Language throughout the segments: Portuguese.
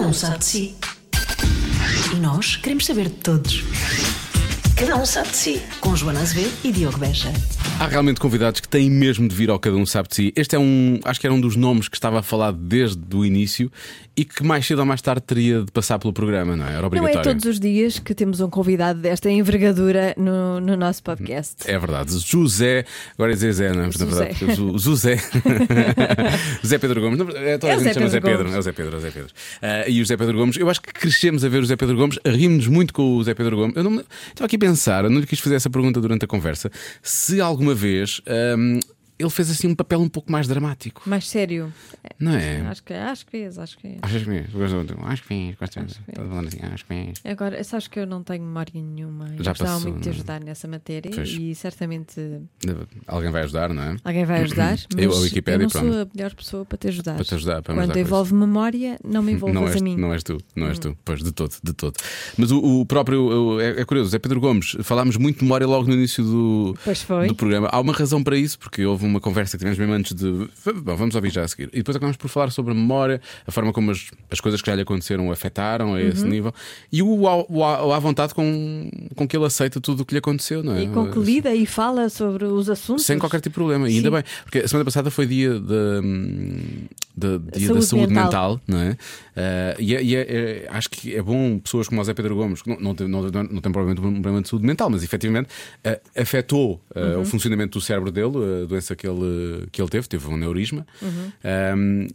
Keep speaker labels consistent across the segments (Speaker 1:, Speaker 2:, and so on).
Speaker 1: um sabe de si. E nós queremos saber de todos. Cada um sabe de si. Com Joana Azevedo e Diogo Beja.
Speaker 2: Há realmente convidados que têm mesmo de vir ao Cada Um Sabe de Si. Este é um, acho que era um dos nomes que estava a falar desde o início e que mais cedo ou mais tarde teria de passar pelo programa, não é? Era
Speaker 3: Não é
Speaker 2: obrigatório.
Speaker 3: todos os dias que temos um convidado desta envergadura no, no nosso podcast.
Speaker 2: É verdade. José, agora é Zezé, não é? Mas, Na
Speaker 3: José.
Speaker 2: verdade, Ju- José. Zé Pedro Gomes. Não, é, toda a
Speaker 3: É o
Speaker 2: gente
Speaker 3: Zé
Speaker 2: chama Zé
Speaker 3: Pedro
Speaker 2: Pedro.
Speaker 3: Gomes.
Speaker 2: É o Zé Pedro, é o Zé Pedro. Ah, e o Zé Pedro Gomes, eu acho que crescemos a ver o Zé Pedro Gomes, rimos muito com o Zé Pedro Gomes. Eu não me- estava aqui a pensar, eu não lhe quis fazer essa pergunta durante a conversa, se alguma vez ahm, ele fez assim um papel um pouco mais dramático,
Speaker 3: Mais sério.
Speaker 2: não é?
Speaker 3: Acho que acho que fez, acho que é fez.
Speaker 2: Achas que mesmo? Gosto muito. Acho que fiz, gosto muito.
Speaker 3: Acho que
Speaker 2: Todo mundo assim, acho que fiz.
Speaker 3: Agora, sabes que eu não tenho memória nenhuma. Eu
Speaker 2: Já
Speaker 3: gostava
Speaker 2: passou,
Speaker 3: muito de
Speaker 2: não é?
Speaker 3: ajudar nessa matéria
Speaker 2: Pois.
Speaker 3: e certamente
Speaker 2: Alguém vai ajudar, não é?
Speaker 3: alguém vai ajudar. Mas
Speaker 2: Uhum. Eu, a Wikipéria,
Speaker 3: eu não
Speaker 2: pronto.
Speaker 3: sou a melhor pessoa para te ajudar.
Speaker 2: Para te ajudar, para me
Speaker 3: Quando
Speaker 2: ajudar com
Speaker 3: envolve memória, não me envolvas
Speaker 2: Não
Speaker 3: a
Speaker 2: és,
Speaker 3: mim. Hum.
Speaker 2: não és tu, não és tu, pois de todo, de todo. Mas o, o próprio o- é, é curioso, é Pedro Gomes, falámos muito de memória logo no início do,
Speaker 3: Pois foi.
Speaker 2: do programa. Há uma razão para isso, porque houve uma conversa que tivemos mesmo antes de. Bom, vamos ouvir já a seguir. E depois acabamos por falar sobre a memória, a forma como as, as coisas que já lhe aconteceram o afetaram a
Speaker 3: Uhum.
Speaker 2: esse nível e o, ao- o, à- o à vontade com, com que ele aceita tudo o que lhe aconteceu, não é?
Speaker 3: E concluída e fala sobre os assuntos.
Speaker 2: Sem qualquer tipo de problema, e ainda bem, porque a semana passada foi dia da, hum, da- dia da
Speaker 3: Saúde
Speaker 2: saúde mental,
Speaker 3: mental.
Speaker 2: não é? Ah, e é- e é- é- acho que é bom pessoas como o Zé Pedro Gomes, que não, não, tem, não, não- não tem provavelmente um problema de saúde mental, mas efetivamente ah, afetou ah,
Speaker 3: Uhum.
Speaker 2: o funcionamento do cérebro dele, a doença que ele, que ele teve, teve um neurisma,
Speaker 3: Uhum.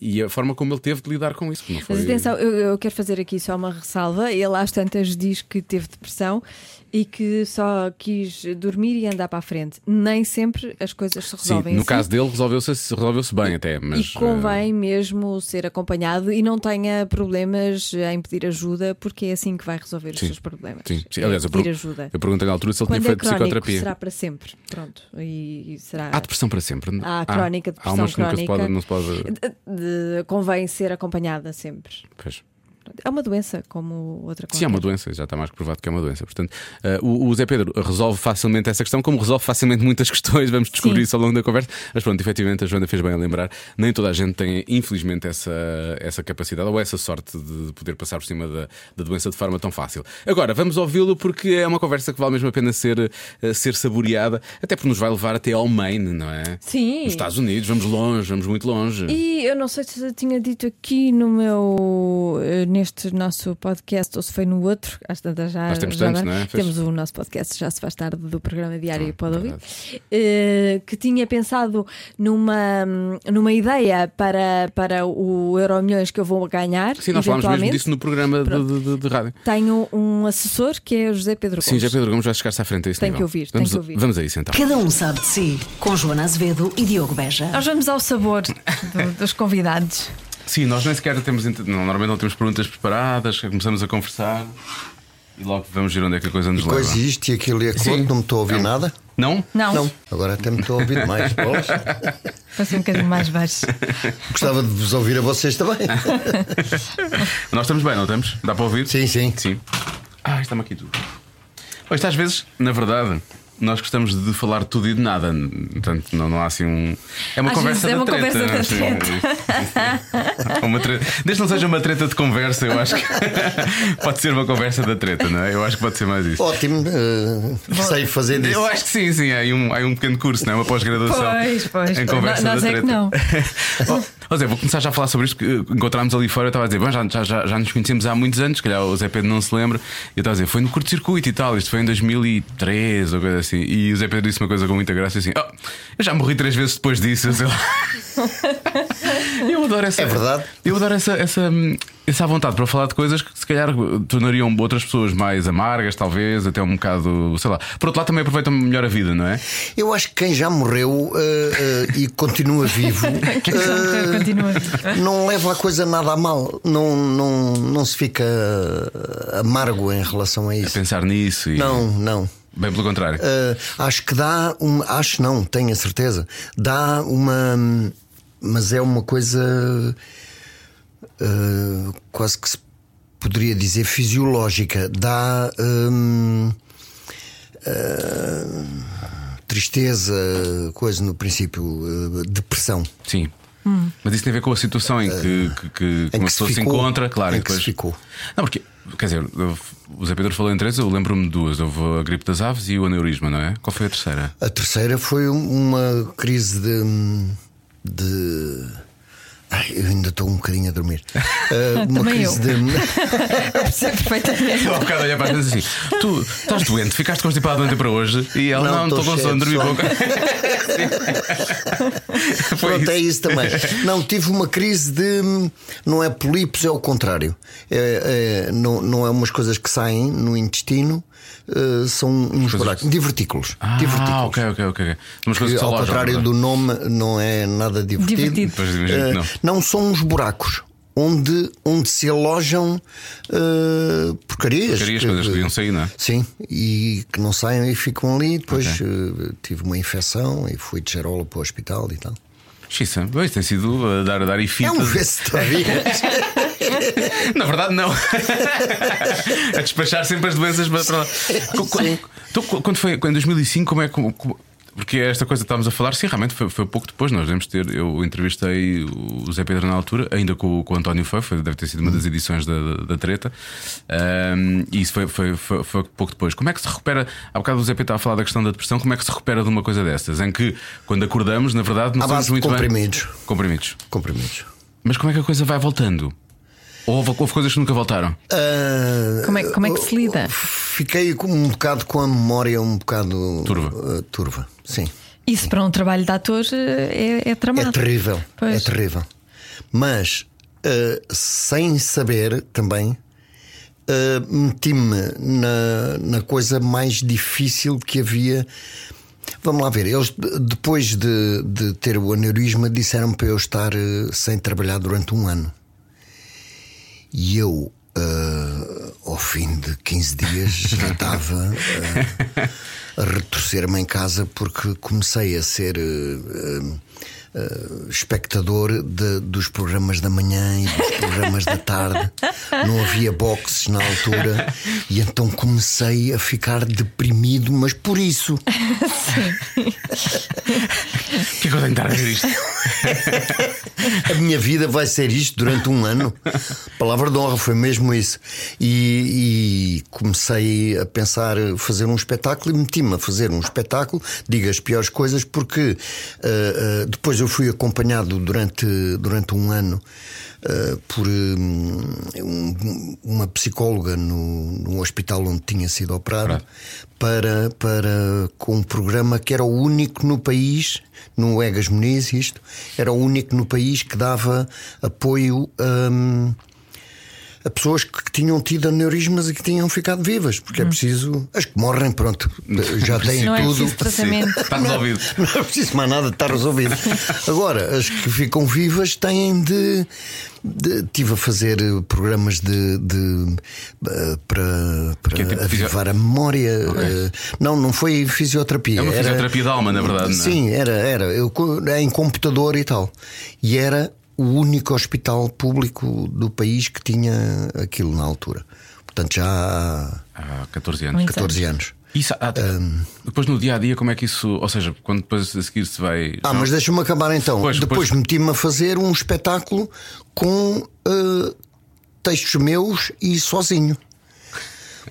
Speaker 2: e a forma como ele teve de lidar com isso. que Não foi...
Speaker 3: Mas atenção, eu, eu quero fazer aqui só uma ressalva. Ele às tantas diz que teve depressão e que só quis dormir e andar para a frente. Nem sempre as coisas se
Speaker 2: Sim,
Speaker 3: resolvem
Speaker 2: no
Speaker 3: assim.
Speaker 2: caso eh, dele resolveu-se resolveu bem até, mas
Speaker 3: e convém mesmo ser acompanhado e não tenha problemas em pedir ajuda, porque é assim que vai resolver os
Speaker 2: Sim,
Speaker 3: seus problemas.
Speaker 2: ah, sim, sim.
Speaker 3: É
Speaker 2: Aliás, eu,
Speaker 3: pedir
Speaker 2: pergun-
Speaker 3: ajuda.
Speaker 2: eh, eu perguntei na altura se ele
Speaker 3: Quando
Speaker 2: tinha
Speaker 3: é
Speaker 2: feito
Speaker 3: crónico,
Speaker 2: psicoterapia. Ah, tá.
Speaker 3: será para sempre. Pronto. E, e será.
Speaker 2: Há depressão para sempre. não? é?
Speaker 3: Há crónica,
Speaker 2: Há
Speaker 3: depressão
Speaker 2: umas que nunca se
Speaker 3: crónica.
Speaker 2: pode, não se pode.
Speaker 3: de- de- convém ser acompanhada sempre.
Speaker 2: Pois.
Speaker 3: É uma doença como outra coisa.
Speaker 2: Sim, é uma doença, já está mais que provado que é uma doença. Portanto, eh, o, o Zé Pedro resolve facilmente essa questão, como resolve facilmente muitas questões, vamos descobrir
Speaker 3: Sim.
Speaker 2: isso ao longo da conversa. Mas pronto, efetivamente a Joana fez bem a lembrar. Nem toda a gente tem, infelizmente, essa, essa capacidade ou essa sorte de poder passar por cima da, da doença de forma tão fácil. Agora, vamos ouvi-lo porque é uma conversa que vale mesmo a pena ser, eh, ser saboreada, até porque nos vai levar até ao Maine, não é?
Speaker 3: Sim.
Speaker 2: Nos Estados Unidos, vamos longe, vamos muito longe.
Speaker 3: E eu não sei se eu tinha dito aqui no meu eh, neste nosso podcast ou se foi no outro, às tantas já.
Speaker 2: Nós temos
Speaker 3: já
Speaker 2: tantos,
Speaker 3: dá.
Speaker 2: não é? Pois. Ah,
Speaker 3: Temos o nosso podcast, já se faz tarde do programa diário e pode ouvir.
Speaker 2: verdade.
Speaker 3: eh, que tinha pensado numa, numa ideia para, para o Euro Milhões que eu vou ganhar.
Speaker 2: Sim, nós falámos mesmo
Speaker 3: eventualmente.
Speaker 2: disso no programa de- de- de- de rádio.
Speaker 3: Tenho um assessor que é o José Pedro
Speaker 2: Sim,
Speaker 3: Gomes.
Speaker 2: já Pedro Gomes vai chegar-se à frente a isso.
Speaker 3: Tem que ouvir, tem
Speaker 2: vamos,
Speaker 3: que ouvir.
Speaker 2: Vamos a isso então.
Speaker 1: Cada um sabe de si. Com Joana Azevedo e Diogo Beja.
Speaker 3: Nós vamos ao sabor do- dos convidados.
Speaker 2: Sim, nós nem sequer temos. int- não, normalmente não temos perguntas preparadas, começamos a conversar e logo vamos ver onde é que a coisa nos leva.
Speaker 4: Coisa isto e aquilo e
Speaker 2: Sim.
Speaker 4: aquilo, não me estou a ouvir nada.
Speaker 2: Não?
Speaker 3: Não,
Speaker 4: Não, agora até me estou a ouvir mais. bolas.
Speaker 3: passei um bocadinho mais baixo.
Speaker 4: Gostava de vos ouvir a vocês também.
Speaker 2: Nós estamos bem, não estamos? Dá para ouvir?
Speaker 4: Sim, sim.
Speaker 2: Sim. Ah, está-me aqui tudo. Pois, isto às vezes, na verdade. Nós gostamos de falar de tudo e de nada, portanto, não, não há assim um. É uma
Speaker 3: Às
Speaker 2: conversa
Speaker 3: vezes
Speaker 2: de
Speaker 3: é uma
Speaker 2: treta.
Speaker 3: conversa de
Speaker 2: sim. Uma treta. Desde que não seja uma treta de conversa, eu acho que pode ser uma conversa da treta, não é? Eu acho que pode ser mais isso.
Speaker 4: Ótimo, eh, sei fazer disso.
Speaker 2: Eu acho que sim, sim. Há aí um, há aí um pequeno curso, não é? Uma pós-graduação.
Speaker 3: Pois, pois,
Speaker 2: Em
Speaker 3: pois.
Speaker 2: conversa
Speaker 3: Nós- nós
Speaker 2: da
Speaker 3: é que
Speaker 2: treta.
Speaker 3: não.
Speaker 2: Ó, ó Zé, vou começar já a falar sobre isto. que, eh, Encontrámos ali fora. Eu estava a dizer, bom, já, já, já, já nos conhecemos há muitos anos. Se calhar o Zé Pedro não se lembra. Eu estava a dizer, foi no curto-circuito e tal. Isto foi em 2003 ou coisa assim. E o Zé Pedro disse uma coisa com muita graça assim: "Oh, eu já morri três vezes depois disso. Eu, sei lá. Eu adoro essa.
Speaker 4: É verdade.
Speaker 2: Eu adoro essa, essa, hum, essa vontade para falar de coisas que se calhar tornariam outras pessoas mais amargas, talvez, até um bocado, sei lá. Por outro lado, também aproveitam melhor a vida, não é?
Speaker 4: Eu acho que quem já morreu eh, eh, e continua vivo eh, não leva a coisa nada a mal. Não, não, não se fica eh, amargo em relação a isso.
Speaker 2: Pensar nisso e.
Speaker 4: Não, não.
Speaker 2: Bem pelo contrário.
Speaker 4: Uh, acho que dá uma. Acho não, tenho a certeza. Dá uma. Mas é uma coisa. uh, quase que se poderia dizer fisiológica. Dá. hum, ah, uh, tristeza, coisa no princípio. uh, depressão.
Speaker 2: Sim. Mas isso tem a ver com a situação em que, que, que, que
Speaker 4: Eh, que
Speaker 2: uma
Speaker 4: se
Speaker 2: pessoa se
Speaker 4: ficou,
Speaker 2: encontra, claro.
Speaker 4: em
Speaker 2: e
Speaker 4: que se
Speaker 2: depois-
Speaker 4: ficou.
Speaker 2: Não, porque, quer dizer, houve- o Zé Pedro falou em três, eu lembro-me de duas. Houve a gripe das aves e o aneurisma, não é? Qual foi a terceira?
Speaker 4: A terceira foi um, uma crise de. de... Ai, eu ainda estou um bocadinho a dormir. Ah, uma
Speaker 5: Também
Speaker 4: crise de.
Speaker 5: Percebo perfeitamente.
Speaker 2: Há um bocado a olhar para as coisas assim. Tu estás doente, ficaste constipado ontem para hoje e ela
Speaker 4: Não,
Speaker 2: não, estou
Speaker 4: tô
Speaker 2: com
Speaker 4: cheio
Speaker 2: sono,
Speaker 4: de
Speaker 2: dormi
Speaker 4: sono."
Speaker 2: pouco. Sim. Foi
Speaker 4: Pronto, é
Speaker 2: isso.
Speaker 4: isso também. Não, tive uma crise de. Não é polipos, é o contrário. É- é- não, não é umas coisas que saem no intestino, ah, são uns buracos. Divertículos. divertículos.
Speaker 2: Ah, ok, ok, ok. Umas coisas que
Speaker 4: Que,
Speaker 2: só
Speaker 4: ao
Speaker 2: alojam,
Speaker 4: contrário
Speaker 2: não
Speaker 4: do
Speaker 2: é?
Speaker 4: nome, não é nada divertido.
Speaker 5: Divertido.
Speaker 2: Pois imagino que
Speaker 4: Eh,
Speaker 2: não.
Speaker 4: não são uns buracos onde, onde se alojam eh, porcarias.
Speaker 2: Porcarias, coisas que deviam sair, não é?
Speaker 4: Sim, e que não saem e ficam ali. Depois eh, tive uma infecção e fui de gerola para o hospital e tal.
Speaker 2: Xissa, bem, isso tem sido a dar, a dar e
Speaker 4: É um
Speaker 2: fitas.
Speaker 4: vegetariano.
Speaker 2: Na verdade, não. a despachar sempre as doenças para para lá. Qu- qu- Então, qu- quando foi? Em 2005, como é que. como- Porque é esta coisa que estávamos a falar, sim, realmente foi, foi pouco depois. Nós devemos ter. Eu entrevistei o Zé Pedro na altura, ainda com, o- com o António Foi, foi- deve ter sido uma
Speaker 4: Uhum.
Speaker 2: das edições da, da, da treta. Ahm, e isso foi, foi, foi, foi pouco depois. Como é que se recupera? Há bocado o Zé Pedro estava a falar da questão da depressão. Como é que se recupera de uma coisa destas? Em que, quando acordamos, na verdade, não
Speaker 4: À
Speaker 2: somos
Speaker 4: base de
Speaker 2: muito
Speaker 4: comprimidos.
Speaker 2: bem. Comprimidos.
Speaker 4: Comprimidos.
Speaker 2: Mas como é que a coisa vai voltando? Ou houve, houve coisas que nunca voltaram?
Speaker 4: Ah,
Speaker 5: Como é, como é que se lida?
Speaker 4: Fiquei com um bocado com a memória um bocado
Speaker 2: Turva.
Speaker 4: eh, turva, sim.
Speaker 5: Isso para um trabalho de ator eh, é, é tramado.
Speaker 4: É terrível,
Speaker 5: Pois.
Speaker 4: é terrível. Mas eh, sem saber também eh, meti-me na, na coisa mais difícil que havia. Vamos lá ver, eles de- depois de, de ter o aneurisma disseram para eu estar eh, sem trabalhar durante um ano. E eu, eh, ao fim de 15 dias, já estava eh, a retorcer-me em casa porque comecei a ser eh, eh, eh, espectador de- dos programas da manhã e dos programas da tarde. Não havia boxes na altura e então comecei a ficar deprimido, mas por isso.
Speaker 2: O que é que eu tenho de dar a ver isto?
Speaker 4: A minha vida vai ser isto durante um ano. Palavra de honra, foi mesmo isso. E, e comecei a pensar eh, fazer um espetáculo e meti-me a fazer um espetáculo, diga as piores coisas, porque eh, eh, depois eu fui acompanhado durante, durante um ano eh, por hum, um- uma psicóloga no, no hospital onde tinha sido operado. Para, para com um programa que era o único no país, no Egas Muniz, isto, era o único no país que dava apoio hum, a pessoas que, que tinham tido aneurismas e que tinham ficado vivas, porque é preciso. As que morrem, pronto, já têm
Speaker 5: Não é
Speaker 4: tudo.
Speaker 5: preciso tratamento.
Speaker 2: Está resolvido.
Speaker 4: Não é preciso mais nada, está resolvido. Agora, as que ficam vivas têm de. de tive a fazer eh, programas de. de, eh, para para
Speaker 2: é tipo de fisio-
Speaker 4: avivar a memória. eh, Não, não foi fisioterapia.
Speaker 2: É uma
Speaker 4: era-
Speaker 2: fisioterapia da alma, na verdade, não é?
Speaker 4: Sim, era, era. Eu, co- em computador e tal. E era o único hospital público do país que tinha aquilo na altura. Portanto, já há
Speaker 2: Há 14 anos.
Speaker 5: Muito.
Speaker 4: 14 anos.
Speaker 2: Isso, ah,
Speaker 4: Hum.
Speaker 2: Depois no dia a dia, como é que isso. Ou seja, quando depois a seguir se vai.
Speaker 4: Ah, mas deixa-me acabar então.
Speaker 2: Pois,
Speaker 4: Depois
Speaker 2: pois.
Speaker 4: meti-me a fazer um espetáculo com eh, textos meus e sozinho.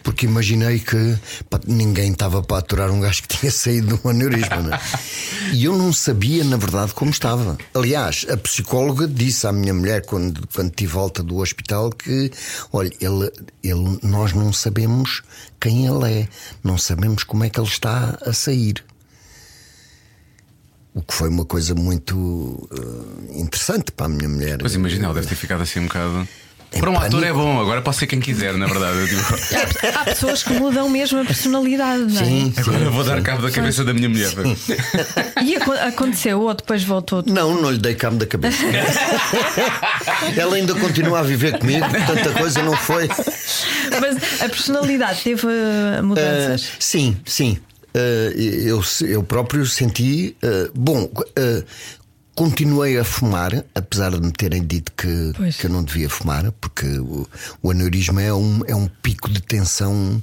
Speaker 4: Porque imaginei que pá, ninguém estava para aturar um gajo que tinha saído de um aneurisma. né? E eu não sabia, na verdade, como estava. Aliás, a psicóloga disse à minha mulher, quando, quando tive volta do hospital, que olha, ele, ele, nós não sabemos quem ele é, não sabemos como é que ele está a sair. O que foi uma coisa muito eh, interessante para a minha mulher.
Speaker 2: Pois imagina, ela deve ter ficado assim um bocado. Para um
Speaker 4: pânico.
Speaker 2: ator é bom, agora pode ser quem quiser, na verdade. Eu digo,
Speaker 5: Há pessoas que mudam mesmo a personalidade, não é?
Speaker 4: Sim,
Speaker 2: agora vou dar cabo da cabeça da minha mulher.
Speaker 5: E aco- aconteceu, ou depois voltou.
Speaker 4: Não, não lhe dei cabo da cabeça. Ela ainda continua a viver comigo, tanta coisa não foi.
Speaker 5: Mas a personalidade teve eh,
Speaker 4: Ah,
Speaker 5: mudanças.
Speaker 4: sim, sim. Ah, eu, eu próprio senti. ah, bom, ah, continuei a fumar, apesar de me terem dito que,
Speaker 5: Pois.
Speaker 4: que eu não devia fumar, porque o, o aneurisma é um, é um pico de tensão.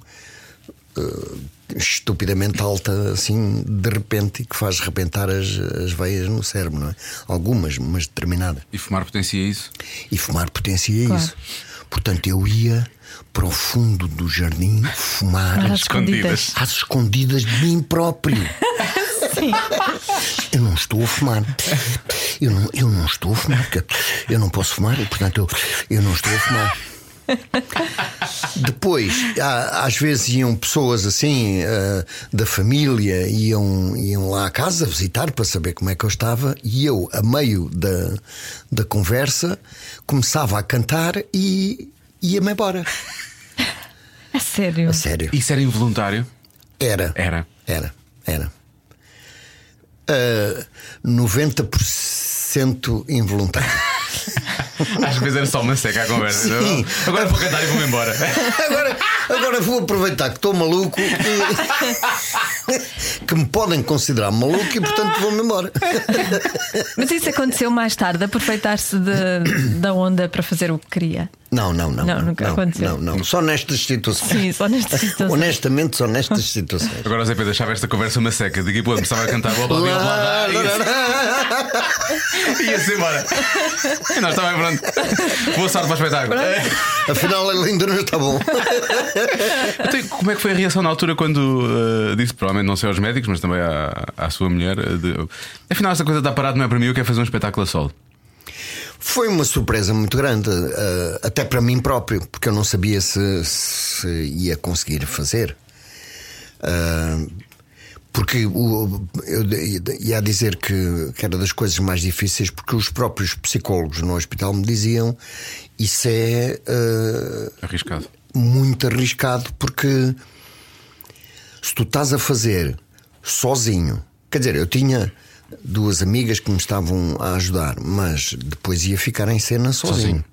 Speaker 4: ah, estupidamente alta, assim, de repente, e que faz rebentar as, as veias no cérebro, não é? Algumas, mas determinadas.
Speaker 2: E fumar potencia isso?
Speaker 4: E fumar potencia
Speaker 5: Claro.
Speaker 4: isso. Portanto, eu ia para o fundo do jardim
Speaker 2: Eh,
Speaker 4: fumar
Speaker 5: Às escondidas.
Speaker 4: às escondidas de mim próprio. Eu não estou a fumar. Eu não, eu não estou a fumar. porque Eu não posso fumar e, portanto, eu, eu não estou a fumar. Depois, há- às vezes iam pessoas assim eh, da família, iam, iam lá à casa visitar para saber como é que eu estava, e eu, a meio da, da conversa, começava a cantar e ia-me embora.
Speaker 3: A sério.
Speaker 4: A sério.
Speaker 2: Isso era involuntário?
Speaker 4: Era.
Speaker 2: Era.
Speaker 4: Era, era. Ah, 90% involuntário.
Speaker 2: Às vezes era só uma seca a conversa. Não,
Speaker 4: Sim.
Speaker 2: Agora vou cantar e vou-me embora.
Speaker 4: Agora, agora vou aproveitar que estou maluco e que me podem considerar maluco e portanto vou-me embora.
Speaker 3: Mas isso aconteceu mais tarde, aproveitar-se de- da onda para fazer o que queria.
Speaker 4: Não, não, não.
Speaker 3: Não, nunca
Speaker 4: não,
Speaker 3: aconteceu.
Speaker 4: Não, não. Só nestas situações.
Speaker 3: Sim, só nesta situação.
Speaker 4: Honestamente, só nestas situações.
Speaker 2: Agora o Zé Pedro achava esta conversa uma seca. Daqui a pouco começava a cantar blá blá blá blá, blá, blá, e ia-se embora. E nós estava pronto. Boa sorte para o espetáculo.
Speaker 4: Afinal, ele ainda não está bom.
Speaker 2: Então, e como é que foi a reação na altura quando eh, disse, provavelmente não sei aos médicos, mas também à, à sua mulher, eh, de- afinal essa coisa está parada, não é para mim, eu quero fazer um espetáculo a solo.
Speaker 4: Foi uma surpresa muito grande, eh, até para mim próprio, porque eu não sabia se, se ia conseguir fazer. Ah, porque o- eu de- ia a dizer que, que era das coisas mais difíceis, porque os próprios psicólogos no hospital me diziam isso é ah,
Speaker 2: Arriscado.
Speaker 4: muito arriscado, porque se tu estás a fazer sozinho, quer dizer, eu tinha duas amigas que me estavam a ajudar, mas depois ia ficar em cena sozinho.
Speaker 2: Sozinho.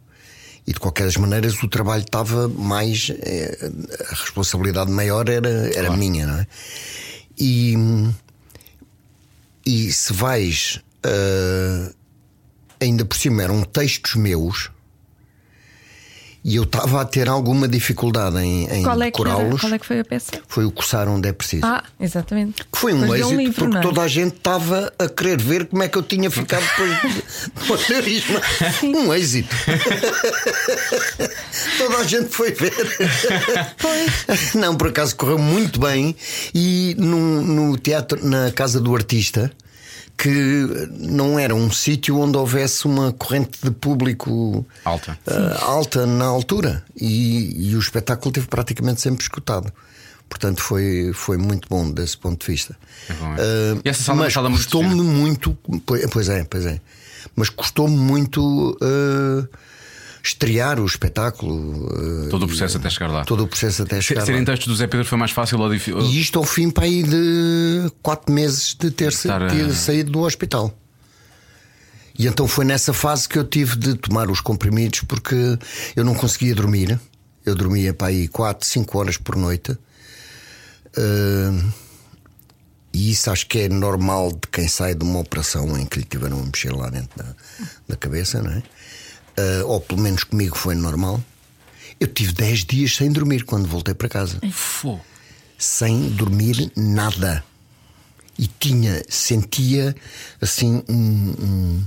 Speaker 4: E de qualquer das maneiras o trabalho estava mais. eh, A responsabilidade maior era, era minha, não é? E, e se vais. ah, ainda por cima eram textos meus e eu estava a ter alguma dificuldade em, em
Speaker 3: Qual é, que era-
Speaker 4: decorá-los
Speaker 3: qual é que foi a peça?
Speaker 4: foi o Coçar Onde é Preciso.
Speaker 3: Ah, exatamente.
Speaker 4: que foi um
Speaker 3: Mas deu
Speaker 4: êxito
Speaker 3: livro,
Speaker 4: porque
Speaker 3: não é?
Speaker 4: toda a gente estava a querer ver como é que eu tinha ficado depois do aneurisma. Um êxito. toda a gente foi ver. Não, por acaso correu muito bem e no, no teatro, na casa do artista. Que não era um sítio onde houvesse uma corrente de público
Speaker 2: Alta.
Speaker 4: ah, alta na altura e, e o espetáculo teve praticamente sempre escutado. Portanto, foi, foi muito bom desse ponto de vista.
Speaker 2: É bom, é.
Speaker 4: Ah,
Speaker 2: E essa sala é uma
Speaker 4: mas
Speaker 2: sala muito
Speaker 4: custou-me
Speaker 2: gira.
Speaker 4: muito. pois- Pois é, pois é. Mas custou-me muito ah, estrear o espetáculo. ah,
Speaker 2: Todo o processo até chegar lá.
Speaker 4: todo o processo até chegar.
Speaker 2: Serem
Speaker 4: lá.
Speaker 2: textos do Zé Pedro foi mais fácil ou difícil?
Speaker 4: E isto ao fim para aí de quatro meses de ter, sa-
Speaker 2: Estar a-
Speaker 4: ter saído do hospital. E então foi nessa fase que eu tive de tomar os comprimidos porque eu não conseguia dormir. Eu dormia para aí 4, 5 horas por noite. Ah, e isso acho que é normal de quem sai de uma operação em que lhe tiveram a mexer lá dentro da, da cabeça, não é? Ah, ou pelo menos comigo foi normal. Eu tive 10 dias sem dormir quando voltei para casa
Speaker 2: Fô.
Speaker 4: sem dormir nada. E tinha, sentia assim um, um,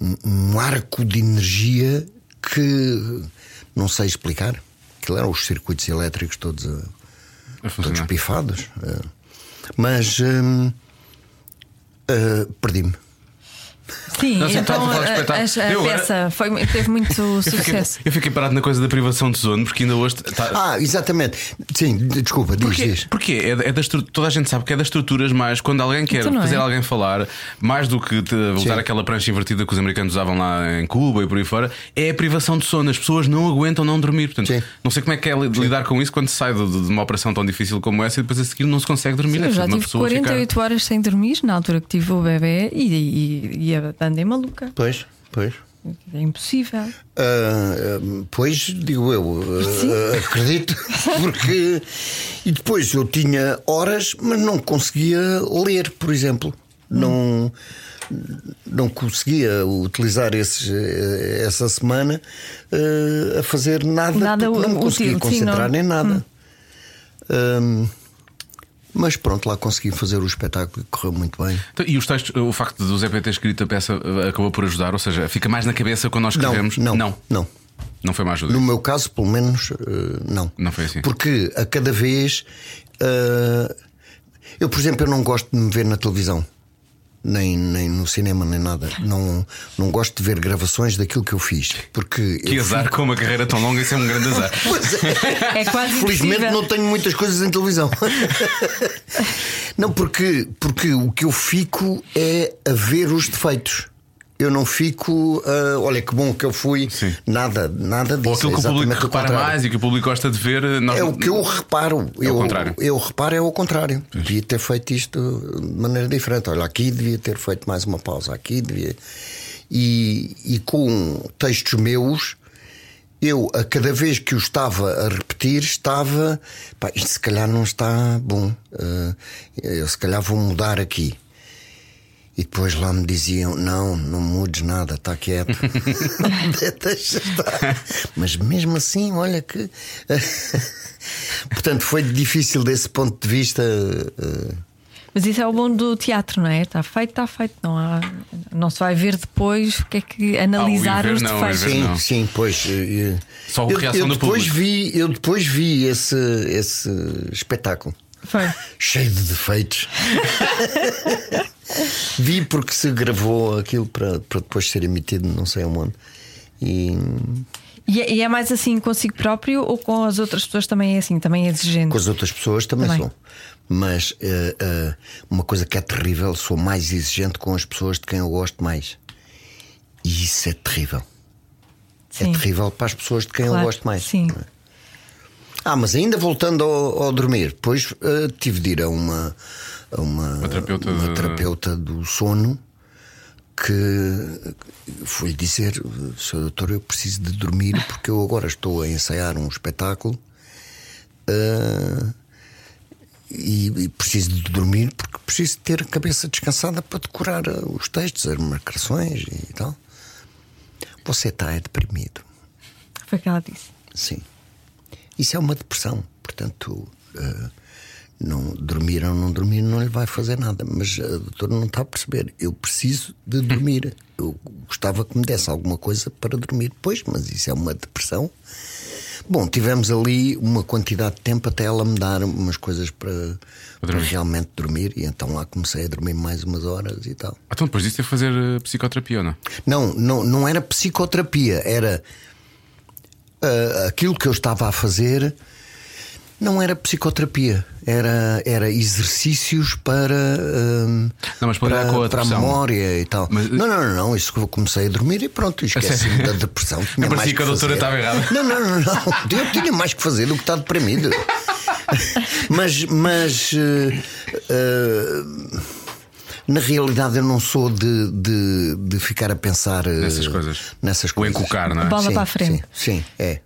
Speaker 4: um- um arco de energia que não sei explicar. Aquilo eram os circuitos elétricos todos, a-
Speaker 2: A
Speaker 4: todos
Speaker 2: funcionar.
Speaker 4: pifados. eh. Mas hum, eh, perdi-me.
Speaker 3: Sim,
Speaker 2: Não sei,
Speaker 3: então
Speaker 2: estava a falar do
Speaker 3: a, a,
Speaker 2: espetáculo.
Speaker 3: a
Speaker 2: Eu agora-
Speaker 3: peça foi- teve muito
Speaker 2: Eu fiquei,
Speaker 3: sucesso.
Speaker 2: eu fiquei parado na coisa da privação de sono porque ainda hoje. Tá...
Speaker 4: Ah, exatamente. Sim, de- desculpa, diz,
Speaker 2: Porquê?
Speaker 4: diz.
Speaker 2: Porquê? É, da- é das estru- toda a gente sabe que é das estruturas mais. Quando alguém quer
Speaker 3: Então não é.
Speaker 2: fazer alguém falar, mais do que te- voltar
Speaker 4: Sim.
Speaker 2: àquela prancha invertida que os americanos usavam lá em Cuba e por aí fora, é a privação de sono. As pessoas não aguentam não dormir. Portanto,
Speaker 4: Sim.
Speaker 2: não sei como é que é li- lidar com isso quando se sai de, de- de uma operação tão difícil como essa e depois a seguir não se consegue dormir. é
Speaker 3: Eu já
Speaker 2: preciso uma
Speaker 3: tive
Speaker 2: pessoa ficar-
Speaker 3: 48 horas sem dormir na altura que tive o bebê e, e, e andei maluca.
Speaker 4: Pois, pois.
Speaker 3: É impossível.
Speaker 4: Ah, ah, pois, digo eu, ah, ah, acredito, porque. E depois eu tinha horas, mas não conseguia ler, por exemplo. Não, não conseguia utilizar esses, eh, essa semana ah, a fazer nada,
Speaker 3: Nada
Speaker 4: porque não me
Speaker 3: útil, Hum.
Speaker 4: conseguia
Speaker 3: sim,
Speaker 4: concentrar
Speaker 3: não-
Speaker 4: nem nada. Ahm, Hum, Mas pronto, lá consegui fazer o espetáculo e correu muito bem.
Speaker 2: Então, E os textos, o facto do Zé Pedro ter escrito a peça eh, acabou por ajudar, ou seja, fica mais na cabeça quando nós
Speaker 4: Não,
Speaker 2: escrevemos.
Speaker 4: não,
Speaker 2: não.
Speaker 4: não.
Speaker 2: Não foi uma ajuda.
Speaker 4: No meu caso, pelo menos, eh, não.
Speaker 2: Não foi assim.
Speaker 4: Porque a cada vez. eh, eu, por exemplo, eu não gosto de me ver na televisão. Nem, nem no cinema, nem nada. Não, não gosto de ver gravações daquilo que eu fiz. Porque
Speaker 2: Que
Speaker 4: eu
Speaker 2: azar com uma carreira tão longa, isso é um grande azar.
Speaker 3: É quase
Speaker 4: Felizmente
Speaker 3: impossível.
Speaker 4: não tenho muitas coisas em televisão. não, porque, porque o que eu fico é a ver os defeitos. Eu não fico, ah, olha que bom que eu fui,
Speaker 2: Sim.
Speaker 4: nada, nada disso.
Speaker 2: Ou aquilo que o
Speaker 4: é
Speaker 2: público
Speaker 4: exatamente o
Speaker 2: repara
Speaker 4: contrário.
Speaker 2: mais e que o público gosta de ver. eh, Nós... É
Speaker 4: É o que eu reparo. eu,
Speaker 2: contrário.
Speaker 4: eu reparo é o contrário. Devia ter feito isto de maneira diferente. Olha, aqui devia ter feito mais uma pausa, aqui devia. E, e com textos meus, eu a cada vez que o estava a repetir, estava. Pá, isto se calhar não está bom. eh, eu se calhar vou mudar aqui. E depois lá me diziam: não, não mudes nada, está quieto. Deixa estar. Mas mesmo assim, olha que. eh, Portanto, foi difícil desse ponto de vista. eh,
Speaker 3: Mas isso é o bom do teatro, não é? Está feito, está feito. Não, há... não se vai ver depois o que é
Speaker 4: Ah,
Speaker 3: que analisar
Speaker 2: ver
Speaker 3: os
Speaker 2: não, o ir
Speaker 3: defeitos.
Speaker 2: ver
Speaker 4: Sim,
Speaker 2: não.
Speaker 4: sim, pois. eh, eh,
Speaker 2: Só a
Speaker 4: eu,
Speaker 2: reação
Speaker 4: eu
Speaker 2: do
Speaker 4: depois
Speaker 2: público.
Speaker 4: Vi, eu depois vi esse, esse espetáculo.
Speaker 3: Foi.
Speaker 4: Cheio de defeitos. Vi porque se gravou aquilo para, para depois ser emitido, não sei aonde. E
Speaker 3: E é, e é mais assim consigo próprio ou com as outras pessoas também é assim, também é exigente?
Speaker 4: com as outras pessoas também,
Speaker 3: Também.
Speaker 4: sou. Mas eh, eh, uma coisa que é terrível, sou mais exigente com as pessoas de quem eu gosto mais. E isso é terrível. É
Speaker 3: Sim.
Speaker 4: terrível para as pessoas de quem eu
Speaker 3: Claro,
Speaker 4: gosto mais.
Speaker 3: sim.
Speaker 4: não é? Ah, mas ainda voltando ao, ao dormir, depois eh, tive de ir a uma, a uma,
Speaker 2: Uma terapeuta
Speaker 4: uma
Speaker 2: de-
Speaker 4: terapeuta do sono que foi dizer: Sr. Doutor, eu preciso de dormir porque eu agora estou a ensaiar um espetáculo eh, e, e preciso de dormir porque preciso ter a cabeça descansada para decorar eh, os textos, as marcações e tal. Você está é deprimido.
Speaker 3: Foi o que ela disse.
Speaker 4: Sim. Isso é uma depressão. Portanto, eh, não, dormir ou não dormir não lhe vai fazer nada. Mas a doutora não está a perceber. Eu preciso de dormir. Eu gostava que me desse alguma coisa para dormir depois, mas isso é uma depressão. Bom, tivemos ali uma quantidade de tempo até ela me dar umas coisas para, para
Speaker 2: dormir.
Speaker 4: realmente dormir. E então lá comecei a dormir mais umas horas e tal.
Speaker 2: Então depois disso teve que fazer eh, psicoterapia ou não?
Speaker 4: Não, não, não era psicoterapia, era ah, aquilo que eu estava a fazer. Não era psicoterapia, era, era exercícios para, ahm,
Speaker 2: Não, mas para
Speaker 4: para,
Speaker 2: lidar com a
Speaker 4: para
Speaker 2: depressão.
Speaker 4: memória e tal.
Speaker 2: Mas-
Speaker 4: não, não, não, não, isso que eu comecei a dormir e pronto, esqueci-me da depressão. Tinha
Speaker 2: Eu parecia
Speaker 4: mais
Speaker 2: que a doutora
Speaker 4: fazer.
Speaker 2: estava errada.
Speaker 4: Não, não, não, não. Eu tinha mais que fazer do que estar deprimido. mas, mas eh, eh, na realidade eu não sou de, de, de ficar a pensar eh,
Speaker 2: Nessas coisas.
Speaker 4: Nessas
Speaker 2: Ou
Speaker 4: coisas.
Speaker 2: encucar, não é?
Speaker 3: Bola para a frente.
Speaker 4: Sim, sim, é.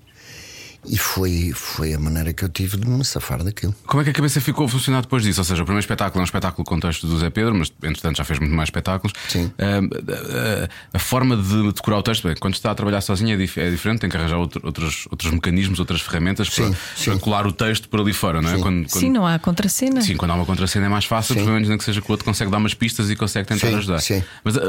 Speaker 4: E foi, foi a maneira que eu tive de me safar daquilo.
Speaker 2: Como é que a cabeça ficou a funcionar depois disso? Ou seja, o primeiro espetáculo é um espetáculo com texto do Zé Pedro, mas entretanto já fez muito mais espetáculos.
Speaker 4: Sim.
Speaker 2: Ahm, a- a- a forma de decorar o texto, bem, quando está a trabalhar sozinho é, dif- é diferente, tem que arranjar outro- outros, outros mecanismos, outras ferramentas
Speaker 4: Sim,
Speaker 2: para,
Speaker 4: sim.
Speaker 2: para colar o texto por ali fora, não é? Quando- quando-
Speaker 3: Sim, não há contracena.
Speaker 2: Sim, quando há uma contracena é mais fácil,
Speaker 4: Sim.
Speaker 2: pelo menos nem que seja que o outro consegue dar umas pistas e consegue tentar
Speaker 4: Sim,
Speaker 2: ajudar.
Speaker 4: sim.
Speaker 2: Mas ah,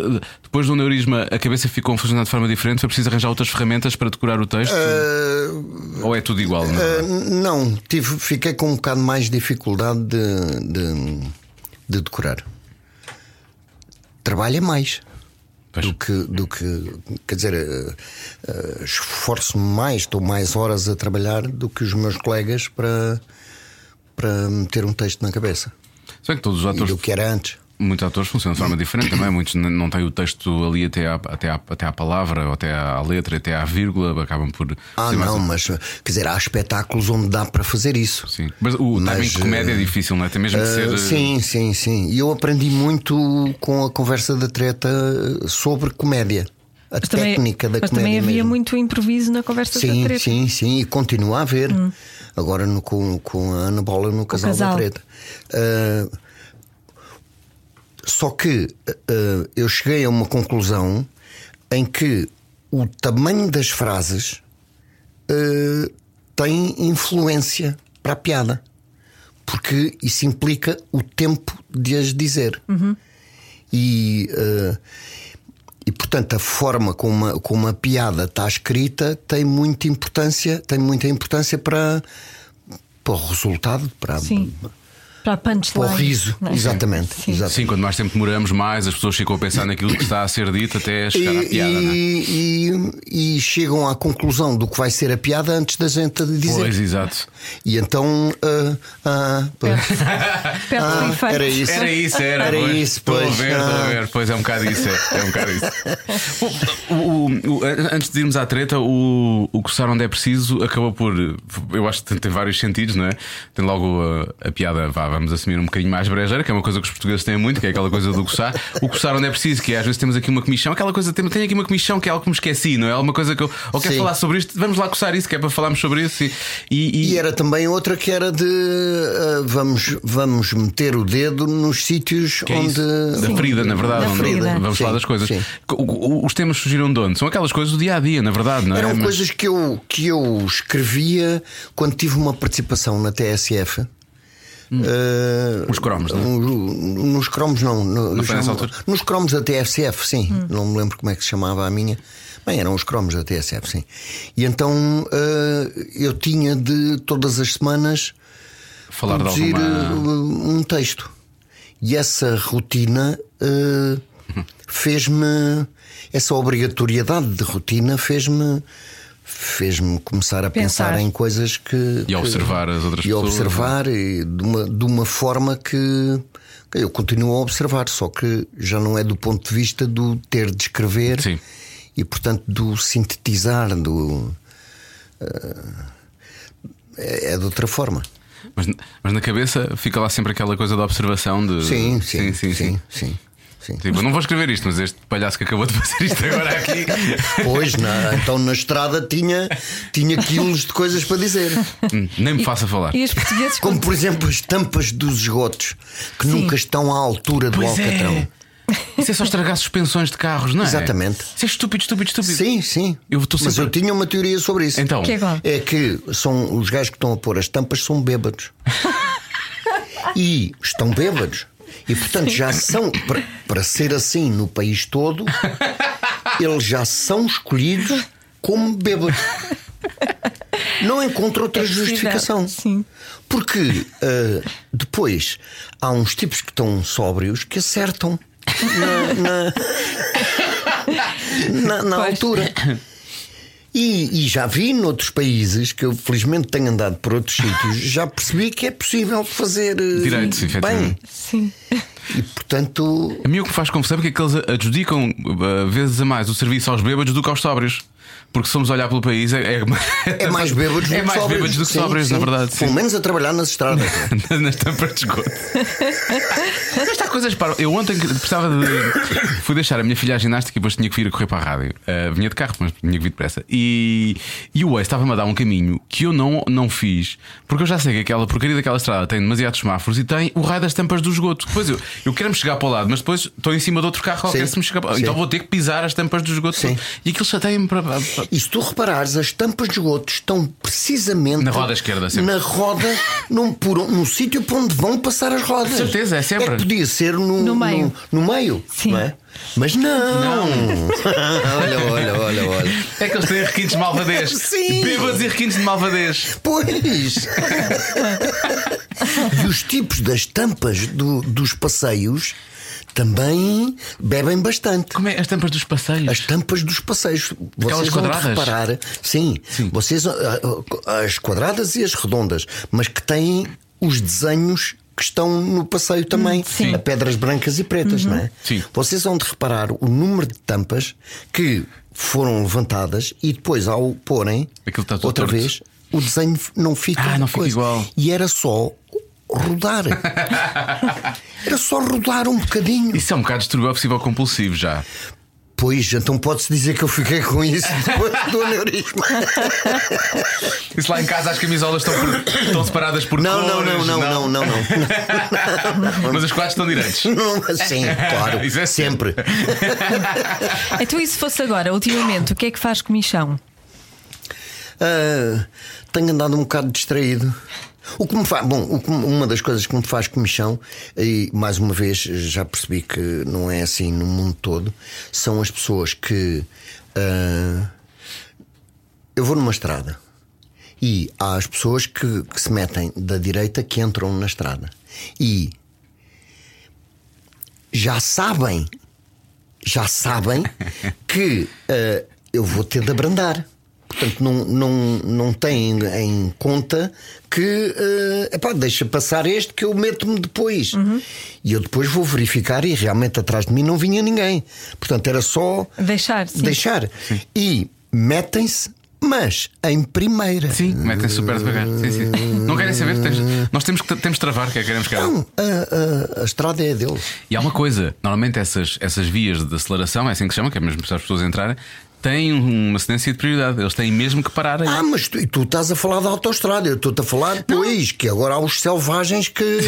Speaker 2: depois do neurisma, a cabeça ficou a funcionar de forma diferente, foi preciso arranjar outras ferramentas para decorar o texto?
Speaker 4: Eh,
Speaker 2: Ou é tudo igual? não é?
Speaker 4: Ah, não, tive, fiquei com um bocado mais dificuldade de, de, de decorar. Trabalha mais
Speaker 2: Pois.
Speaker 4: do que, do que. Quer dizer, ah, ah, esforço-me mais, estou mais horas a trabalhar do que os meus colegas para, para meter um texto na cabeça.
Speaker 2: Se bem que todos os
Speaker 4: E
Speaker 2: atores
Speaker 4: do que era antes.
Speaker 2: Muitos atores funcionam de forma diferente também. Muitos n- não têm o texto ali até à, até à, até à palavra, ou até à letra, até à vírgula, acabam por.
Speaker 4: Ah,
Speaker 2: ser mais-
Speaker 4: não, mas quer dizer, há espetáculos onde dá para fazer isso.
Speaker 2: Sim. Mas o
Speaker 4: Mas,
Speaker 2: timing de comédia é
Speaker 4: eh,
Speaker 2: difícil, não é? Tem mesmo que ser.
Speaker 4: Ah,
Speaker 2: eh,
Speaker 4: sim, sim, sim. E eu aprendi muito com a conversa da treta eh, sobre comédia. A
Speaker 3: Mas também,
Speaker 4: técnica da
Speaker 3: mas
Speaker 4: comédia.
Speaker 3: também havia
Speaker 4: mesmo.
Speaker 3: muito improviso na conversa da
Speaker 4: Sim,
Speaker 3: treta. Hum.
Speaker 4: sim, sim. E continua a haver. Agora no- com, com a Ana Bola no casal,
Speaker 3: casal.
Speaker 4: da treta. Ah, só que ah, eu cheguei a uma conclusão em que o tamanho das frases ah, tem influência para a piada. porque isso implica o tempo de as dizer. E, eh, e portanto a forma como uma, como uma piada está escrita tem muita importância, tem muita importância para, para o resultado, para,
Speaker 3: Sim. Para a
Speaker 4: para
Speaker 3: punchline.
Speaker 4: o riso.
Speaker 3: não é?
Speaker 4: Exatamente. exatamente.
Speaker 2: Sim, quanto mais tempo demoramos, mais as pessoas ficam a pensar naquilo que está a ser dito até chegar à
Speaker 4: E,
Speaker 2: piada, não é?
Speaker 4: e- e chegam à conclusão do que vai ser a piada antes da gente dizer.
Speaker 2: Pois, exato.
Speaker 4: E então. ah, ah,
Speaker 3: É.
Speaker 4: pois.
Speaker 3: Perde o
Speaker 4: Ah,
Speaker 3: efeito.
Speaker 4: era isso.
Speaker 2: Era isso, era.
Speaker 4: Era
Speaker 2: pois.
Speaker 4: isso,
Speaker 2: Estou a
Speaker 4: pois.
Speaker 2: ver, estou a
Speaker 4: Ah.
Speaker 2: ver. Pois é um bocado isso. É, é um bocado isso. O- o- o- antes de irmos à treta, o, o coçar onde é preciso acabou por. Eu acho que tem, tem vários sentidos, não é? Tem logo a, a piada, vá, vamos assumir um bocadinho mais brejeira, que é uma coisa que os portugueses têm muito, que é aquela coisa do coçar. O coçar onde é preciso, que é, às vezes temos aqui uma comissão, aquela coisa, tenho tenho aqui uma comissão que é algo que me esqueci, não é? Alguma coisa que eu. Ou quero
Speaker 4: Sim.
Speaker 2: falar sobre isto, vamos lá coçar isso, que é para falarmos sobre isso. E, e- e-
Speaker 4: E era também outra que era de ah, vamos, vamos meter o dedo nos sítios
Speaker 2: Que é
Speaker 4: onde.
Speaker 2: isso? Da ferida, na verdade,
Speaker 3: Da
Speaker 2: onde
Speaker 3: ferida.
Speaker 2: vamos falar
Speaker 4: Sim,
Speaker 2: das coisas.
Speaker 4: sim.
Speaker 2: O- o- Os temas surgiram de onde? São aquelas coisas do dia a dia, na verdade, não é?
Speaker 4: Eram
Speaker 2: Mas-
Speaker 4: coisas que eu, que eu escrevia quando tive uma participação na TSF. Ah,
Speaker 2: Os Hum. cromos, não é?
Speaker 4: um- Nos cromos, não. no-
Speaker 2: Não foi nessa
Speaker 4: chama-
Speaker 2: altura?
Speaker 4: Nos cromos da TSF, sim.
Speaker 3: Hum.
Speaker 4: Não me lembro como é que se chamava a minha. Bem, eram os cromos da TSF, sim. E então ah, eu tinha de todas as semanas
Speaker 2: falar de
Speaker 4: produzir
Speaker 2: alguma.
Speaker 4: eh, um texto. E essa rotina eh, fez-me. Essa obrigatoriedade de rotina fez-me. Fez-me começar a pensar.
Speaker 3: Pensar.
Speaker 4: em coisas que.
Speaker 2: E a observar as outras
Speaker 4: e a
Speaker 2: pessoas. é?
Speaker 4: observar e de, uma, de uma forma que. que Eu continuo a observar, só que já não é do ponto de vista do ter de escrever
Speaker 2: Sim.
Speaker 4: e, portanto, do sintetizar, do. eh, é é de outra forma.
Speaker 2: Mas, mas na cabeça fica lá sempre aquela coisa da observação de.
Speaker 4: Sim, sim, sim, sim, sim. sim.
Speaker 2: Tipo, eu não vou escrever isto, mas este palhaço que acabou de fazer isto agora aqui.
Speaker 4: Pois, na- então na estrada tinha, tinha quilos de coisas para dizer.
Speaker 2: Hum, Nem me faça falar.
Speaker 3: E os portugueses
Speaker 4: Como, por exemplo, as tampas dos esgotos, que nunca estão à altura do
Speaker 2: Pois é.
Speaker 4: alcatrão.
Speaker 2: Isso é só estragar suspensões de carros, não é?
Speaker 4: Exatamente.
Speaker 2: Isso é estúpido, estúpido, estúpido.
Speaker 4: Sim, sim.
Speaker 2: Eu estou
Speaker 4: Mas
Speaker 2: sempre-
Speaker 4: eu tinha uma teoria sobre isso.
Speaker 2: Então,
Speaker 3: Que é igual.
Speaker 4: É que são os gajos que estão a pôr as tampas são bêbados. e estão bêbados. E portanto já são, para, para ser assim no país todo, eles já são escolhidos como bêbados. Não encontro outra
Speaker 3: É possível.
Speaker 4: justificação.
Speaker 3: Sim.
Speaker 4: Porque ah, depois há uns tipos que estão sóbrios que acertam na, na
Speaker 3: Pois.
Speaker 4: altura. E, e já vi noutros países que eu felizmente tenho andado por outros sítios, já percebi que é possível fazer eh,
Speaker 2: Direito, sim,
Speaker 4: bem.
Speaker 2: efetivamente.
Speaker 3: Sim.
Speaker 4: E portanto,
Speaker 2: A mim o que me faz confusão é que é que eles adjudicam uh, vezes a mais o serviço aos bêbados do que aos sóbrios. Porque se formos olhar pelo país, é, é,
Speaker 4: é mais bêbados do
Speaker 2: é
Speaker 4: que
Speaker 2: mais
Speaker 4: sóbrios.
Speaker 2: bêbados do que
Speaker 4: Sim,
Speaker 2: sóbrios,
Speaker 4: sim.
Speaker 2: na verdade.
Speaker 4: Pelo
Speaker 2: Sim.
Speaker 4: menos a trabalhar nas estradas.
Speaker 2: Nas tampas de esgoto. Mas há coisas para. Eu ontem que precisava de. Fui deixar a minha filha à ginástica e depois tinha que vir a correr para a rádio. Uh, vinha de carro, mas tinha que vir depressa. E, e o Waze estava-me a dar um caminho que eu não, não fiz, porque eu já sei que aquela porcaria daquela estrada tem demasiados semáforos e tem o raio das tampas do esgoto. Depois eu, eu quero-me chegar para o lado, mas depois estou em cima de outro carro qualquer
Speaker 4: Sim.
Speaker 2: se me chegar para...
Speaker 4: Sim.
Speaker 2: Então vou ter que pisar as tampas do esgoto.
Speaker 4: Sim.
Speaker 2: E aquilo já tem para. para-
Speaker 4: E se tu reparares, as tampas de esgoto estão precisamente
Speaker 2: Na roda esquerda, sempre.
Speaker 4: na roda, num, por, um, num sítio por onde vão passar as rodas.
Speaker 2: Com certeza, é sempre.
Speaker 4: que podia ser no,
Speaker 3: No meio.
Speaker 4: No, no meio
Speaker 3: Sim.
Speaker 4: não é? Mas não. olha, olha, olha, olha.
Speaker 2: É que eles têm requintes de malvadez.
Speaker 4: Sim.
Speaker 2: Bêbados e requintes de malvadez.
Speaker 4: Pois. e os tipos das tampas do- dos passeios também bebem bastante.
Speaker 2: Como é as tampas dos passeios?
Speaker 4: As tampas dos passeios.
Speaker 2: Aquelas
Speaker 4: vocês vão
Speaker 2: quadradas?
Speaker 4: reparar. Sim, Vocês, ah, ah, as quadradas e as redondas, mas que têm os desenhos que estão no passeio também.
Speaker 3: sim.
Speaker 4: A pedras brancas e pretas, não é?
Speaker 2: Sim.
Speaker 4: Vocês vão de reparar o número de tampas que foram levantadas e depois, ao porem
Speaker 2: Aquilo está tudo
Speaker 4: outra
Speaker 2: torto.
Speaker 4: vez, o desenho não fica,
Speaker 2: Ah, não fica
Speaker 4: coisa.
Speaker 2: igual.
Speaker 4: E era só rodar. era só rodar um bocadinho.
Speaker 2: Isso é um bocado distúrbio obsessivo compulsivo já.
Speaker 4: Pois, então pode-se dizer que eu fiquei com isso depois do aneurisma.
Speaker 2: Isso lá em casa as camisolas estão, por- estão separadas por
Speaker 4: Não, não,
Speaker 2: cores.
Speaker 4: não, não, não, não, não.
Speaker 2: Mas os quadros estão direitos.
Speaker 4: Não, mas Sim, claro,
Speaker 2: Isso é
Speaker 4: sempre.
Speaker 3: Então, e se fosse agora, ultimamente, o que é que faz comichão?
Speaker 4: Ah, tenho andado um bocado distraído. O que me faz, bom, o que me- uma das coisas que me faz comichão, e mais uma vez já percebi que não é assim no mundo todo, são as pessoas que. ah, eu vou numa estrada e há as pessoas que, que se metem da direita que entram na estrada e já sabem, já sabem que ah, eu vou ter de abrandar. Portanto, não, não, não têm em conta que ah, epá, deixa passar este que eu meto-me depois. E eu depois vou verificar e realmente atrás de mim não vinha ninguém. Portanto, era só
Speaker 3: Deixar, sim.
Speaker 4: deixar. E metem-se, mas em primeira.
Speaker 2: Sim, metem super devagar. Sim, sim. Não querem saber? Tens- nós temos que, temos que travar, que é que queremos que
Speaker 4: Não, Hum, a, a- a estrada é a deles.
Speaker 2: E há uma coisa, normalmente essas, essas vias de aceleração, é assim que se chama, que é mesmo para as pessoas entrarem, têm um, uma cedência de prioridade. Eles têm mesmo que parar aí.
Speaker 4: Ah, mas tu, e tu estás a falar da autoestrada, eu estou-te a falar depois, que agora há os selvagens que,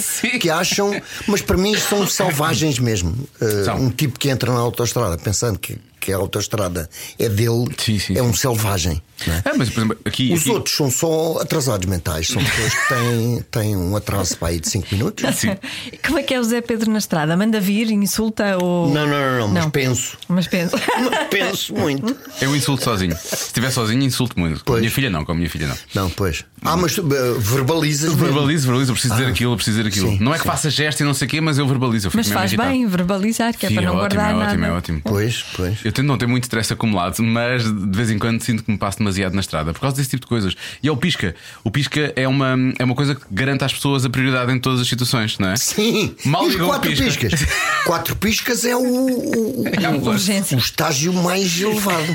Speaker 2: Sim.
Speaker 4: que, que acham. Mas para mim são selvagens mesmo. Uh,
Speaker 2: São.
Speaker 4: Um tipo que entra na autoestrada pensando que, que a autoestrada é dele,
Speaker 2: Sim, sim,
Speaker 4: é um selvagem. não é?
Speaker 2: Ah, mas, por exemplo, aqui.
Speaker 4: Os
Speaker 2: aqui-
Speaker 4: outros são só atrasados mentais, são pessoas que têm, têm um atraso para aí de 5 minutos.
Speaker 2: Sim.
Speaker 3: Como é que é o Zé Pedro na estrada? Manda vir, insulta ou.
Speaker 4: Não, não, não, não, mas penso.
Speaker 3: Mas penso.
Speaker 4: Mas penso muito.
Speaker 2: Eu insulto sozinho. Se estiver sozinho, insulto muito. Com a
Speaker 4: Pois.
Speaker 2: minha filha não, com a minha filha não.
Speaker 4: Não, pois. Ah, mas tu eh, verbalizas. mesmo. Ah.
Speaker 2: Verbalizo, verbalizo, eu preciso dizer aquilo, eu preciso dizer aquilo.
Speaker 4: sim,
Speaker 2: não é que faça gesto e não sei o quê, mas eu verbalizo. Eu fico
Speaker 3: Mas
Speaker 2: mesmo
Speaker 3: faz
Speaker 2: irritado.
Speaker 3: bem verbalizar, que é
Speaker 2: Sim,
Speaker 3: para não
Speaker 2: ótimo,
Speaker 3: guardar
Speaker 2: é ótimo, é
Speaker 3: nada.
Speaker 2: ótimo.
Speaker 4: Pois, pois.
Speaker 2: Eu tento não ter muito stress acumulado, mas de vez em quando sinto que me passo demasiado na estrada por causa desse tipo de coisas. E é o pisca. O pisca é uma, é uma coisa que garante às pessoas a prioridade em todas as situações, não é?
Speaker 4: Sim,
Speaker 2: Mal
Speaker 4: e os
Speaker 2: ligou o
Speaker 4: quatro
Speaker 2: pisca.
Speaker 4: piscas. quatro piscas é o, o, o-
Speaker 2: É um
Speaker 4: o
Speaker 3: urgência.
Speaker 4: estágio mais elevado.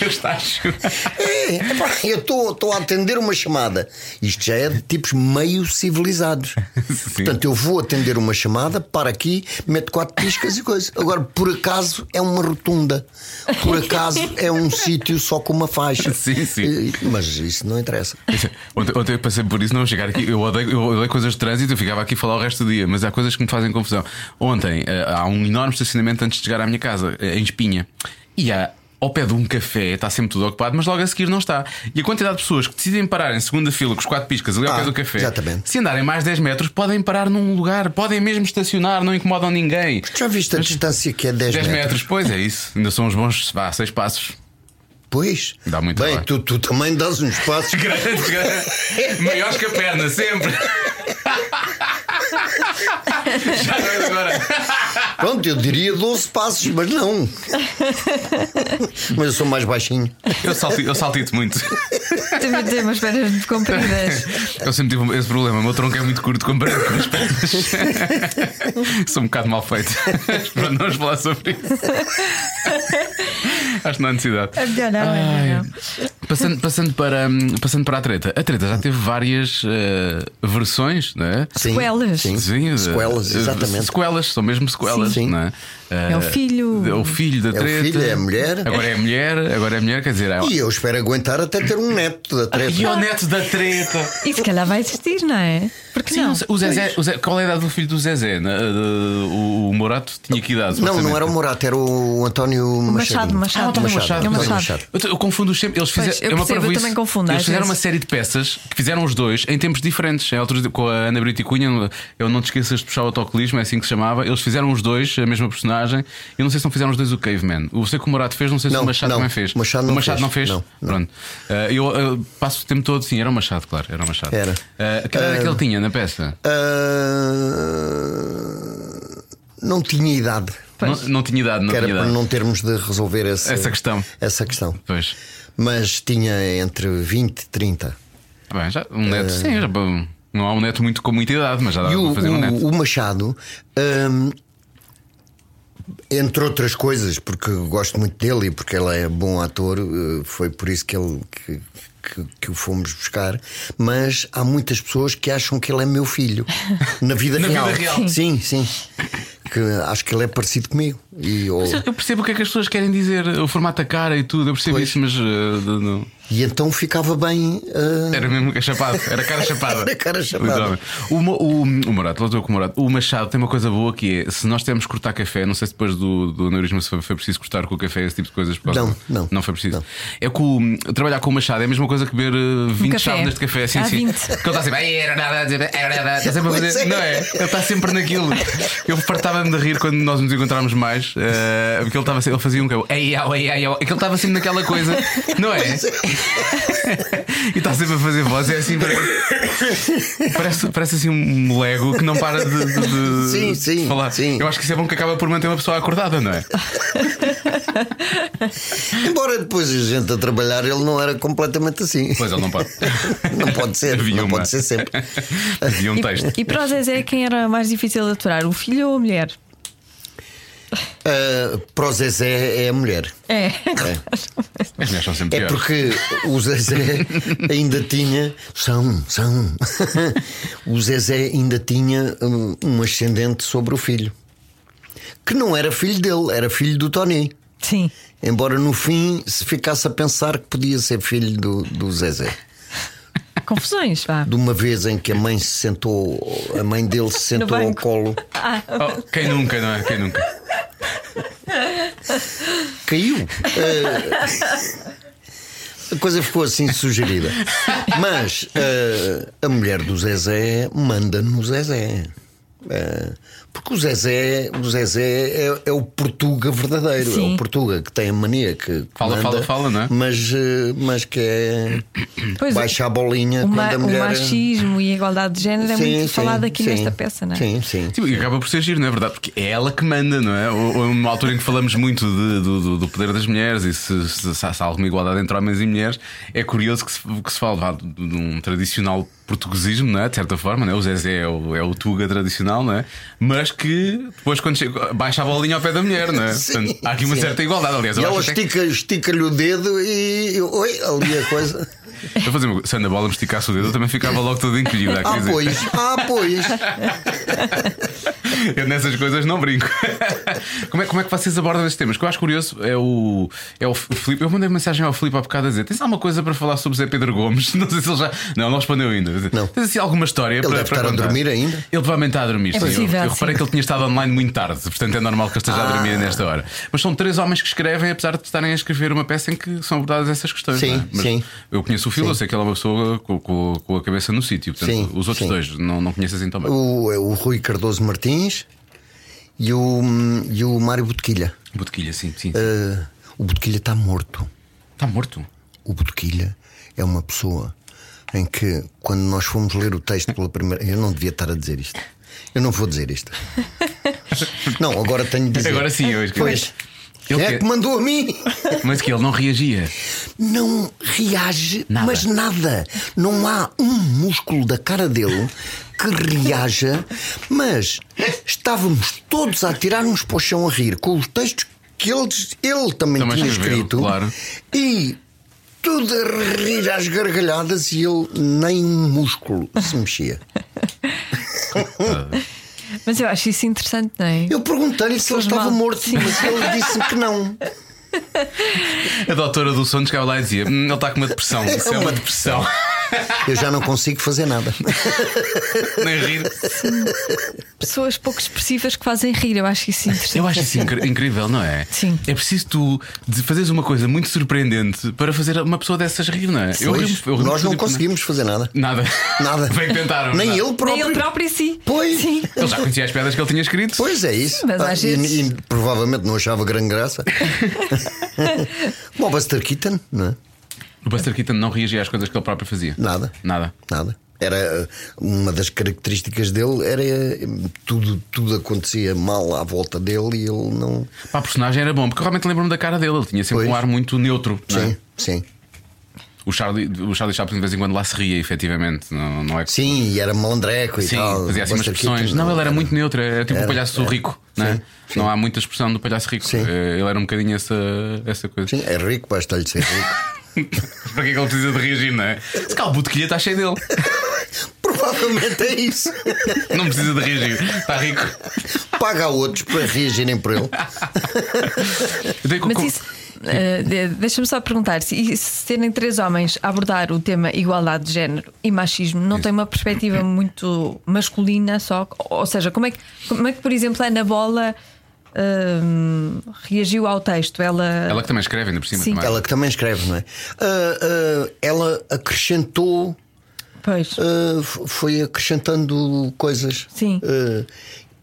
Speaker 2: Eu estágio.
Speaker 4: É, epá, eu estou a atender uma chamada. Isto já é de tipos meio civilizados.
Speaker 2: Sim.
Speaker 4: Portanto, eu vou atender uma chamada, para aqui, meto quatro piscas e coisa. Agora, por acaso é uma rotunda. Por acaso é um sítio só com uma faixa.
Speaker 2: Sim, sim.
Speaker 4: E- Mas isso não interessa.
Speaker 2: Ontem, ontem eu passei por isso, não vou chegar aqui. Eu odeio, eu odeio coisas de trânsito, eu ficava aqui a falar o resto do dia, mas há coisas que me fazem confusão. Ontem eh, há um enorme estacionamento antes de chegar à minha casa, eh, em Espinha, e há. Ao pé de um café está sempre tudo ocupado, mas logo a seguir não está. E a quantidade de pessoas que decidem parar em segunda fila com os quatro piscas ali ao
Speaker 4: Ah,
Speaker 2: pé do café,
Speaker 4: exatamente.
Speaker 2: se andarem mais 10 metros, podem parar num lugar, podem mesmo estacionar, não incomodam ninguém.
Speaker 4: Já viste a distância que é 10,
Speaker 2: 10
Speaker 4: metros?
Speaker 2: metros, pois é isso. Ainda são uns bons, vá, 6 passos.
Speaker 4: Pois.
Speaker 2: Dá muito
Speaker 4: Bem,
Speaker 2: trabalho.
Speaker 4: tu, tu também dás uns passos.
Speaker 2: Grandes, grandes. Maiores que a perna, sempre. Já não é agora.
Speaker 4: Pronto, eu diria 12 passos, mas não. mas eu sou mais baixinho.
Speaker 2: Eu, salti, eu saltito muito.
Speaker 3: Tenho a dizer umas pernas muito compridas.
Speaker 2: Eu sempre tive esse problema. O meu tronco é muito curto comparado com as pernas. Sou um bocado mal feito. Mas Pronto, não vamos falar sobre isso. Acho que não há necessidade.
Speaker 3: É melhor não, é melhor não.
Speaker 2: Passando, passando, para, hum, passando para a treta. A treta já teve várias eh, versões, não é?
Speaker 4: Sim,
Speaker 3: Sequelas.
Speaker 4: Sim,
Speaker 2: Sim,
Speaker 4: sequelas,
Speaker 2: eh,
Speaker 4: exatamente.
Speaker 2: Sequelas, são mesmo sequelas,
Speaker 4: Sim.
Speaker 2: não é? Eh,
Speaker 3: É o filho.
Speaker 2: É o filho da
Speaker 4: o
Speaker 2: treta.
Speaker 4: filho, é a mulher.
Speaker 2: Agora é a mulher, agora é a mulher, quer dizer, há-
Speaker 4: E eu espero aguentar até ter um neto da
Speaker 2: E
Speaker 4: treta.
Speaker 2: o neto da treta.
Speaker 3: E se calhar vai existir, não é? Porque
Speaker 2: Sim,
Speaker 3: não?
Speaker 2: não sei, o Zezé, o Zé- qual é a idade do filho do Zezé? Na- eh, o, o Morato tinha que idade?
Speaker 4: Não, não
Speaker 2: supostamente?
Speaker 4: era o Morato, era o António
Speaker 3: Machado,
Speaker 4: Machadinho.
Speaker 3: Machado.
Speaker 2: António
Speaker 4: Ah, Machado,
Speaker 3: É o
Speaker 4: António
Speaker 3: Machado.
Speaker 4: Machado.
Speaker 2: Eu, eu confundo os sempre. Eles fizeram,
Speaker 3: Pois, eu
Speaker 2: é uma
Speaker 3: percebo, eu
Speaker 2: parvoíce.
Speaker 3: também confundo,
Speaker 2: Eles
Speaker 3: às
Speaker 2: fizeram uma
Speaker 3: vezes.
Speaker 2: série de peças que fizeram os dois em tempos diferentes. Em alturas de- com a Ana Brito e Cunha, eu não te esqueças de puxar o autocolismo, é assim que se chamava. Eles fizeram os dois, a mesma personagem. Eu não sei se não fizeram os dois o Caveman. Eu sei que o Morato fez, não sei se
Speaker 4: Não,
Speaker 2: o Machado
Speaker 4: não,
Speaker 2: também fez.
Speaker 4: o Machado não
Speaker 2: o Machado
Speaker 4: fez.
Speaker 2: não fez?
Speaker 4: Não, não.
Speaker 2: Pronto. Ah, eu ah, passo o tempo todo, sim, era o Machado, claro, era o Machado.
Speaker 4: Era. Eh,
Speaker 2: Ah, que idade é que ele tinha na peça?
Speaker 4: Ah, não tinha idade.
Speaker 2: Não, não tinha idade, não
Speaker 4: que era
Speaker 2: tinha
Speaker 4: para
Speaker 2: idade.
Speaker 4: não termos de resolver essa,
Speaker 2: Essa questão.
Speaker 4: essa questão.
Speaker 2: Pois.
Speaker 4: Mas tinha entre 20 e 30.
Speaker 2: Bem, já, um neto, sim, já, bom, não há um neto muito com muita idade, mas já dá
Speaker 4: Eh, E o,
Speaker 2: para fazer um neto.
Speaker 4: o- o Machado, hum, entre outras coisas, porque gosto muito dele e porque ele é bom ator, eh, foi por isso que, ele, que, que- que o fomos buscar. Mas há muitas pessoas que acham que ele é meu filho na vida,
Speaker 2: Na vida
Speaker 4: real.
Speaker 2: real.
Speaker 4: Sim, sim. Que acho que ele é parecido comigo. E, ou-
Speaker 2: Eu percebo o que é que as pessoas querem dizer, o formato da cara e tudo, eu percebo
Speaker 4: Pois.
Speaker 2: isso, mas. eh, de- não.
Speaker 4: E então ficava bem. ah,
Speaker 2: Era mesmo que é chapado, era cara chapada.
Speaker 4: Era cara chapada.
Speaker 2: Literalmente. O, Mo- o, o Morato, lá estou com o Morato. O Machado tem uma coisa boa que é: se nós temos que cortar café, não sei se depois do, do aneurisma se foi, foi preciso cortar com o café, esse tipo de coisas. por causa-
Speaker 4: Não, não.
Speaker 2: Não foi preciso.
Speaker 4: Não.
Speaker 2: É que o- trabalhar com o Machado é a mesma coisa que beber eh, 20
Speaker 3: café.
Speaker 2: chávenas de café. Sim,
Speaker 3: Há
Speaker 2: sim.
Speaker 3: 20.
Speaker 2: Que ele está sempre. "Ai, era nada", era nada", Está sempre a
Speaker 4: Pois
Speaker 2: fazer.
Speaker 4: é.
Speaker 2: Não é? Ele está sempre naquilo. Eu fartava-me de rir quando nós nos encontrávamos mais, eh, porque ele, estava, sempre- ele fazia um que eu. Ei, au, ei, au, ei, au. Aquele estava sempre naquela coisa, não é? E está sempre a fazer voz, é assim. parece- Parece, parece assim um molego que não para de, de- de-
Speaker 4: Sim, sim,
Speaker 2: de falar.
Speaker 4: sim.
Speaker 2: Eu acho que isso é bom que acaba por manter uma pessoa acordada, não é?
Speaker 4: Embora depois a gente a trabalhar, ele não era completamente assim.
Speaker 2: Pois ele não pode.
Speaker 4: Não pode ser,
Speaker 2: Havia
Speaker 4: não
Speaker 2: uma-
Speaker 4: pode ser sempre.
Speaker 2: Havia um texto.
Speaker 3: E, e para o Zezé, quem era mais difícil de aturar? O filho ou a mulher?
Speaker 4: Ah, para o Zezé é a mulher.
Speaker 3: É.
Speaker 2: As mulheres são sempre
Speaker 4: É
Speaker 2: piores.
Speaker 4: porque o Zezé ainda tinha. São, são. O Zezé ainda tinha hum, um ascendente sobre o filho. Que não era filho dele, era filho do Tony.
Speaker 3: Sim.
Speaker 4: Embora no fim se ficasse a pensar que podia ser filho do, do Zezé.
Speaker 3: Confusões, vá.
Speaker 4: De uma vez em que a mãe se sentou, a mãe dele se sentou ao
Speaker 3: banco.
Speaker 4: colo,
Speaker 2: Oh, quem nunca, não é? Quem nunca?
Speaker 4: caiu. Eh, A coisa ficou assim sugerida. Mas eh, a mulher do Zezé manda no Zezé. Eh, porque o Zezé, o Zezé é, é o Portuga verdadeiro, é
Speaker 3: Sim.
Speaker 4: o Portuga que tem a mania que que
Speaker 2: Fala,
Speaker 4: manda,
Speaker 2: fala, fala, não é?
Speaker 4: Mas, eh, mas que é
Speaker 3: Pois,
Speaker 4: baixa a bolinha
Speaker 3: o,
Speaker 4: quando
Speaker 3: ma-
Speaker 4: a
Speaker 3: o
Speaker 4: mulher.
Speaker 3: machismo e a igualdade de género é
Speaker 4: Sim,
Speaker 3: muito
Speaker 4: sim,
Speaker 3: falado aqui
Speaker 4: sim.
Speaker 3: nesta peça, não é?
Speaker 4: Sim, sim.
Speaker 2: Sim, e acaba por ser giro, não é verdade? Porque é ela que manda, não é? Ou, ou uma altura em que falamos muito de- do, do- do poder das mulheres e se, se- se há alguma igualdade entre homens e mulheres, é curioso que se, que se fala vá, de, de um tradicional portuguesismo, não é? De certa forma, não é? O Zezé é o, é o Tuga tradicional, não é? Mas que depois, quando chega, baixa a bolinha ao pé da mulher, não é?
Speaker 4: Sim,
Speaker 2: Portanto, há aqui uma
Speaker 4: sim.
Speaker 2: certa igualdade, aliás.
Speaker 4: E
Speaker 2: eu
Speaker 4: ela
Speaker 2: acho até que-
Speaker 4: estica- estica-lhe o dedo e. e- Oi, ali a coisa.
Speaker 2: Vou fazer uma coisa. Se a Ana Bola me esticasse o dedo, eu também ficava logo todo encolhida. quer
Speaker 4: Ah,
Speaker 2: dizer,
Speaker 4: pois, ah, pois.
Speaker 2: Eu nessas coisas não brinco. como, é, como é que vocês abordam esses temas? O que eu acho curioso é o, é o Filipe. Eu mandei mensagem ao Filipe há bocado a dizer: tens alguma coisa para falar sobre Zé Pedro Gomes? Não sei se ele já. Não, não respondeu ainda.
Speaker 4: Não.
Speaker 2: Tens assim alguma história para.
Speaker 4: deve
Speaker 2: para
Speaker 4: estar a
Speaker 2: contar?
Speaker 4: dormir ainda.
Speaker 2: Ele provavelmente está a dormir. sim. Eu-
Speaker 3: É possível,
Speaker 2: eu,
Speaker 3: sim.
Speaker 2: reparei que ele tinha estado online muito tarde, portanto é normal que ele esteja a dormir
Speaker 4: Ah.
Speaker 2: nesta hora. Mas são três homens que escrevem, apesar de estarem a escrever uma peça em que são abordadas essas questões.
Speaker 4: Sim,
Speaker 2: não é? Mas
Speaker 4: sim.
Speaker 2: Eu conheço o Filipe, eu sei que ele é uma pessoa com, com- com a cabeça no sítio. Portanto,
Speaker 4: Sim,
Speaker 2: os outros
Speaker 4: sim.
Speaker 2: dois não, não conheço assim tão bem.
Speaker 4: O, é o Rui Cardoso Martins e o, e o Mário Botequilha.
Speaker 2: Botequilha, sim, sim.
Speaker 4: Eh, o Botequilha está morto.
Speaker 2: Está Tá morto.
Speaker 4: O Botequilha é uma pessoa em que, quando nós fomos ler o texto pela primeira. Eu não devia estar a dizer isto. Eu não vou dizer isto. Não, agora tenho de dizer.
Speaker 2: Agora sim, eu
Speaker 4: Pois.
Speaker 2: escrevi.
Speaker 4: Quem
Speaker 2: Ele
Speaker 4: é
Speaker 2: que-
Speaker 4: que mandou a mim?
Speaker 2: Mas que ele não reagia.
Speaker 4: não reage,
Speaker 2: Nada.
Speaker 4: mas nada. Não há um músculo da cara dele que reaja, mas estávamos todos a tirar-nos para o chão a rir com os textos que eles, ele também,
Speaker 2: Também
Speaker 4: tinha
Speaker 2: escreveu,
Speaker 4: escrito
Speaker 2: claro.
Speaker 4: e tudo a rir às gargalhadas e ele nem um músculo se mexia.
Speaker 3: Mas eu acho isso interessante, não é?
Speaker 4: Eu perguntei-lhe se ele
Speaker 3: Faz
Speaker 4: estava
Speaker 3: mal.
Speaker 4: morto,
Speaker 3: Sim.
Speaker 4: mas ele disse que não.
Speaker 2: A doutora do sono chegava lá e dizia: "Hum, Ele está com uma depressão. Isso é uma depressão.
Speaker 4: Eu já não consigo fazer nada.
Speaker 2: Nem rir.
Speaker 3: Pessoas pouco expressivas que fazem rir, eu acho isso interessante.
Speaker 2: Eu acho isso incri- incrível, não é?
Speaker 3: Sim.
Speaker 2: É preciso tu de- fazeres uma coisa muito surpreendente para fazer uma pessoa dessas rir, não é? Eu
Speaker 4: Pois,
Speaker 2: rio-me- eu rio-me
Speaker 4: nós
Speaker 2: todo
Speaker 4: não
Speaker 2: tipo,
Speaker 4: conseguimos fazer nada.
Speaker 2: Nada.
Speaker 4: Nada.
Speaker 2: Bem que tentaram. é?
Speaker 4: Nem
Speaker 2: nada.
Speaker 4: ele próprio.
Speaker 3: Nem ele próprio em si.
Speaker 4: Pois.
Speaker 3: Sim.
Speaker 2: Ele já conhecia as pedras que ele tinha escrito.
Speaker 4: Pois é isso.
Speaker 3: Mas às
Speaker 4: e-
Speaker 3: vezes-
Speaker 4: e, provavelmente não achava grande graça. Bom, Buster Keaton, não é?
Speaker 2: O Buster Keaton não reagia às coisas que ele próprio fazia.
Speaker 4: Nada.
Speaker 2: Nada.
Speaker 4: Nada. Era eh, uma das características dele era eh, tudo, tudo acontecia mal à volta dele e ele não.
Speaker 2: Para a personagem era bom, porque eu realmente lembro-me da cara dele. Ele tinha sempre
Speaker 4: Pois.
Speaker 2: um ar muito neutro. não é?
Speaker 4: Sim, sim.
Speaker 2: O Charlie, o Charlie Chaplin de vez em quando lá se ria, efetivamente. Não, não é que
Speaker 4: Sim, e era malandreco e
Speaker 2: Sim,
Speaker 4: tal.
Speaker 2: fazia assim umas
Speaker 4: Buster
Speaker 2: expressões.
Speaker 4: Keaton,
Speaker 2: Não, ele era muito neutro, era tipo o
Speaker 4: Era,
Speaker 2: palhaço
Speaker 4: era.
Speaker 2: rico, né?
Speaker 4: Sim, sim.
Speaker 2: Não há muita expressão do palhaço rico.
Speaker 4: Sim.
Speaker 2: Eh, Ele era um bocadinho essa, essa coisa.
Speaker 4: Sim, é rico, basta-lhe ser rico.
Speaker 2: Para que é que ele precisa de reagir, não é? Se calhar o botequilha está cheio dele.
Speaker 4: Provavelmente é isso.
Speaker 2: Não precisa de reagir, está rico.
Speaker 4: Paga a outros para reagirem por ele.
Speaker 2: Eu tenho-
Speaker 3: Mas
Speaker 2: com-
Speaker 3: isso, eh, de- deixa-me só perguntar: se, se serem três homens a abordar o tema igualdade de género e machismo, não tem uma perspectiva muito masculina só? Ou seja, como é que, como é que por exemplo, a Ana Bola hum, reagiu ao texto? Ela,
Speaker 2: Ela que também escreve ainda por cima.
Speaker 3: Sim.
Speaker 2: também.
Speaker 4: Ela que também escreve, não é? Ah, ah, ela acrescentou,
Speaker 3: Pois.
Speaker 4: ah, f- foi acrescentando coisas.
Speaker 3: Sim.
Speaker 4: Ah,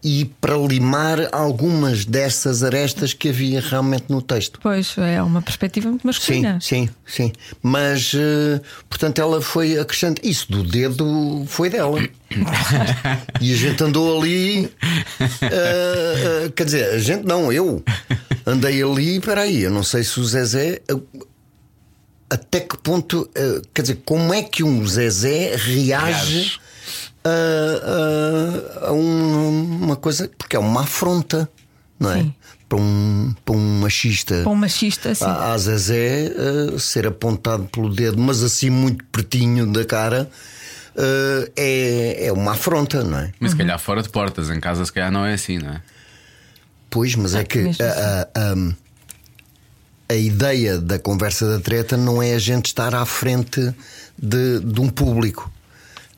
Speaker 4: e para limar algumas dessas arestas que havia realmente no texto.
Speaker 3: Pois, é uma perspectiva muito masculina.
Speaker 4: Sim, sim, sim. Mas, eh, portanto, ela foi acrescentando. Isso do dedo foi dela. e a gente andou ali. eh, eh, quer dizer, a gente não, eu. Andei ali, peraí, eu não sei se o Zezé. eh, Até que ponto. eh, quer dizer, como é que um Zezé reage
Speaker 2: Reage.
Speaker 4: a, a- a um- uma coisa. Porque é uma afronta, não é?
Speaker 3: Sim.
Speaker 4: Para um, para um machista
Speaker 3: Para um machista, sim.
Speaker 2: Ah.
Speaker 4: a a Zezé eh, ser apontado pelo dedo, mas assim muito pertinho da cara, eh, é, é uma afronta, não é?
Speaker 3: Uhum.
Speaker 2: Mas se calhar fora de portas, em casa se calhar não é assim, não é?
Speaker 4: Pois, mas é que
Speaker 3: mesmo
Speaker 4: a, a- a- a ideia da conversa da treta não é a gente estar à frente de, de um público.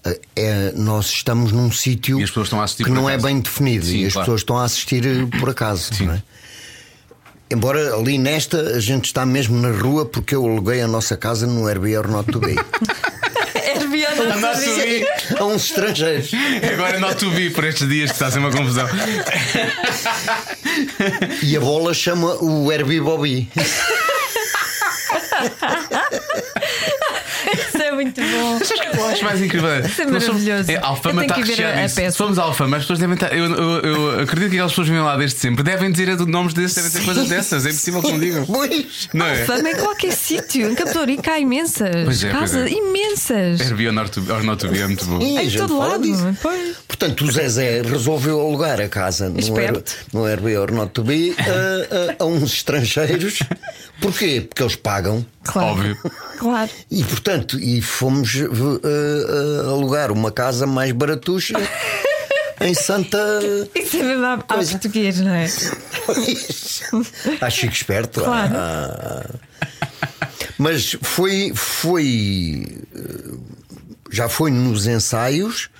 Speaker 4: Eh, É, nós estamos num sítio
Speaker 2: E as pessoas estão a assistir
Speaker 4: que
Speaker 2: por
Speaker 4: não é
Speaker 2: acaso.
Speaker 4: bem definido
Speaker 2: Sim,
Speaker 4: e as
Speaker 2: claro.
Speaker 4: pessoas estão a assistir eh, por acaso. Não é? Embora ali nesta a gente está mesmo na rua porque eu aluguei a nossa casa no Airbnb Not to Be
Speaker 3: És Viana,
Speaker 2: Anda a
Speaker 3: sabia?
Speaker 2: subir!
Speaker 4: a uns estrangeiros.
Speaker 2: Agora não te vi por estes dias que está a ser uma confusão.
Speaker 4: E a bola chama o Herbie Bobby.
Speaker 3: Isso é muito bom.
Speaker 2: Sabes o que eu acho mais incrível?
Speaker 3: Isso é
Speaker 2: Nós somos-
Speaker 3: maravilhoso.
Speaker 2: É, a
Speaker 3: Eu
Speaker 2: Alfama
Speaker 3: tenho
Speaker 2: está
Speaker 3: que ver a-
Speaker 2: recheada
Speaker 3: a
Speaker 2: disso.
Speaker 3: peça.
Speaker 2: Somos Alfama, as pessoas devem estar. Eu, eu- eu acredito que aquelas pessoas vêm lá desde sempre. Devem dizer do- nomes desses, devem dizer coisas dessas. É impossível que não digam.
Speaker 4: Pois.
Speaker 2: Não é?
Speaker 3: Fama em qualquer sítio. Em Captorica há imensas
Speaker 2: Pois é, pois
Speaker 3: casas,
Speaker 2: é.
Speaker 3: imensas.
Speaker 2: Airbnb ou not to- or not to be é muito bom.
Speaker 4: Ih, a
Speaker 3: em
Speaker 4: gente
Speaker 3: todo
Speaker 4: fala
Speaker 3: lado.
Speaker 4: disso.
Speaker 3: Pois.
Speaker 4: Portanto, o Zezé resolveu alugar a casa no, Air,
Speaker 3: Esperto.
Speaker 4: no Airbnb or Not to Be a, a- a uns estrangeiros. Porquê? Porque eles pagam.
Speaker 3: Claro.
Speaker 2: Óbvio.
Speaker 3: Claro.
Speaker 4: E portanto, e fomos eh, eh, alugar uma casa mais baratuxa em Santa.
Speaker 3: Isso é mesmo à, à
Speaker 4: Coisa.
Speaker 3: português, não é?
Speaker 4: Acho que esperto. é?
Speaker 3: Claro.
Speaker 4: Ah. Mas foi. foi eh, já foi nos ensaios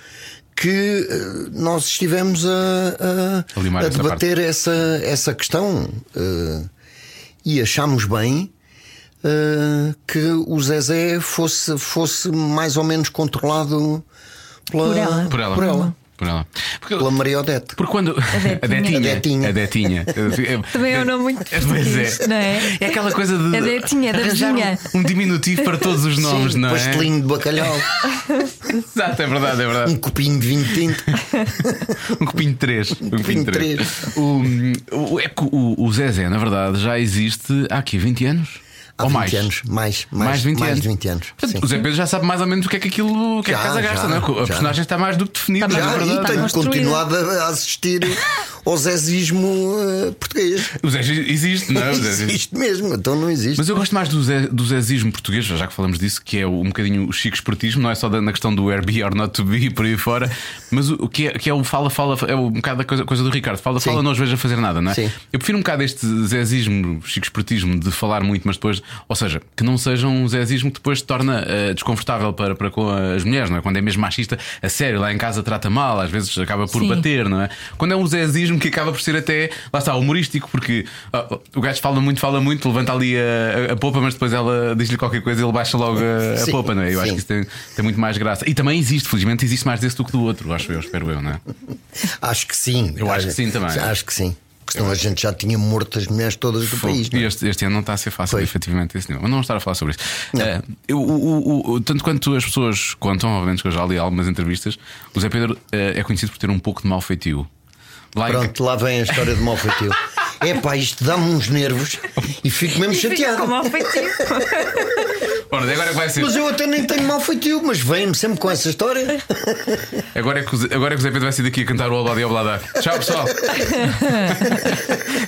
Speaker 4: que eh, nós estivemos a,
Speaker 2: A
Speaker 4: a,
Speaker 2: limar
Speaker 4: a
Speaker 2: essa
Speaker 4: debater essa, essa questão eh, e achámos bem eh, que o Zezé fosse, fosse mais ou menos controlado pela,
Speaker 3: Por ela.
Speaker 2: Por ela.
Speaker 4: por ela,
Speaker 2: Por ela. Porque,
Speaker 4: pela Maria Odete.
Speaker 2: porque quando. A
Speaker 3: Detinha.
Speaker 2: Detinha.
Speaker 4: A
Speaker 2: A Detinha.
Speaker 3: Também é um nome muito português,
Speaker 2: Pois é.
Speaker 3: não é?
Speaker 2: É aquela coisa de.
Speaker 3: A Detinha, da
Speaker 2: arranjar
Speaker 3: vizinha.
Speaker 2: um, um diminutivo para todos os nomes,
Speaker 4: Sim,
Speaker 2: não é?
Speaker 4: pastelinho de bacalhau,
Speaker 2: Exato, é verdade, é verdade.
Speaker 4: um copinho de vinho tinto.
Speaker 2: Um copinho de três. Um
Speaker 4: copinho
Speaker 2: copinho de
Speaker 4: de
Speaker 2: três. O, o, é que o, o Zezé, na verdade, já existe há aqui 20 anos?
Speaker 4: Há
Speaker 2: Ou
Speaker 4: 20
Speaker 2: mais?
Speaker 4: anos, mais, mais,
Speaker 2: mais de 20
Speaker 4: mais
Speaker 2: anos.
Speaker 4: de 20 anos,
Speaker 2: Portanto,
Speaker 4: sim.
Speaker 2: o Zé Pedro já sabe mais ou menos o que é que aquilo, o que é que
Speaker 4: Já,
Speaker 2: a casa gasta,
Speaker 4: já,
Speaker 2: não é? A
Speaker 4: já.
Speaker 2: personagem está mais do que definida,
Speaker 3: Está
Speaker 2: na
Speaker 4: Já,
Speaker 2: é verdade.
Speaker 4: e tenho
Speaker 3: construída.
Speaker 4: continuado a assistir ao zezismo eh, português.
Speaker 2: O Zé existe, não é? O Zé existe.
Speaker 4: existe mesmo, então não existe.
Speaker 2: Mas eu gosto mais do, Zé, do zezismo português, já que falamos disso, que é um bocadinho o chico esportismo, não é só da- na questão do Airbnb or not to be e por aí fora, mas o, o que, é, que é o fala, fala, é um bocado da coisa, coisa do Ricardo, fala, fala, não os vejo a fazer nada, não é?
Speaker 4: Sim.
Speaker 2: Eu prefiro um bocado este zezismo, chico esportismo de falar muito, mas depois, ou seja, que não seja um zezismo que depois se torna eh, desconfortável para, para com as mulheres, não é? Quando é mesmo machista, a sério, lá em casa trata mal, às vezes acaba por
Speaker 3: Sim.
Speaker 2: bater ter, não é? Quando é um zezismo que acaba por ser até, lá está, humorístico, porque ah, o gajo fala muito, fala muito, levanta ali a, a, a popa, mas depois ela diz-lhe qualquer coisa e ele baixa logo a, a
Speaker 4: Sim,
Speaker 2: popa, não é? Eu acho
Speaker 4: sim.
Speaker 2: que isso tem, tem muito mais graça. E também existe, felizmente, existe mais desse do que do outro, acho eu, espero eu, não é?
Speaker 4: Acho que sim.
Speaker 2: Eu acho que sim também.
Speaker 4: Acho que sim. Porque senão a gente já tinha morto as mulheres todas do país. não
Speaker 2: E
Speaker 4: é?
Speaker 2: este, este ano não está a ser fácil,
Speaker 4: Foi.
Speaker 2: efetivamente, isso não. Mas não vamos estar a falar sobre isso. Eh, eu- o- o- o- tanto quanto as pessoas contam, obviamente que eu já li algumas entrevistas, o Zé Pedro eh, é conhecido por ter um pouco de mau feitio. Lá em-
Speaker 4: Pronto, lá vem a história de malfeitio. É pá, isto dá-me uns nervos e fico mesmo chateado.
Speaker 3: Como ao feitiço.
Speaker 2: Ora, agora é que vai ser.
Speaker 4: Mas eu até nem tenho mal feitio, mas vem-me sempre com essa história.
Speaker 2: Agora é, que, o Zé- agora é que o Zé Pedro vai sair daqui a cantar o Obladi Oblada. Tchau, pessoal.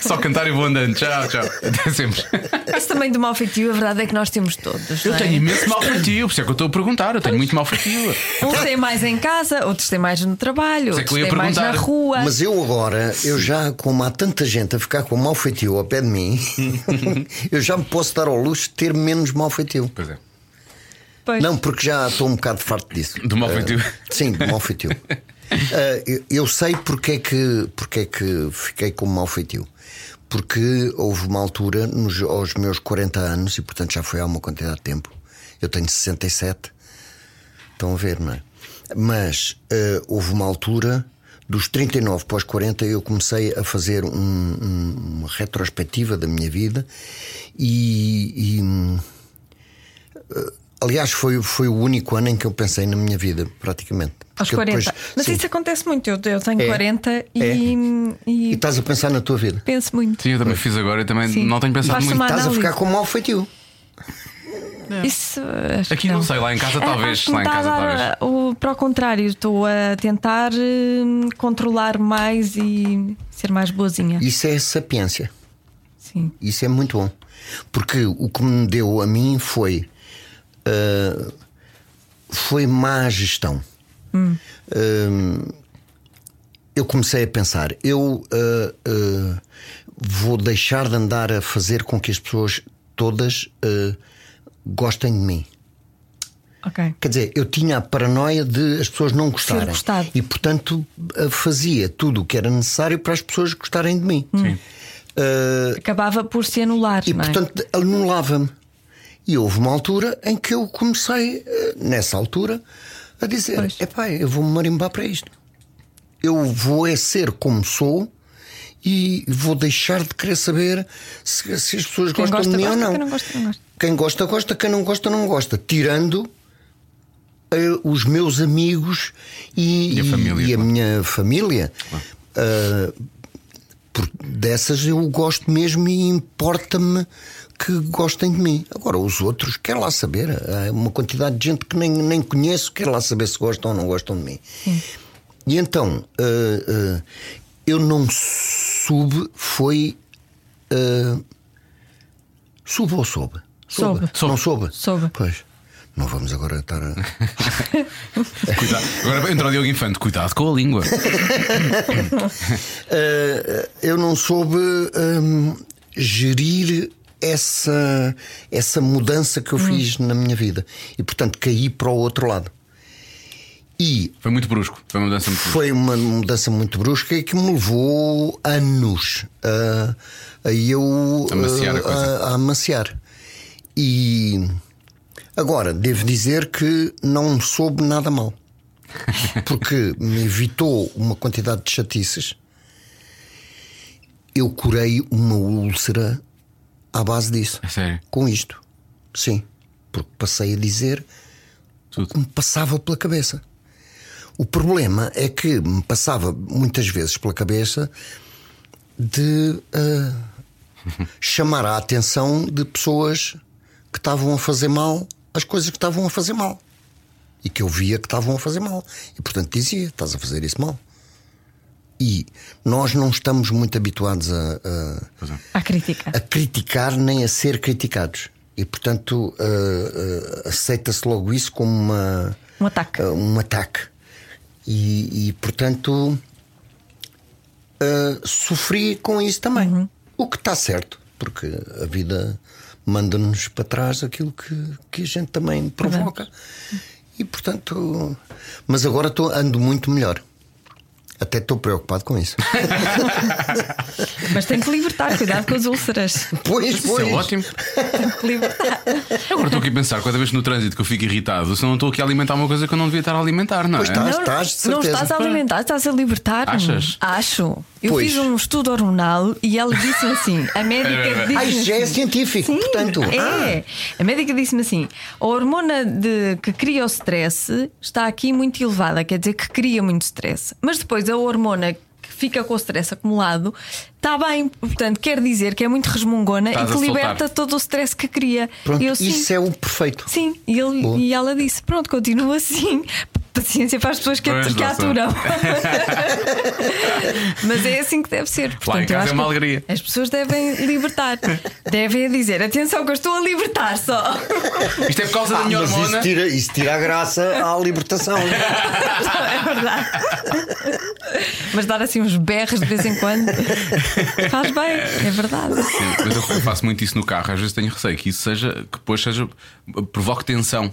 Speaker 2: Só cantar e vou andando. Tchau, tchau. Até sempre.
Speaker 3: Isso também do mau feitio, a verdade é que nós temos todos.
Speaker 2: Eu
Speaker 3: não é?
Speaker 2: tenho imenso mal feitio, por isso é que eu estou a perguntar. Eu tenho muito mal feitio.
Speaker 3: Uns têm mais em casa, outros têm mais no trabalho,
Speaker 2: Isso é que
Speaker 3: outros
Speaker 2: eu ia
Speaker 3: têm mais na
Speaker 2: perguntar.
Speaker 3: rua.
Speaker 4: Mas eu agora, eu já, como há tanta gente a ficar ficar com mau feitio ao pé de mim, eu já me posso dar ao luxo de ter menos mau feitio.
Speaker 2: Pois é.
Speaker 3: Pois.
Speaker 4: Não, porque já estou um bocado farto disso.
Speaker 2: Do mau
Speaker 4: Eh,
Speaker 2: feitio.
Speaker 4: sim, do mau feitio. Eh, eu, eu sei porque é, que, porque é que fiquei com mau feitio. Porque houve uma altura, nos, aos meus 40 anos, e portanto já foi há uma quantidade de tempo, eu tenho 67, estão a ver, não é? Mas eh, houve uma altura, dos 39 para os 40, eu comecei a fazer um- um- uma retrospectiva da minha vida e- e hum, eh, Aliás, foi, foi o único ano em que eu pensei na minha vida, praticamente.
Speaker 3: Aos
Speaker 4: Porque eu
Speaker 3: 40.
Speaker 4: depois-
Speaker 3: Mas
Speaker 4: sim,
Speaker 3: isso acontece muito. Eu, eu tenho
Speaker 4: É.
Speaker 3: 40 e,
Speaker 4: É.
Speaker 3: e
Speaker 4: E estás a pensar na tua vida.
Speaker 3: penso muito.
Speaker 2: Então- Sim, eu também fiz agora e também
Speaker 3: Sim.
Speaker 2: não tenho pensado
Speaker 3: Faz-se
Speaker 2: muito.
Speaker 3: uma
Speaker 4: Estás a
Speaker 3: análise.
Speaker 4: ficar com um mau feitio.
Speaker 3: Isso acho
Speaker 2: Aqui
Speaker 3: que
Speaker 2: não. sei, lá em casa
Speaker 3: Ah,
Speaker 2: talvez.
Speaker 3: acho que me
Speaker 2: Lá em
Speaker 3: está a
Speaker 2: casa
Speaker 3: dar,
Speaker 2: talvez.
Speaker 3: O, para o contrário, estou a tentar hum, controlar mais e ser mais boazinha.
Speaker 4: Isso é sapiência.
Speaker 3: Sim.
Speaker 4: Isso é muito bom. Porque o que me deu a mim foi. ah, foi má gestão. Ah, eu comecei a pensar, eu ah, ah, vou deixar de andar a fazer com que as pessoas todas ah, gostem de mim.
Speaker 3: Ok.
Speaker 4: Quer dizer, eu tinha a paranoia de as pessoas não gostarem.
Speaker 3: gostado.
Speaker 4: E portanto eh, fazia tudo o que era necessário para as pessoas gostarem de mim. Ah, Sim.
Speaker 3: Acabava por se anular,
Speaker 4: e
Speaker 3: não é?
Speaker 4: portanto anulava-me. E houve uma altura em que eu comecei, eh, nessa altura, a dizer:
Speaker 3: Pois.
Speaker 4: epá, eu vou-me marimbar para isto. Eu vou é ser como sou e vou deixar de querer saber se, se as pessoas
Speaker 3: Quem
Speaker 4: gostam
Speaker 3: gosta,
Speaker 4: de mim
Speaker 3: gosta,
Speaker 4: ou
Speaker 3: quem não gosta, não gosta.
Speaker 4: quem gosta, gosta, quem não gosta, não gosta. Tirando eh, os meus amigos e,
Speaker 2: E a família,
Speaker 4: e a
Speaker 2: claro.
Speaker 4: minha família. Ah, por dessas eu gosto mesmo e importa-me que gostem de mim. Agora, os outros, quero lá saber. Há uma quantidade de gente que nem, nem conheço, quero lá saber se gostam ou não gostam de mim. E então, ah, ah, eu não soube, foi. ah, soube ou soube?
Speaker 3: Soube.
Speaker 4: Não soube?
Speaker 3: Soube.
Speaker 4: Pois. Não vamos agora estar a.
Speaker 2: Cuidado. Agora entra o Diogo Infante, cuidado com a língua.
Speaker 4: Eh, eu não soube hum, gerir essa, essa mudança que eu fiz na minha vida. E portanto caí para o outro lado. E
Speaker 2: Foi muito brusco. Foi uma mudança muito brusca.
Speaker 4: foi uma mudança muito brusca e que me levou anos a, a eu
Speaker 2: A maciar a
Speaker 4: eh,
Speaker 2: coisa.
Speaker 4: a amaciar. E agora, devo dizer que não soube nada mal. Porque me evitou uma quantidade de chatices. Eu curei uma úlcera à base disso.
Speaker 2: A É sério.
Speaker 4: Com isto. Sim. Porque passei a dizer
Speaker 2: Tudo.
Speaker 4: o que me passava pela cabeça. O problema é que me passava muitas vezes pela cabeça de ah, chamar a atenção de pessoas que estavam a fazer mal as coisas que estavam a fazer mal e que eu via que estavam a fazer mal e portanto dizia: estás a fazer isso mal. E nós não estamos muito habituados a- a
Speaker 3: À crítica.
Speaker 4: a criticar nem a ser criticados. E, portanto, ah, ah, aceita-se logo isso como uma,
Speaker 3: Um ataque.
Speaker 4: ah, um ataque. E, e, portanto, ah, sofri com isso também.
Speaker 2: Uhum.
Speaker 4: O que está certo, porque a vida manda-nos para trás aquilo que, que a gente também provoca. E, portanto, mas agora estou- ando muito melhor. Até estou preocupado com isso.
Speaker 3: Mas tem que libertar, cuidado com as úlceras.
Speaker 4: pois,
Speaker 2: Isso é
Speaker 4: pois.
Speaker 2: ótimo.
Speaker 3: Tem que libertar.
Speaker 2: Agora estou aqui a pensar, cada vez que no trânsito que eu fico irritado, se não estou aqui a alimentar uma coisa que eu não devia estar a alimentar, não
Speaker 4: Pois tá.
Speaker 2: é?
Speaker 3: Não,
Speaker 4: está. estás, de
Speaker 3: não
Speaker 4: certeza.
Speaker 3: estás a alimentar, estás a libertar-me.
Speaker 2: Achas?
Speaker 3: Acho. Eu
Speaker 4: Pois.
Speaker 3: fiz um estudo hormonal e ela disse-me assim:
Speaker 2: É
Speaker 3: a médica
Speaker 4: Ah,
Speaker 3: disse.
Speaker 4: isso já é científico,
Speaker 3: Sim,
Speaker 4: portanto. ah,
Speaker 3: é. A médica disse-me assim: a hormona de- que cria o stress está aqui muito elevada, quer dizer que cria muito stress. Mas depois a hormona que fica com o stress acumulado está bem. Portanto, quer dizer que é muito resmungona
Speaker 2: Estás
Speaker 3: e
Speaker 2: a
Speaker 3: que
Speaker 2: soltar.
Speaker 3: liberta todo o stress que cria.
Speaker 4: pronto,
Speaker 3: E eu,
Speaker 4: isso
Speaker 3: sim,
Speaker 4: é o perfeito.
Speaker 3: Sim, e, ele-
Speaker 4: Boa.
Speaker 3: e ela disse: pronto, continua assim. Paciência para as pessoas que, é
Speaker 2: Pois,
Speaker 3: que
Speaker 2: lá está.
Speaker 3: aturam. Mas é assim que deve ser. Portanto, eu
Speaker 2: casa
Speaker 3: acho
Speaker 2: é uma
Speaker 3: que
Speaker 2: alegria.
Speaker 3: As pessoas devem libertar. devem dizer: atenção, que eu estou a libertar só.
Speaker 2: Isto é por causa da
Speaker 4: Ah,
Speaker 2: minha
Speaker 4: mas isso
Speaker 2: hormona.
Speaker 4: tira, isso tira a graça à libertação.
Speaker 3: é verdade. Mas dar assim uns berros de vez em quando faz bem, é verdade.
Speaker 2: Sim, mas eu faço muito isso no carro, às vezes tenho receio que isso seja, que depois seja, provoque tensão,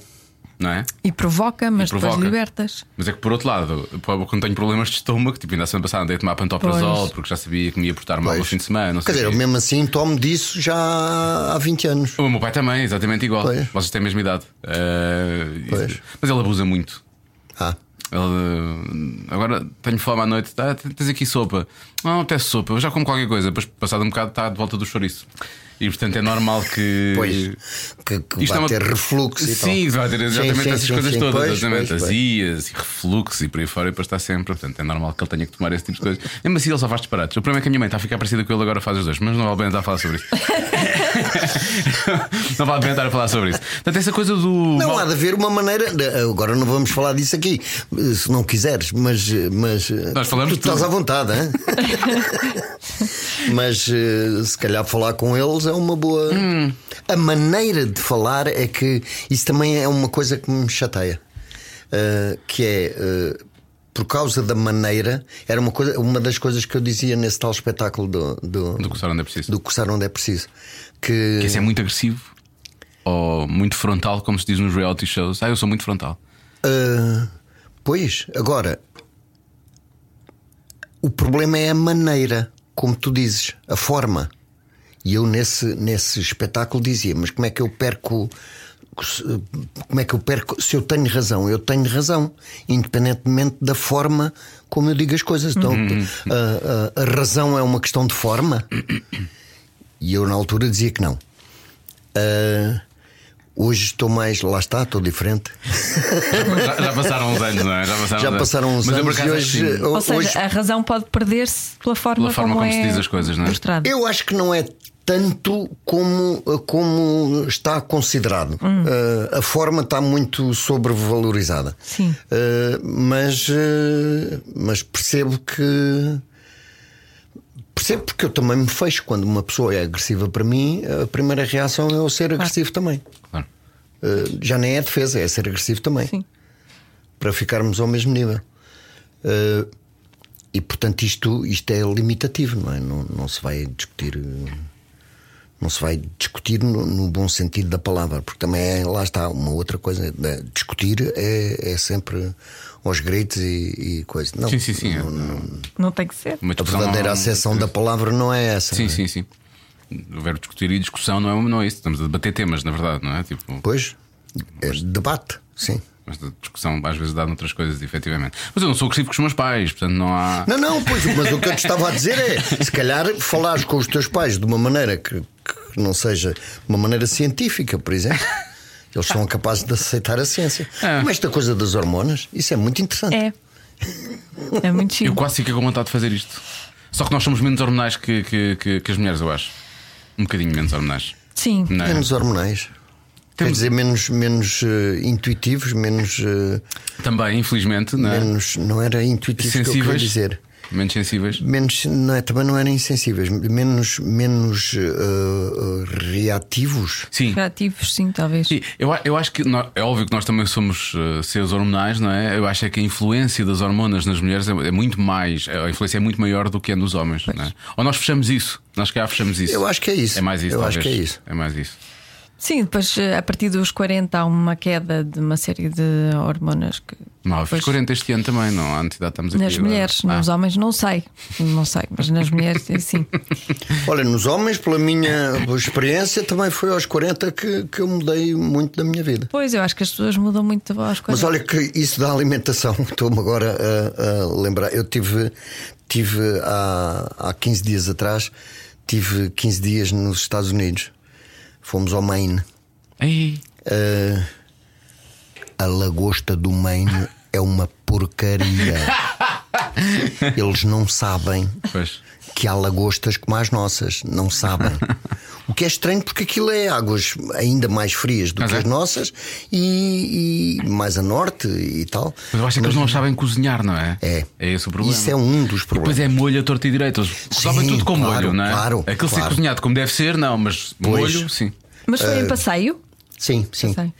Speaker 2: não é?
Speaker 3: E provoca, mas
Speaker 2: E provoca.
Speaker 3: depois libertas.
Speaker 2: Mas é que por outro lado, eu- quando tenho problemas de estômago, tipo, ainda a semana passada andei a tomar pantoprazol
Speaker 3: Pois.
Speaker 2: porque já sabia que me ia portar mal
Speaker 4: Pois.
Speaker 2: no fim de semana. Não
Speaker 4: Quer
Speaker 2: sei
Speaker 4: dizer,
Speaker 2: o
Speaker 4: eu
Speaker 2: quê.
Speaker 4: mesmo assim tomo disso já há 20 anos.
Speaker 2: O meu pai também, exatamente igual.
Speaker 4: Pois.
Speaker 2: Vocês têm a mesma idade. Eh, isso-
Speaker 4: Pois.
Speaker 2: Mas ele abusa muito.
Speaker 4: Ah,
Speaker 2: Ele, eh, agora tenho fome à noite. Ah, tens aqui sopa. Não, até sopa. Eu já como qualquer coisa. Depois, passado um bocado, está de volta do chouriço. E portanto é normal que.
Speaker 4: pois. Que, que
Speaker 2: Isto
Speaker 4: vai
Speaker 2: é uma-
Speaker 4: ter refluxo e tal.
Speaker 2: Sim, vai ter exatamente
Speaker 4: Sim, sim,
Speaker 2: essas
Speaker 4: sim,
Speaker 2: coisas
Speaker 4: sim.
Speaker 2: todas,
Speaker 4: Pois,
Speaker 2: exatamente.
Speaker 4: pois, pois.
Speaker 2: Azias e refluxo e por aí fora, e depois está sempre. Portanto, é normal que ele tenha que tomar esse tipo de coisas. Mesmo assim, ele só faz disparates. O problema é que a minha mãe está a ficar parecida com ele agora faz os dois, mas não vale a pena estar a falar sobre isso. não vale a pena estar a falar sobre isso. Portanto, essa coisa do.
Speaker 4: Não
Speaker 2: mal-
Speaker 4: há de haver uma maneira. de- Agora não vamos falar disso aqui, se não quiseres, mas. mas
Speaker 2: Nós falamos
Speaker 4: tu estás
Speaker 2: tudo.
Speaker 4: à vontade, hein? mas eh, se calhar falar com eles é uma boa.
Speaker 2: Hum.
Speaker 4: A maneira de falar é que isso também é uma coisa que me chateia. eh, que é. eh, por causa da maneira, era uma, coisa, uma das coisas que eu dizia nesse tal espetáculo do, do,
Speaker 2: Do coçar onde é preciso.
Speaker 4: do Coçar Onde é Preciso. Que,
Speaker 2: Que esse é muito agressivo ou muito frontal, como se diz nos reality shows. Ah, eu sou muito frontal.
Speaker 4: Ah, pois, agora o problema é a maneira, como tu dizes, a forma. E eu nesse, nesse espetáculo dizia, mas como é que eu perco? Como é que eu perco? Se eu tenho razão, eu tenho razão, independentemente da forma como eu digo as coisas. Então, a- a- a razão é uma questão de forma. E eu na altura dizia que não. Ah, hoje estou mais, lá está, estou diferente.
Speaker 2: Já, já passaram uns anos, não é? Já passaram,
Speaker 4: Já
Speaker 2: uns
Speaker 4: passaram uns
Speaker 2: Mas eu, por
Speaker 4: anos e
Speaker 2: acaso,
Speaker 4: hoje,
Speaker 2: acho que sim.
Speaker 3: Ou
Speaker 4: hoje
Speaker 3: seja, a razão pode perder-se pela forma,
Speaker 2: Pela forma como se
Speaker 3: é
Speaker 2: diz as coisas, não é?
Speaker 3: mostrada.
Speaker 4: eu acho que não é tanto como, como está considerado. Eh, a forma está muito sobrevalorizada.
Speaker 3: Sim.
Speaker 4: Eh, mas, eh, mas percebo que. Percebo porque eu também me fecho. Quando uma pessoa é agressiva para mim, a primeira reação é eu ser agressivo também.
Speaker 2: Claro.
Speaker 4: Eh, já nem é defesa, é ser agressivo também.
Speaker 3: Sim.
Speaker 4: Para ficarmos ao mesmo nível. Eh, e portanto isto, isto é limitativo, não é? Não, não se vai discutir. eh, Não se vai discutir no, no bom sentido da palavra, porque também é- lá está uma outra coisa. né? Discutir é, é sempre aos gritos e, e coisa. Não,
Speaker 2: Sim, sim, sim. é.
Speaker 3: Não tem que ser.
Speaker 2: Uma
Speaker 4: A
Speaker 2: discussão
Speaker 4: verdadeira
Speaker 2: não- é
Speaker 4: acessão da palavra não é essa.
Speaker 2: Sim,
Speaker 4: não é?
Speaker 2: sim, sim. O verbo discutir e discussão não é, não é isso. Estamos a debater temas, na verdade, não é? Tipo,
Speaker 4: Pois, é debate, sim.
Speaker 2: mas a discussão às vezes dá noutras coisas, efetivamente. Mas eu não sou agressivo com os meus pais, portanto não há.
Speaker 4: Não, não, pois, mas o que eu te estava a dizer é: se calhar falares com os teus pais de uma maneira que, que não seja de uma maneira científica, por exemplo. Eles são capazes de aceitar a ciência.
Speaker 2: Ah.
Speaker 4: Mas esta coisa das hormonas, isso é muito interessante.
Speaker 3: É. É muito
Speaker 2: Eu
Speaker 3: chique.
Speaker 2: quase fico com vontade de fazer isto. Só que nós somos menos hormonais que, que, que- que as mulheres, eu acho. Um bocadinho menos hormonais.
Speaker 3: Sim.
Speaker 2: Não é?
Speaker 4: Menos hormonais. Quer dizer, menos, menos eh, intuitivos, menos, eh,
Speaker 2: Também, infelizmente, não é?
Speaker 4: menos. Não era intuitivo que eu queria
Speaker 2: Sensíveis.
Speaker 4: dizer.
Speaker 2: Menos sensíveis.
Speaker 4: Menos, não é, também não eram insensíveis, menos, menos eh, eh, reativos.
Speaker 2: Sim.
Speaker 3: Criativos, sim, talvez.
Speaker 2: Sim, eu, a- eu acho que nó- é óbvio que nós também somos eh, seres hormonais, não é? Eu acho é que a influência das hormonas nas mulheres é, é muito mais, a influência é muito maior do que é nos homens, não é? Ou nós fechamos isso, nós cá fechamos isso.
Speaker 4: Eu acho que é isso.
Speaker 2: É mais isso,
Speaker 4: Eu
Speaker 2: talvez.
Speaker 4: acho que é isso.
Speaker 2: É mais isso.
Speaker 3: Sim, depois eh, a partir dos 40 há uma queda de uma série de hormonas que.
Speaker 2: Não, eu fiz
Speaker 3: depois-
Speaker 2: 40 este ano também, não há necessidade, estamos aqui.
Speaker 3: Nas
Speaker 2: agora.
Speaker 3: mulheres,
Speaker 4: é?
Speaker 2: Ah,
Speaker 3: nos homens não sei, não sei, mas nas mulheres é assim. sim.
Speaker 4: Olha, nos homens, pela minha experiência, também foi aos 40 que, que eu mudei muito da minha vida.
Speaker 3: Pois eu acho que as pessoas mudam muito as coisas.
Speaker 4: Mas olha que isso da alimentação, estou-me agora a, a lembrar. Eu tive, tive há, há 15 dias atrás, tive 15 dias nos Estados Unidos. Fomos ao Maine.
Speaker 2: Ah, ei,
Speaker 4: Eh, a lagosta do Maine é uma porcaria. Eles não sabem
Speaker 2: pois.
Speaker 4: que há lagostas como as nossas, não sabem. O que é estranho porque aquilo é águas ainda mais frias do
Speaker 2: Mas
Speaker 4: que
Speaker 2: é.
Speaker 4: as nossas e, e mais a norte e tal.
Speaker 2: Mas eu acho é que eles não sabem cozinhar, não é?
Speaker 4: É.
Speaker 2: É esse o problema.
Speaker 4: Isso é um dos
Speaker 2: E depois
Speaker 4: problemas.
Speaker 2: é molho a torto e direito. Eles sabem tudo com
Speaker 4: claro,
Speaker 2: molho, não é?
Speaker 4: claro,
Speaker 2: Aquilo ser
Speaker 4: claro.
Speaker 2: cozinhado como deve ser, não, mas
Speaker 4: Pois.
Speaker 2: molho, sim.
Speaker 3: Mas foi em passeio?
Speaker 4: Sim, sim.
Speaker 3: sei.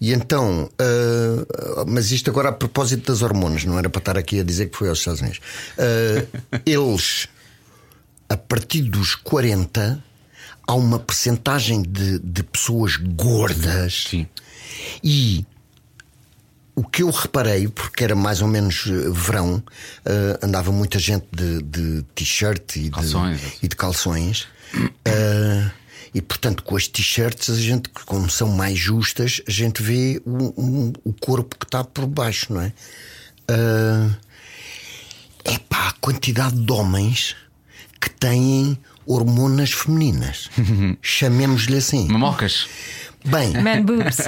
Speaker 4: E então, ah, mas isto agora a propósito das hormonas, não era para estar aqui a dizer que foi aos Estados Unidos. Ah, eles, a partir dos 40, há uma percentagem de, de pessoas gordas
Speaker 2: Sim.
Speaker 4: e o que eu reparei, porque era mais ou menos eh, verão, eh, andava muita gente de, de t-shirt e, de-
Speaker 2: Calções.
Speaker 4: e de calções. eh, e portanto, com as t-shirts, a gente, como são mais justas, a gente vê o, um- o corpo que está por baixo, não é? É pá, a quantidade de homens que têm hormonas femininas. Chamemos-lhe assim.
Speaker 2: Mamocas.
Speaker 4: Bem,
Speaker 3: Man boobs.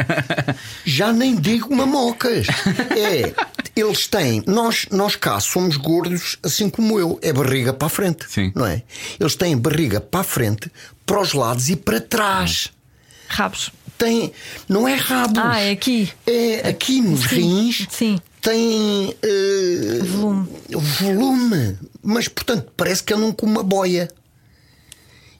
Speaker 4: já nem digo mamocas. É, eles têm, nós, nós cá somos gordos, assim como eu, é barriga para a frente.
Speaker 2: Sim.
Speaker 4: Não é? Eles têm barriga para a frente, para os lados e para trás.
Speaker 3: Rabos.
Speaker 4: Tem, não é rabos.
Speaker 3: Ah, é aqui.
Speaker 4: É aqui nos rins.
Speaker 3: sim.
Speaker 4: Tem eh,
Speaker 3: Volume.
Speaker 4: volume. Mas, portanto, parece que andam com uma boia.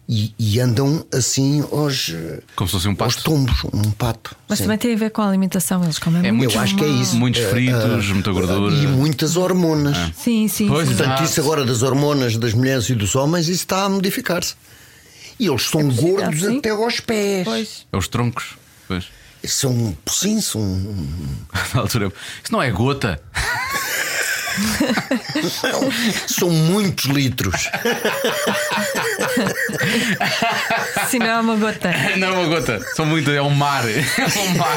Speaker 4: E, e andam assim aos,
Speaker 2: Como se fosse um
Speaker 4: aos
Speaker 2: pasto.
Speaker 4: tombos, um pato.
Speaker 3: Mas
Speaker 4: sim.
Speaker 3: também tem a ver com a alimentação. Eles comem
Speaker 2: É
Speaker 3: muito.
Speaker 2: muitos,
Speaker 4: acho que é isso.
Speaker 2: Muitos fritos,
Speaker 4: Ah,
Speaker 2: muita gordura.
Speaker 4: E muitas hormonas.
Speaker 3: Sim, sim.
Speaker 2: Pois,
Speaker 3: sim.
Speaker 2: exato.
Speaker 4: Portanto, isso agora das hormonas das mulheres e dos homens, isso está a modificar-se. E eles são gordos
Speaker 3: É sim.
Speaker 4: até aos pés.
Speaker 3: Pois.
Speaker 2: É os troncos. Pois.
Speaker 4: São, sim, são.
Speaker 2: Na altura. Isso não é gota.
Speaker 4: São muitos litros.
Speaker 3: Se não é uma gota.
Speaker 2: Não é uma gota. São muito. É um mar. É um mar.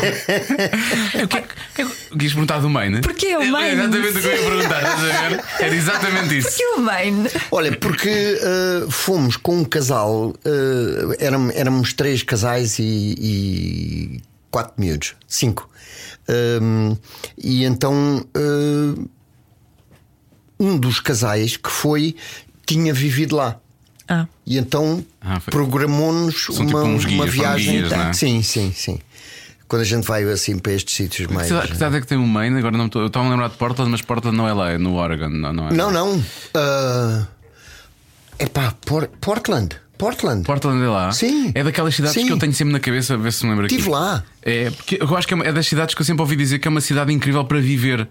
Speaker 2: O que é que. o que Quis perguntar do Maine?
Speaker 3: Porquê o Maine?
Speaker 2: É exatamente o que eu ia perguntar. estás a ver? Era exatamente isso.
Speaker 3: Que o main.
Speaker 4: Olha, porque ah, fomos com um casal, ah, éram- éramos três casais e, e quatro miúdos, cinco. Ahm, e então ah, um dos casais que foi tinha vivido lá.
Speaker 3: Ah.
Speaker 4: E então
Speaker 2: Ah, foi.
Speaker 4: programou-nos
Speaker 2: São tipo
Speaker 4: uma,
Speaker 2: uns guias,
Speaker 4: uma
Speaker 2: são
Speaker 4: viagem.
Speaker 2: guias, não é?
Speaker 4: Sim, sim, sim. Quando a gente vai assim para estes sítios mais.
Speaker 2: Que idade- Que idade é que tem o Maine? Agora não me estou. Eu estava a lembrar de Portland, mas Portland não é lá, é no Oregon. Não, não é?
Speaker 4: Não, não. É pá, Portland. Portland.
Speaker 2: Portland é lá.
Speaker 4: Sim.
Speaker 2: É daquelas cidades
Speaker 4: Sim.
Speaker 2: que eu tenho sempre na cabeça, a ver se me lembro aqui.
Speaker 4: Estive lá.
Speaker 2: É, porque eu acho que é uma- é das cidades que eu sempre ouvi dizer que é uma cidade incrível para viver.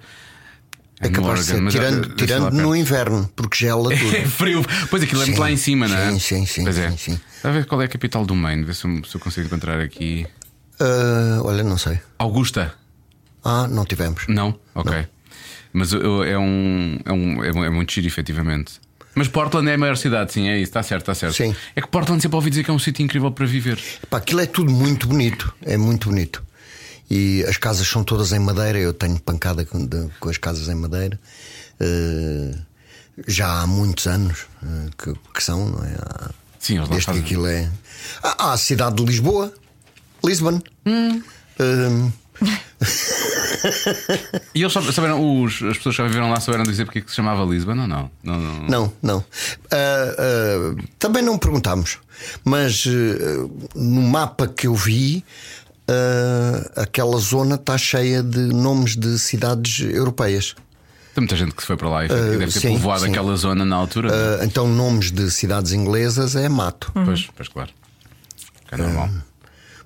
Speaker 2: É
Speaker 4: É
Speaker 2: no
Speaker 4: capaz de
Speaker 2: Oregon, mas
Speaker 4: ser,
Speaker 2: é-
Speaker 4: tirando,
Speaker 2: é- é-
Speaker 4: tirando
Speaker 2: lá perto.
Speaker 4: no inverno, porque gela
Speaker 2: É
Speaker 4: tudo.
Speaker 2: frio. Pois aquilo é muito
Speaker 4: Sim,
Speaker 2: lá em cima, não é?
Speaker 4: sim, sim, sim,
Speaker 2: Pois é.
Speaker 4: sim, sim.
Speaker 2: A ver qual é a capital do Maine, ver se eu, se eu consigo encontrar aqui.
Speaker 4: Ah, olha, não sei.
Speaker 2: Augusta.
Speaker 4: Ah, não tivemos.
Speaker 2: Não? Ok. Mas eu- eu- é, um, é, um, é, um- é muito giro, efetivamente. Mas Portland é a maior cidade, sim, é isso, está certo, está certo.
Speaker 4: Sim.
Speaker 2: É que Portland sempre ouvi dizer que é um sítio incrível para viver.
Speaker 4: Pá, aquilo é tudo muito bonito. É muito bonito. E as casas são todas em madeira. Eu tenho pancada com, de- com as casas em madeira. Eh, já há muitos anos eh, que, que são, não é? Há-
Speaker 2: Sim, eles lá
Speaker 4: desde que
Speaker 2: fazem.
Speaker 4: aquilo é. Há, há a cidade de Lisboa, Lisbon. Eh,
Speaker 2: E eles sab- souberam, os, as pessoas que já viveram lá souberam dizer porque é que se chamava Lisbon ou não? Não, não.
Speaker 4: Não, não. Ah, ah, também não perguntámos, mas ah, no mapa que eu vi, ah, aquela zona está cheia de nomes de cidades europeias.
Speaker 2: Tem muita gente que se foi para lá e e deve ter
Speaker 4: Ah, sim,
Speaker 2: povoado
Speaker 4: sim.
Speaker 2: aquela zona na altura. é?
Speaker 4: Ah, então, nomes de cidades inglesas é mato.
Speaker 2: Pois, pois claro. Que É normal.
Speaker 4: Ah,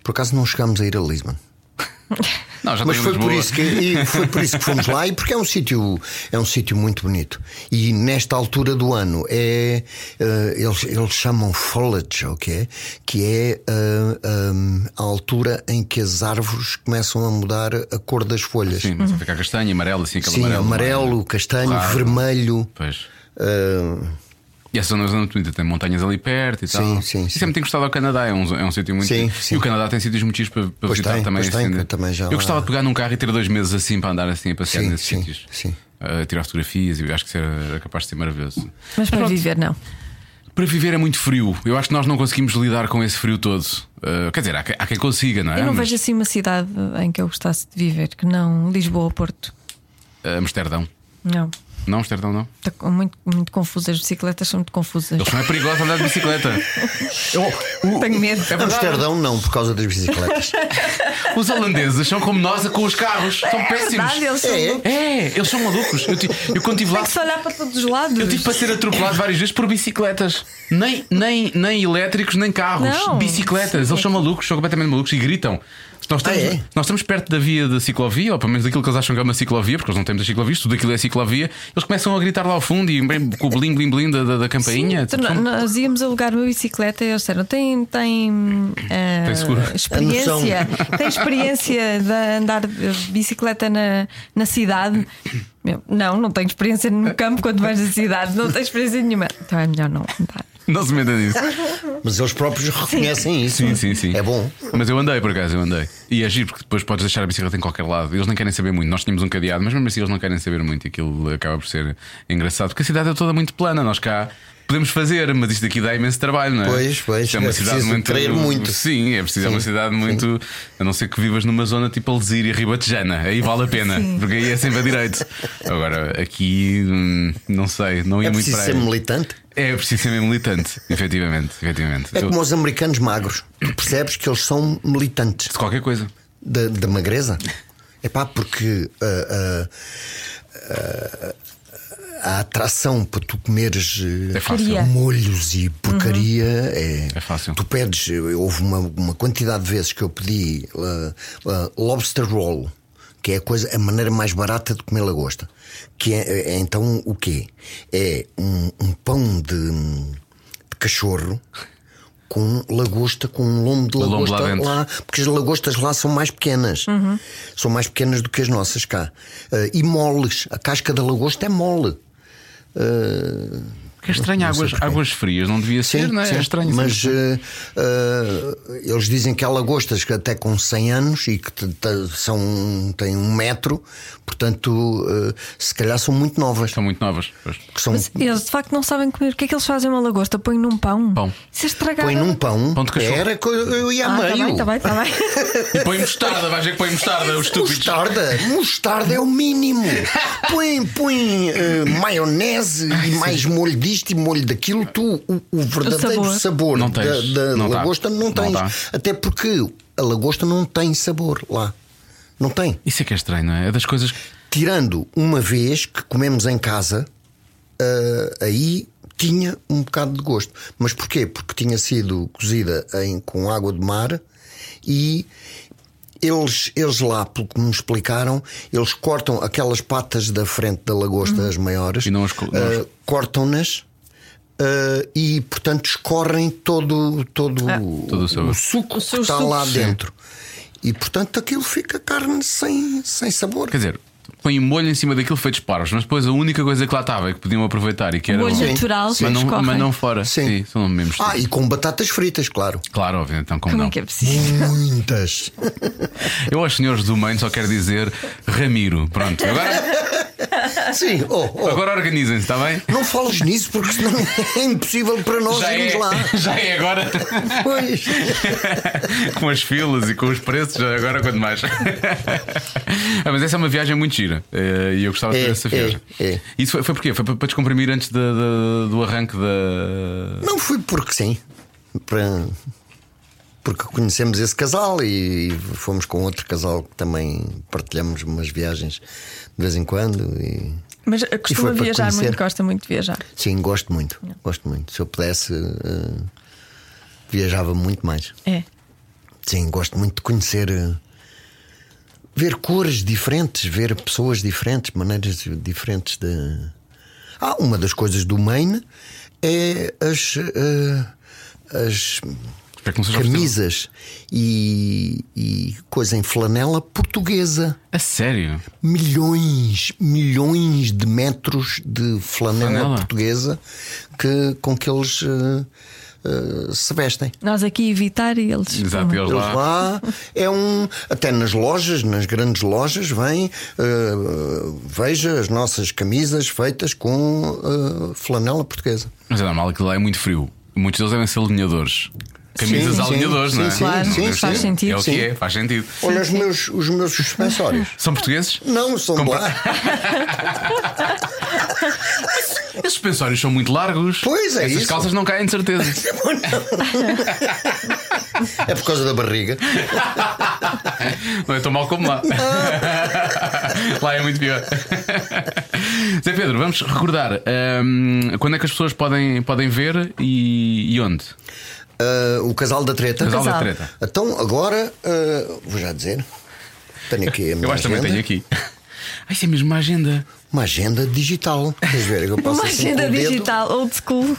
Speaker 4: Por acaso não chegámos a ir a Lisbon.
Speaker 2: Não, já
Speaker 4: Mas
Speaker 2: tenho
Speaker 4: foi por,
Speaker 2: Lisboa.
Speaker 4: isso que, e foi por isso que fomos lá e porque é um sítio é um sítio muito bonito. E nesta altura do ano é eh, eles, eles chamam foliage, ok? Que é eh, eh, a altura em que as árvores começam a mudar a cor das folhas.
Speaker 2: Sim, mas a ficar castanho, amarelo, assim, aquele
Speaker 4: Sim,
Speaker 2: amarelo.
Speaker 4: amarelo, castanho,
Speaker 2: Claro.
Speaker 4: vermelho.
Speaker 2: Pois.
Speaker 4: eh,
Speaker 2: E essa zona é muito bonita, tem montanhas ali perto e
Speaker 4: Sim,
Speaker 2: tal.
Speaker 4: sim,
Speaker 2: E
Speaker 4: sim.
Speaker 2: Sempre tenho gostado ao Canadá, é um, é um sítio muito.
Speaker 4: Sim,
Speaker 2: bonito.
Speaker 4: sim.
Speaker 2: E o Canadá tem sítios muitos para, para
Speaker 4: Pois
Speaker 2: visitar
Speaker 4: tem,
Speaker 2: também.
Speaker 4: pois tem,
Speaker 2: assim,
Speaker 4: que eu também já lá-
Speaker 2: gostava de pegar num carro e ter dois meses assim para andar assim, a passear
Speaker 4: Sim,
Speaker 2: nesses
Speaker 4: sim,
Speaker 2: sítios.
Speaker 4: sim.
Speaker 2: A tirar fotografias e acho que isso era era capaz de ser maravilhoso.
Speaker 3: Mas para viver, não.
Speaker 2: Para viver é muito frio. Eu acho que nós não conseguimos lidar com esse frio todo. Uh, quer dizer, há, que- há quem consiga, não é?
Speaker 3: Eu não
Speaker 2: Mas,
Speaker 3: vejo assim uma cidade em que eu gostasse de viver, que não Lisboa ou Porto.
Speaker 2: uh, Amsterdão.
Speaker 3: Não.
Speaker 2: Não, Amsterdão não.
Speaker 3: Tá com- muito, muito confusa. As bicicletas são muito confusas.
Speaker 2: Eles não é perigoso andar de bicicleta. Eu- o-
Speaker 3: Tenho medo.
Speaker 2: É verdade.
Speaker 4: Amsterdão não, por causa das bicicletas.
Speaker 2: Os holandeses são como nós com os carros. São péssimos.
Speaker 3: É Verdade, eles são.
Speaker 4: é,
Speaker 2: É, eles são malucos. Eu, ti- eu quando estive lá.
Speaker 3: Tem que se olhar para todos os lados.
Speaker 2: Eu tive para ser atropelado várias vezes por bicicletas. Nem, nem, nem elétricos, nem carros.
Speaker 3: Não.
Speaker 2: Bicicletas. Eles são malucos, são completamente malucos e gritam. Nós estamos,
Speaker 4: Ah, é?
Speaker 2: nós estamos perto da via da ciclovia, ou pelo menos daquilo que eles acham que é uma ciclovia, porque eles não temos a ciclovia, tudo aquilo é ciclovia. Eles começam a gritar lá ao fundo e bem, com o blim blim blim da, da, da campainha.
Speaker 3: Sim,
Speaker 2: Tipo,
Speaker 3: torna-
Speaker 2: são-
Speaker 3: Nós íamos alugar uma bicicleta e eles disseram: tem, tem, ah,
Speaker 2: Tem seguro.
Speaker 3: experiência, tem experiência de andar de bicicleta na, na cidade. Eu, Não, não tenho experiência no campo quanto mais na cidade, não tenho experiência nenhuma. Então é melhor não andar.
Speaker 2: Não se meta nisso.
Speaker 4: Mas eles próprios reconhecem isso.
Speaker 2: Sim, sim, sim.
Speaker 4: É bom.
Speaker 2: Mas eu andei por acaso, eu andei. E agir, porque depois podes deixar a bicicleta em qualquer lado. Eles nem querem saber muito. Nós tínhamos um cadeado, mas mesmo assim eles não querem saber muito. E aquilo acaba por ser engraçado, porque a cidade é toda muito plana. Nós cá. Podemos fazer, mas isto aqui dá imenso trabalho, não é?
Speaker 4: Pois, pois,
Speaker 2: Isto É uma
Speaker 4: é
Speaker 2: cidade
Speaker 4: preciso
Speaker 2: muito.
Speaker 4: querer muito.
Speaker 2: Sim, é preciso. É uma
Speaker 4: Sim,
Speaker 2: cidade muito. A não ser que vivas numa zona tipo Alzira e Ribatejana. Aí vale a pena, porque aí é sempre a direito. Agora, aqui. hum, Não sei, não ia
Speaker 4: É
Speaker 2: muito
Speaker 4: preciso
Speaker 2: para
Speaker 4: ser
Speaker 2: aí.
Speaker 4: militante.
Speaker 2: É preciso ser mesmo militante, efetivamente. efetivamente.
Speaker 4: É
Speaker 2: Eu-
Speaker 4: como os americanos magros. Tu percebes que eles são militantes.
Speaker 2: de qualquer coisa.
Speaker 4: da, da magreza? É pá, porque ah, ah, ah, a atração para tu comeres eh,
Speaker 2: É fácil.
Speaker 3: Queria.
Speaker 4: molhos e porcaria é,
Speaker 2: É fácil.
Speaker 4: Tu pedes, eh, houve uma, uma quantidade de vezes que eu pedi ah, ah, lobster roll. Que é a, coisa, a maneira mais barata de comer lagosta. Que é, é então o quê? É um, um pão de, de cachorro com lagosta, com um lombo de
Speaker 2: O lombo
Speaker 4: lagosta
Speaker 2: lá dentro.
Speaker 4: lá, porque as lagostas lá são mais pequenas.
Speaker 2: Uhum.
Speaker 4: São mais pequenas do que as nossas cá. Ah, e moles. A casca da lagosta é mole.
Speaker 2: Que é estranho, águas, águas frias não devia ser, não é? é estranho. sim.
Speaker 4: Mas eh, eh, eles dizem que há lagostas que até com 100 anos e que te- te- são, têm um metro, portanto, eh, se calhar são muito novas.
Speaker 2: São muito novas. pois.
Speaker 4: que são-
Speaker 2: Uhum.
Speaker 3: Mas eles de facto não sabem comer. O que é que eles fazem uma lagosta? Põem num pão?
Speaker 2: Pão.
Speaker 3: Isso é estragado.
Speaker 4: Põe num pão,
Speaker 2: Pão de cachorro.
Speaker 4: era que eu eu ia a
Speaker 3: Ah, tá
Speaker 4: meio. É
Speaker 3: bem, tá bem, tá bem.
Speaker 2: E põe mostarda, vais ver que põe mostarda, é os estúpidos.
Speaker 4: Mostarda, mostarda é o mínimo. Põe, põe eh, maionese e mais molho disto e molho daquilo. Tu, o, o verdadeiro
Speaker 3: sabor.
Speaker 4: sabor,
Speaker 2: Não
Speaker 4: da,
Speaker 2: tens.
Speaker 4: da
Speaker 2: Não tá.
Speaker 4: lagosta não
Speaker 2: Não
Speaker 4: tens.
Speaker 2: tá.
Speaker 4: Até porque a lagosta não tem sabor lá. Não tem.
Speaker 2: Isso é que é estranho, não é? É das coisas que.
Speaker 4: Tirando uma vez que comemos em casa, ah, aí tinha um bocado de gosto. Mas porquê? Porque tinha sido cozida em- com água de mar e eles, eles lá, pelo que me explicaram, eles cortam aquelas patas da frente da lagosta, as maiores,
Speaker 2: Uhum. E não as co- não as-
Speaker 4: ah, cortam-nas. ah, e portanto escorrem todo, todo,
Speaker 2: Ah, Todo o sabor.
Speaker 4: suco que
Speaker 3: seu
Speaker 4: está
Speaker 3: suco.
Speaker 4: lá
Speaker 3: Sim.
Speaker 4: dentro. E portanto aquilo fica carne sem, sem sabor.
Speaker 2: Quer dizer, põe molho em cima daquilo feitos parvos, mas depois a única coisa que lá estava e que podiam aproveitar e que era.
Speaker 3: Molho
Speaker 2: bom,
Speaker 3: natural,
Speaker 2: mas, não,
Speaker 3: escorrem.
Speaker 2: mas não fora.
Speaker 4: Sim.
Speaker 2: Sim, são mesmo.
Speaker 4: Ah, e com batatas fritas, claro.
Speaker 2: Claro, óbvio, então como,
Speaker 3: Como
Speaker 2: não?
Speaker 3: é que é possível?
Speaker 4: Muitas.
Speaker 2: Eu aos senhores do Maine só quero dizer Ramiro. Pronto, agora,
Speaker 4: Sim, oh, oh,
Speaker 2: agora organizem-se, está bem?
Speaker 4: não fales nisso porque senão é impossível para nós
Speaker 2: Já
Speaker 4: irmos
Speaker 2: é,
Speaker 4: lá.
Speaker 2: já é agora.
Speaker 4: Pois.
Speaker 2: com as filas e com os preços, já agora quanto mais. Ah, mas essa é uma viagem muito gira eh, e eu gostava de
Speaker 4: É,
Speaker 2: fazer essa
Speaker 4: é,
Speaker 2: viagem.
Speaker 4: é.
Speaker 2: Isso foi, foi porquê? Foi para para descomprimir antes da- da- do arranque da.
Speaker 4: Não fui porque sim. Para- Porque conhecemos esse casal e fomos com outro casal que também partilhamos umas viagens de vez em quando. E...
Speaker 3: Mas eh, costuma
Speaker 4: para
Speaker 3: viajar
Speaker 4: conhecer.
Speaker 3: muito, gosta muito de viajar.
Speaker 4: Sim, gosto muito. Gosto muito. Se eu pudesse, eh, viajava muito mais.
Speaker 3: É.
Speaker 4: Sim, gosto muito de conhecer. eh, Ver cores diferentes, ver pessoas diferentes, maneiras diferentes de. Ah, uma das coisas do Maine é as. eh, as
Speaker 2: Espero que não seja oferecido.
Speaker 4: camisas e, e coisa em flanela portuguesa.
Speaker 2: A sério?
Speaker 4: Milhões, milhões de metros de flanela,
Speaker 2: Flanela.
Speaker 4: portuguesa que, com que eles eh, eh, se vestem.
Speaker 3: Nós aqui evitar e eles.
Speaker 2: Exato, eles
Speaker 4: Eles
Speaker 2: lá.
Speaker 4: lá é um. Até nas lojas, nas grandes lojas, vem. eh, veja as nossas camisas feitas com eh, flanela portuguesa.
Speaker 2: Mas é normal, aquilo lá é muito frio. Muitos deles devem ser alinhadores. Camisas
Speaker 4: Sim, sim,
Speaker 2: alinhadores, não é?
Speaker 4: sim, sim,
Speaker 2: Não
Speaker 4: Claro,
Speaker 2: deve
Speaker 4: sim, faz
Speaker 2: ser.
Speaker 3: sentido.
Speaker 2: É o que
Speaker 4: Sim.
Speaker 2: é, faz sentido.
Speaker 4: Olha os meus, os meus suspensórios.
Speaker 2: São portugueses?
Speaker 4: Não, são de lá.
Speaker 2: Esses suspensórios são muito largos.
Speaker 4: Pois é
Speaker 2: Essas
Speaker 4: isso.
Speaker 2: calças não caem de certeza.
Speaker 4: É por causa da barriga.
Speaker 2: Não é tão mal como lá. lá é muito pior. Zé Pedro, vamos recordar hum, quando é que as pessoas podem, podem ver e, e onde?
Speaker 4: Ah, o casal da treta.
Speaker 2: Casal da
Speaker 3: Casal.
Speaker 2: treta.
Speaker 4: Então agora, ah, vou já dizer. Tenho aqui a minha
Speaker 2: Eu acho que também
Speaker 4: agenda.
Speaker 2: tenho aqui. Ah, isso é mesmo uma agenda.
Speaker 4: Uma agenda digital. Queres ver? Eu passo
Speaker 3: Uma
Speaker 4: assim
Speaker 3: agenda
Speaker 4: com o dedo,
Speaker 3: digital, old school.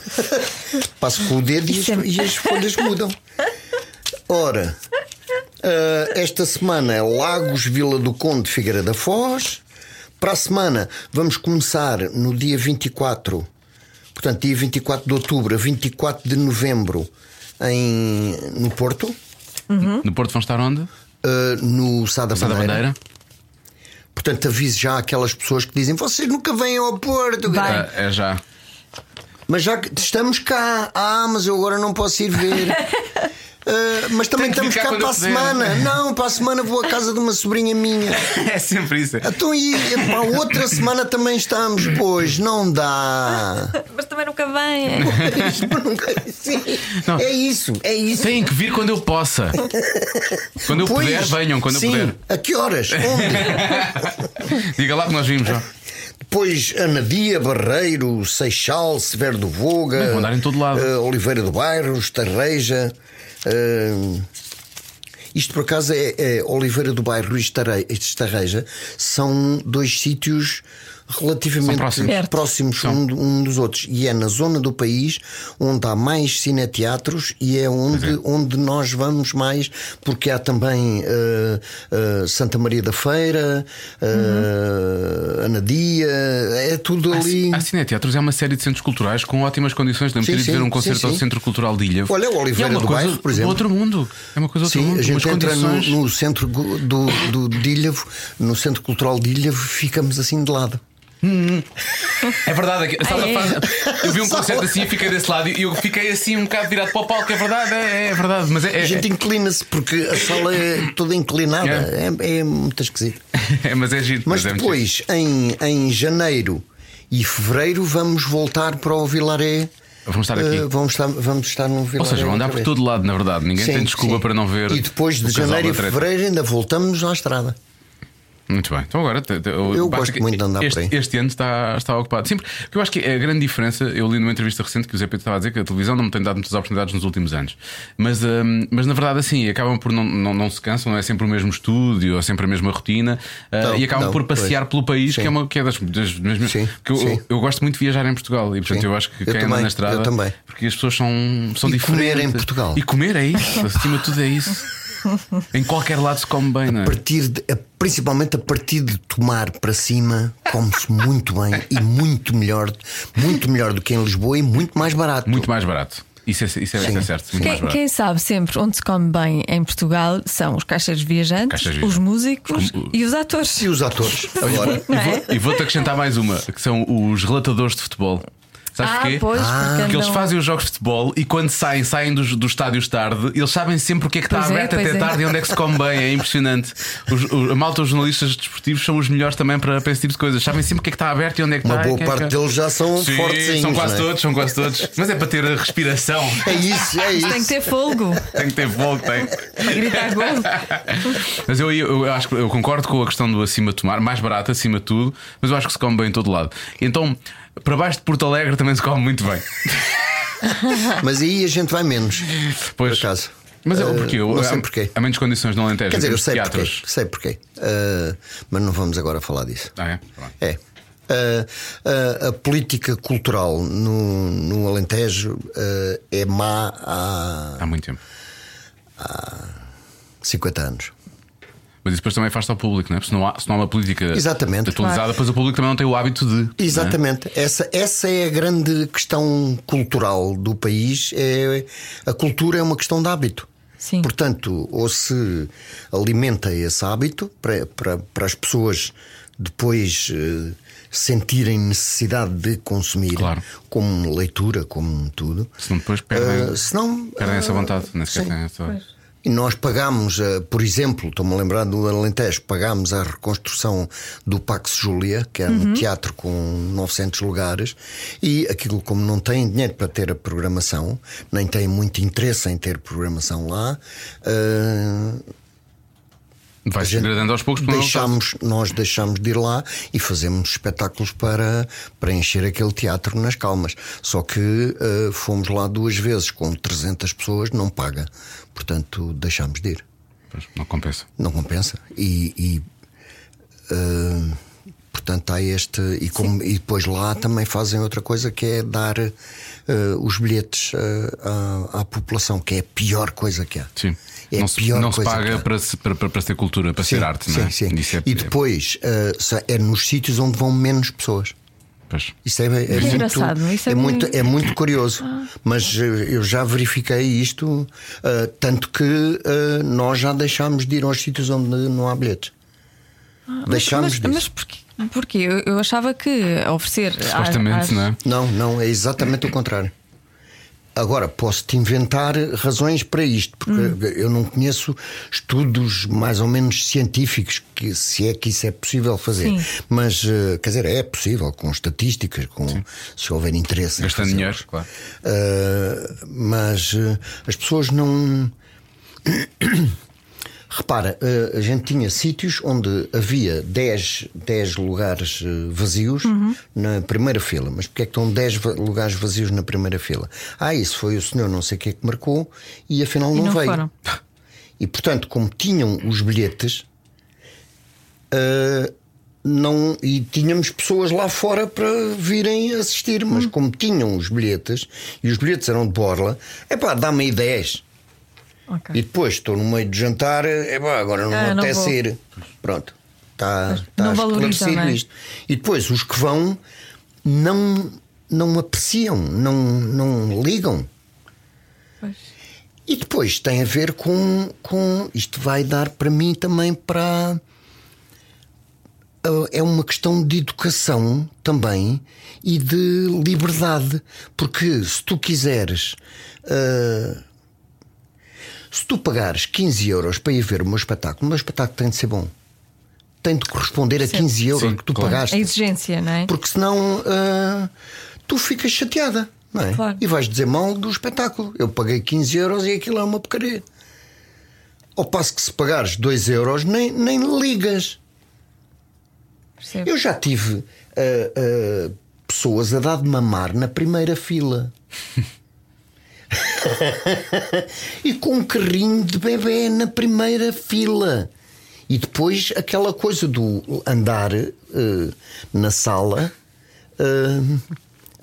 Speaker 4: passo com o dedo e as,
Speaker 3: Isso é-
Speaker 4: e as folhas mudam. Ora, ah, esta semana é Lagos, Vila do Conde, Figueira da Foz. Para a semana vamos começar no dia 24, portanto, dia 24 de outubro a 24 de novembro em, no Porto, Uhum.
Speaker 2: No Porto vão estar onde?
Speaker 4: ah, no Sá da
Speaker 2: Sá da
Speaker 4: Bandeira.
Speaker 2: Bandeira?
Speaker 4: Portanto, avise já aquelas pessoas que dizem vocês nunca vêm ao Porto.
Speaker 3: Vai.
Speaker 4: caralho."
Speaker 2: Ah, é já.
Speaker 4: Mas já que estamos cá, ah, mas eu agora não posso ir ver. Ah, mas também
Speaker 2: Tenho que
Speaker 4: estamos
Speaker 2: ficar
Speaker 4: cá
Speaker 2: quando
Speaker 4: para a
Speaker 2: eu puder.
Speaker 4: semana. Não, para a semana vou à casa de uma sobrinha minha.
Speaker 2: É sempre isso.
Speaker 4: Então, e para a outra semana também estamos, pois não dá.
Speaker 3: Mas também nunca vem. é.
Speaker 4: Pois, nunca- sim.
Speaker 2: Não.
Speaker 4: É isso, é isso.
Speaker 2: Têm que vir quando eu possa. Quando eu
Speaker 4: Pois,
Speaker 2: puder, venham, quando
Speaker 4: sim,
Speaker 2: eu
Speaker 4: A que horas? Onde?
Speaker 2: puder. Diga lá que nós vimos já.
Speaker 4: Depois Anadia, Barreiro, Seixal, Severo do Voga,
Speaker 2: Bem, vão dar em todo lado.
Speaker 4: eh, Oliveira do Bairros, Tarreja. eh, isto por acaso é, é Oliveira do Bairro e Estarei- Estarreja são dois sítios relativamente
Speaker 2: São próximos.
Speaker 3: Perto.
Speaker 4: próximos um, do- um dos outros. E é na zona do país onde há mais cineteatros e é onde, onde nós vamos mais, porque há também eh, eh, Santa Maria da Feira,
Speaker 2: Uhum.
Speaker 4: eh, Anadia, é tudo ali.
Speaker 2: A Cineteatros é uma série de centros culturais com ótimas condições. Lembro-me de
Speaker 4: Sim, sim,
Speaker 2: ver um concerto
Speaker 4: sim,
Speaker 2: ao
Speaker 4: sim.
Speaker 2: Centro Cultural de Ilha.
Speaker 4: Olha, o Oliveira
Speaker 2: é uma
Speaker 4: do
Speaker 2: coisa
Speaker 4: Bairro, por exemplo.
Speaker 2: Outro mundo. É uma coisa outro
Speaker 4: Sim,
Speaker 2: mundo.
Speaker 4: a gente
Speaker 2: umas
Speaker 4: entra no,
Speaker 2: condições.
Speaker 4: no centro gu- do, do, de Ilhavo, no centro cultural de Ilhavo, ficamos assim de lado.
Speaker 2: É verdade, aqui- a sala
Speaker 3: Ah, é?
Speaker 2: faz- eu vi um concerto assim e fiquei desse lado e eu fiquei assim um bocado virado para o palco, é verdade, é, é verdade, mas é,
Speaker 4: A
Speaker 2: é-
Speaker 4: gente inclina-se porque a sala é toda inclinada, é, é muito esquisito.
Speaker 2: é- mas é giro.
Speaker 4: Mas
Speaker 2: é muito giro.
Speaker 4: depois, em, em janeiro e fevereiro, vamos voltar para o Vilaré.
Speaker 2: Vamos estar aqui.
Speaker 4: Eh, vamos, estar, vamos estar no Vilaré.
Speaker 2: Ou seja, vão andar
Speaker 4: outra
Speaker 2: por
Speaker 4: vez.
Speaker 2: todo lado, na verdade. Ninguém
Speaker 4: Sim,
Speaker 2: tem desculpa
Speaker 4: sim.
Speaker 2: para não ver.
Speaker 4: E depois de
Speaker 2: o casal
Speaker 4: janeiro
Speaker 2: da
Speaker 4: e
Speaker 2: treta.
Speaker 4: fevereiro ainda voltamos à estrada.
Speaker 2: Muito bem, então agora te- te-
Speaker 4: Eu
Speaker 2: basta
Speaker 4: gosto
Speaker 2: que-
Speaker 4: muito de andar por
Speaker 2: este,
Speaker 4: aí.
Speaker 2: Este ano está, está ocupado. Sempre, eu acho que a grande diferença, eu li numa entrevista recente que o Zé Pedro estava a dizer que a televisão não me tem dado muitas oportunidades nos últimos anos. Mas, hum, mas na verdade, assim, acabam por não, não, não se cansam, não é sempre o mesmo estúdio, é sempre a mesma rotina ah,
Speaker 4: Não,
Speaker 2: e acabam
Speaker 4: não,
Speaker 2: por passear
Speaker 4: pois.
Speaker 2: pelo país,
Speaker 4: Sim.
Speaker 2: que é uma que é das, das, mesmas.
Speaker 4: Sim,
Speaker 2: que eu,
Speaker 4: sim.
Speaker 2: eu, eu gosto muito de viajar em Portugal e portanto
Speaker 4: Sim.
Speaker 2: eu acho que
Speaker 4: Eu
Speaker 2: quem anda
Speaker 4: também,
Speaker 2: na estrada.
Speaker 4: eu também.
Speaker 2: Porque as pessoas são, são
Speaker 4: E comer
Speaker 2: diferentes.
Speaker 4: em Portugal.
Speaker 2: E comer é isso, acima de tudo é isso. Em qualquer lado se come bem, não é?
Speaker 4: A partir de- a- principalmente a partir de tomar para cima, come-se muito bem e muito melhor, muito melhor do que em Lisboa e muito mais barato.
Speaker 2: Muito mais barato. Isso é, isso é, isso é certo. Muito mais barato.
Speaker 3: Quem, quem sabe sempre onde se come bem em Portugal são os caixeiros viajantes,
Speaker 2: Caixeiros
Speaker 3: os
Speaker 2: viajantes.
Speaker 3: músicos
Speaker 2: Como-
Speaker 3: e os atores.
Speaker 4: E os atores agora.
Speaker 3: Não
Speaker 2: E
Speaker 3: é?
Speaker 2: vou- E vou-te acrescentar mais uma, que são os relatadores de futebol. Sabes
Speaker 3: Ah,
Speaker 2: porquê?
Speaker 3: pois, porque
Speaker 2: Porque eles
Speaker 3: andam-
Speaker 2: fazem os jogos de futebol e quando saem, saem dos, dos estádios tarde, eles sabem sempre o que é que está
Speaker 3: Pois é,
Speaker 2: aberto até
Speaker 3: pois é.
Speaker 2: tarde e onde é que se come bem. É impressionante. Os, o- a malta, os jornalistas desportivos são os melhores também para, para esse tipo de coisas. Sabem sempre o que é que está aberto e onde é que
Speaker 4: Uma
Speaker 2: está. e
Speaker 4: boa
Speaker 2: quem é que-
Speaker 4: parte deles já são
Speaker 2: Sim,
Speaker 4: fortezinhos.
Speaker 2: São quase
Speaker 4: não é?
Speaker 2: todos, são quase todos. Mas é para ter a respiração.
Speaker 4: É isso, é isso.
Speaker 3: Tem que ter fogo.
Speaker 2: Tem que ter fogo, tem.
Speaker 3: para Gritar gol.
Speaker 2: Mas eu, eu, eu acho que eu concordo com a questão do acima de tomar, mais barato acima de tudo, mas eu acho que se come bem em todo lado. Então, para baixo de Porto Alegre também se come muito bem.
Speaker 4: Mas aí a gente vai menos.
Speaker 2: Pois.
Speaker 4: Por acaso.
Speaker 2: Mas eu,
Speaker 4: Eh,
Speaker 2: porque eu,
Speaker 4: não sei
Speaker 2: há-
Speaker 4: porquê.
Speaker 2: há menos condições no Alentejo,
Speaker 4: Quer dizer, eu
Speaker 2: temos
Speaker 4: sei
Speaker 2: teatros.
Speaker 4: porquê, sei porquê. Eh, mas não vamos agora falar disso.
Speaker 2: Ah, é? Tá bem.
Speaker 4: É. Eh, a- a política cultural no, no Alentejo eh, é má há
Speaker 2: Há muito tempo.
Speaker 4: 50 anos.
Speaker 2: Mas isso depois também faz-se ao público, não é? Porque se não há, se não há uma política
Speaker 4: Exatamente.
Speaker 2: atualizada,
Speaker 3: Claro.
Speaker 2: depois o público também não é? tem o hábito de.
Speaker 4: Exatamente. Essa, essa é a grande questão cultural do país. É, a cultura é uma questão de hábito.
Speaker 3: Sim.
Speaker 4: Portanto, ou se alimenta esse hábito para, para, para as pessoas depois eh, sentirem necessidade de consumir,
Speaker 2: Claro.
Speaker 4: como leitura, como tudo.
Speaker 2: Senão depois perdem,
Speaker 4: Eh, senão,
Speaker 2: perdem essa
Speaker 4: eh,
Speaker 2: vontade. Nem sequer
Speaker 4: sim.
Speaker 2: têm essa-
Speaker 4: e nós pagámos, eh, por exemplo, estou-me a lembrar do Alentejo, pagámos a reconstrução do Pax Julia, que era um teatro com 900 lugares, e aquilo, como não têm dinheiro para ter a programação, nem têm muito interesse em ter programação lá, eh,
Speaker 2: Vai
Speaker 4: A
Speaker 2: se
Speaker 4: gente
Speaker 2: degradando aos poucos, um porque não
Speaker 4: deixamos, nós deixamos de ir lá e fazemos espetáculos para, para encher aquele teatro nas calmas. Só que eh, fomos lá duas vezes com 300 pessoas, não paga. Portanto, deixámos de ir.
Speaker 2: Pois, não compensa.
Speaker 4: Não compensa. E, e, ah, portanto há este. E, como- e depois lá também fazem outra coisa que é dar ah, os bilhetes ah, à, à população, que é a pior coisa que há.
Speaker 2: Sim.
Speaker 4: É
Speaker 2: não
Speaker 4: a
Speaker 2: se,
Speaker 4: pior
Speaker 2: não se
Speaker 4: coisa que
Speaker 2: paga
Speaker 4: há.
Speaker 2: para, se- para, para, para ser cultura, para ser arte,
Speaker 4: sim,
Speaker 2: não é?
Speaker 4: Sim,
Speaker 2: Isso é-
Speaker 4: E depois ah, só- é nos sítios onde vão menos pessoas.
Speaker 2: é- pois.
Speaker 4: Isso é, é muito,
Speaker 3: engraçado, isso é
Speaker 4: muito,
Speaker 3: muito- Ah.
Speaker 4: é muito curioso. Mas eh, eu já verifiquei isto, ah, tanto que ah, nós já deixámos de ir aos sítios onde não há bilhetes. Deixámos
Speaker 3: Ah, Mas,
Speaker 4: disso.
Speaker 3: mas porquê? Porquê? Eu, eu achava que oferecer. às-
Speaker 2: Supostamente,
Speaker 3: às-
Speaker 2: não é?
Speaker 4: Não, não, é exatamente o contrário. Agora, posso-te inventar razões para isto, porque
Speaker 3: Hum.
Speaker 4: eu não conheço estudos mais ou menos científicos, que, se é que isso é possível fazer.
Speaker 3: Sim.
Speaker 4: Mas, eh, quer dizer, é possível, com estatísticas, com, se houver interesse. em
Speaker 2: Gastando
Speaker 4: fazê-lo.
Speaker 2: dinheiro, claro.
Speaker 4: Uh, mas uh, as pessoas não. Repara, uh, a gente tinha sítios onde havia 10, 10 lugares uh, vazios na primeira fila. Mas porque é que estão 10 va- lugares vazios na primeira fila? Ah, isso foi o senhor não sei o que que marcou e afinal
Speaker 3: E
Speaker 4: não,
Speaker 3: não
Speaker 4: veio.
Speaker 3: foram.
Speaker 4: E portanto, como tinham os bilhetes, uh, não, e tínhamos pessoas lá fora para virem assistir,
Speaker 3: Hum.
Speaker 4: mas como tinham os bilhetes, e os bilhetes eram de borla, é pá, dá-me aí 10.
Speaker 3: Ah. Ok.
Speaker 4: E depois estou no meio de jantar, é pá, agora não
Speaker 3: Ah,
Speaker 4: me
Speaker 3: não
Speaker 4: apetece
Speaker 3: vou.
Speaker 4: ir. Pronto, está tá
Speaker 3: não valorizam,
Speaker 4: esclarecido
Speaker 3: não é?
Speaker 4: isto. E depois os que vão não, não apreciam, não, não ligam.
Speaker 3: Pois.
Speaker 4: E depois tem a ver com, com isto vai dar para mim também para é uma questão de educação também e de liberdade, porque se tu quiseres ah, se tu pagares 15 euros para ir ver o meu espetáculo, o meu espetáculo tem de ser bom, tem de corresponder a 15 euros
Speaker 2: Sim,
Speaker 4: que tu
Speaker 2: claro.
Speaker 3: A
Speaker 4: pagaste.
Speaker 3: exigência, não é?
Speaker 4: Porque senão ah, tu ficas chateada, não é?
Speaker 3: Claro.
Speaker 4: E vais dizer mal do espetáculo. Eu paguei 15 euros e aquilo é uma porcaria. Ao passo que se pagares 2 euros, nem, nem ligas.
Speaker 3: Percebo.
Speaker 4: Eu já tive ah, ah, pessoas a dar de mamar na primeira fila. e com um carrinho de bebê na primeira fila. E depois aquela coisa do andar ah, na sala. ah,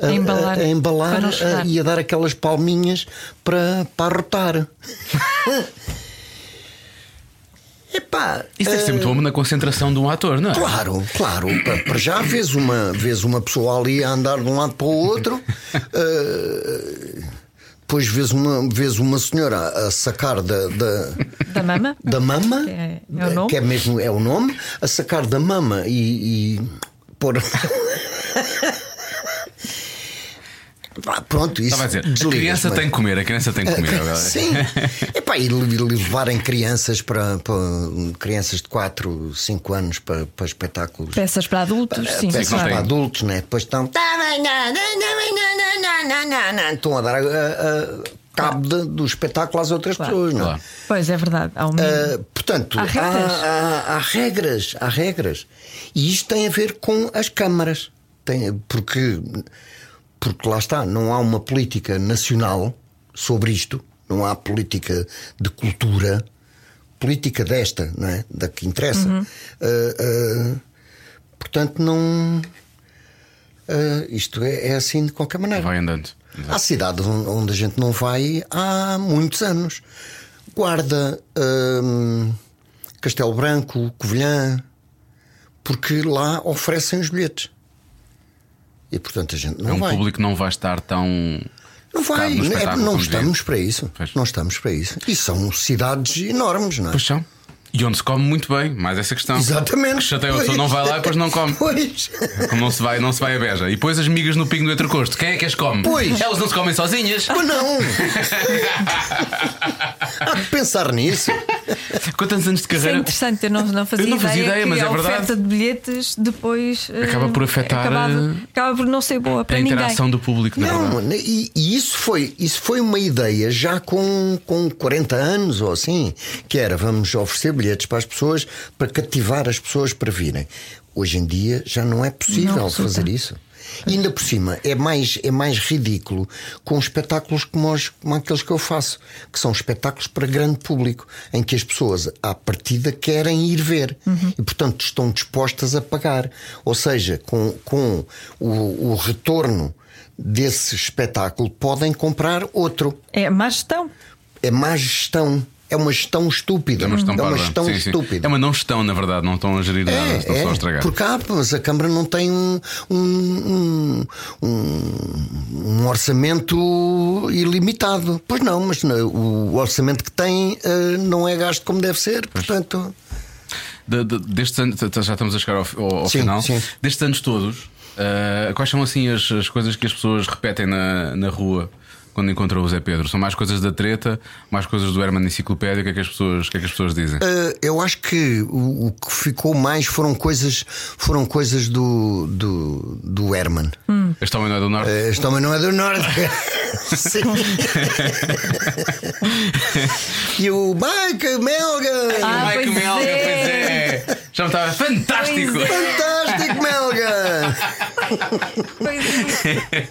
Speaker 3: A embalar.
Speaker 4: a, embalar,
Speaker 3: Para não
Speaker 4: ah,
Speaker 3: chorar.
Speaker 4: e a dar aquelas palminhas para, para arrotar. Epá, eh,
Speaker 2: Isso
Speaker 3: é
Speaker 2: deve ser muito bom na concentração de um ator, não é?
Speaker 4: Claro, claro. Pa- Para já vês uma, vês uma pessoa ali a andar de um lado para o outro, eh, depois vês uma, vês uma senhora a- a sacar da, da,
Speaker 3: Da mama?
Speaker 4: da mama,
Speaker 3: É- é o nome?
Speaker 4: que é mesmo é o nome, a sacar da mama e, e pôr. Pá, Pronto, isso
Speaker 2: Estava a dizer, a
Speaker 4: desligas,
Speaker 2: criança
Speaker 4: mas-
Speaker 2: tem que comer, a criança tem que comer. agora.
Speaker 4: Sim. Epá, e le- levarem crianças para, para- crianças de 4, 5 anos para, para espetáculos.
Speaker 3: Peças para adultos, sim.
Speaker 4: Peças
Speaker 2: não
Speaker 4: para
Speaker 2: tem.
Speaker 4: adultos, né? Depois estão. Estão a dar a- a- a cabo de- do espetáculo às outras pessoas, não é?
Speaker 2: Claro.
Speaker 3: Pois é verdade. Há um
Speaker 4: Ah, portanto,
Speaker 3: Há
Speaker 4: há
Speaker 3: regras.
Speaker 4: há- há regras, há regras. E isto tem a ver com as câmaras. Tem- porque, porque lá está, não há uma política nacional sobre isto, não há política de cultura, política desta, não é? da que interessa.
Speaker 3: Uhum.
Speaker 4: Ah, ah, portanto, não. ah, isto é, é assim de qualquer maneira.
Speaker 2: Vai andando.
Speaker 4: Há cidades on- onde a gente não vai há muitos anos. Guarda, hum, Castelo Branco, Covilhã, porque lá oferecem os bilhetes. E portanto a gente não
Speaker 2: É um
Speaker 4: vai.
Speaker 2: público que não vai estar tão.
Speaker 4: não
Speaker 2: focado
Speaker 4: vai,
Speaker 2: no
Speaker 4: É-
Speaker 2: espetáculo,
Speaker 4: não
Speaker 2: como dizia.
Speaker 4: estamos para isso.
Speaker 2: Pois.
Speaker 4: Não estamos para isso. E são cidades enormes, não é?
Speaker 2: Pois são. E onde se come muito bem, mais essa questão.
Speaker 4: Exatamente.
Speaker 2: Que Chateia, a pessoa não vai lá e depois não come.
Speaker 4: Pois.
Speaker 2: É Como não se vai, não se vai a beja. E depois as migas no pingo do entrecosto. Quem é que as come?
Speaker 4: Pois.
Speaker 2: Elas não se comem sozinhas.
Speaker 4: Mas não! Há que pensar nisso.
Speaker 2: Quantos anos de
Speaker 3: Isso é
Speaker 2: carreira?
Speaker 3: interessante, eu não, não fazia
Speaker 2: Eu não fazia ideia,
Speaker 3: que
Speaker 2: mas é
Speaker 3: a
Speaker 2: verdade.
Speaker 3: oferta de bilhetes depois eh,
Speaker 2: Acaba por afetar,
Speaker 3: acabava,
Speaker 2: eh,
Speaker 3: acaba por não ser boa para
Speaker 2: a
Speaker 3: ninguém.
Speaker 2: interação do público, na
Speaker 4: Não,
Speaker 2: verdade.
Speaker 4: mano, e, e isso, foi, isso foi uma ideia já com, com 40 anos ou assim, que era vamos oferecer bilhetes para as pessoas para cativar as pessoas para virem. Hoje em dia já não é possível
Speaker 3: Não resulta.
Speaker 4: fazer isso. E ainda por cima, é mais, é mais ridículo com espetáculos como, os, como aqueles que eu faço, que são espetáculos para grande público, em que as pessoas à partida querem ir ver e, portanto, estão dispostas a pagar. Ou seja, com, com o, o retorno desse espetáculo, podem comprar outro.
Speaker 3: É má gestão.
Speaker 4: É má gestão. É uma gestão estúpida.
Speaker 2: É uma gestão, parva.
Speaker 4: gestão
Speaker 2: Sim, sim.
Speaker 4: estúpida. É,
Speaker 2: É uma não gestão, na verdade, não estão a gerir nada, estão só a estragar.
Speaker 4: Porque há, mas a Câmara não tem um, um, um, um orçamento ilimitado. Pois não, mas não, o orçamento que tem eh, não é gasto como deve ser, portanto.
Speaker 2: De- de- destes anos, t- t- já estamos a chegar ao, fi- ao- ao
Speaker 4: Sim,
Speaker 2: final.
Speaker 4: sim.
Speaker 2: Destes anos todos, ah, quais são assim as, as coisas que as pessoas repetem na, na rua quando encontram o Zé Pedro? São mais coisas da treta, mais coisas do Herman Enciclopédia? O que é que as pessoas, o que é que as pessoas dizem?
Speaker 4: Eh, eu acho que o, o que ficou mais foram coisas, foram coisas do, do, do Herman.
Speaker 3: Hum.
Speaker 2: Este homem não é do Norte?
Speaker 4: Eh, Este homem não é do Norte. Sim. e o Mike Melga!
Speaker 3: Ah,
Speaker 2: Ai, que
Speaker 3: pois
Speaker 2: melga,
Speaker 3: é.
Speaker 2: pois é. Já me estava fantástico!
Speaker 4: Fantástico, Melga!
Speaker 3: Pois é.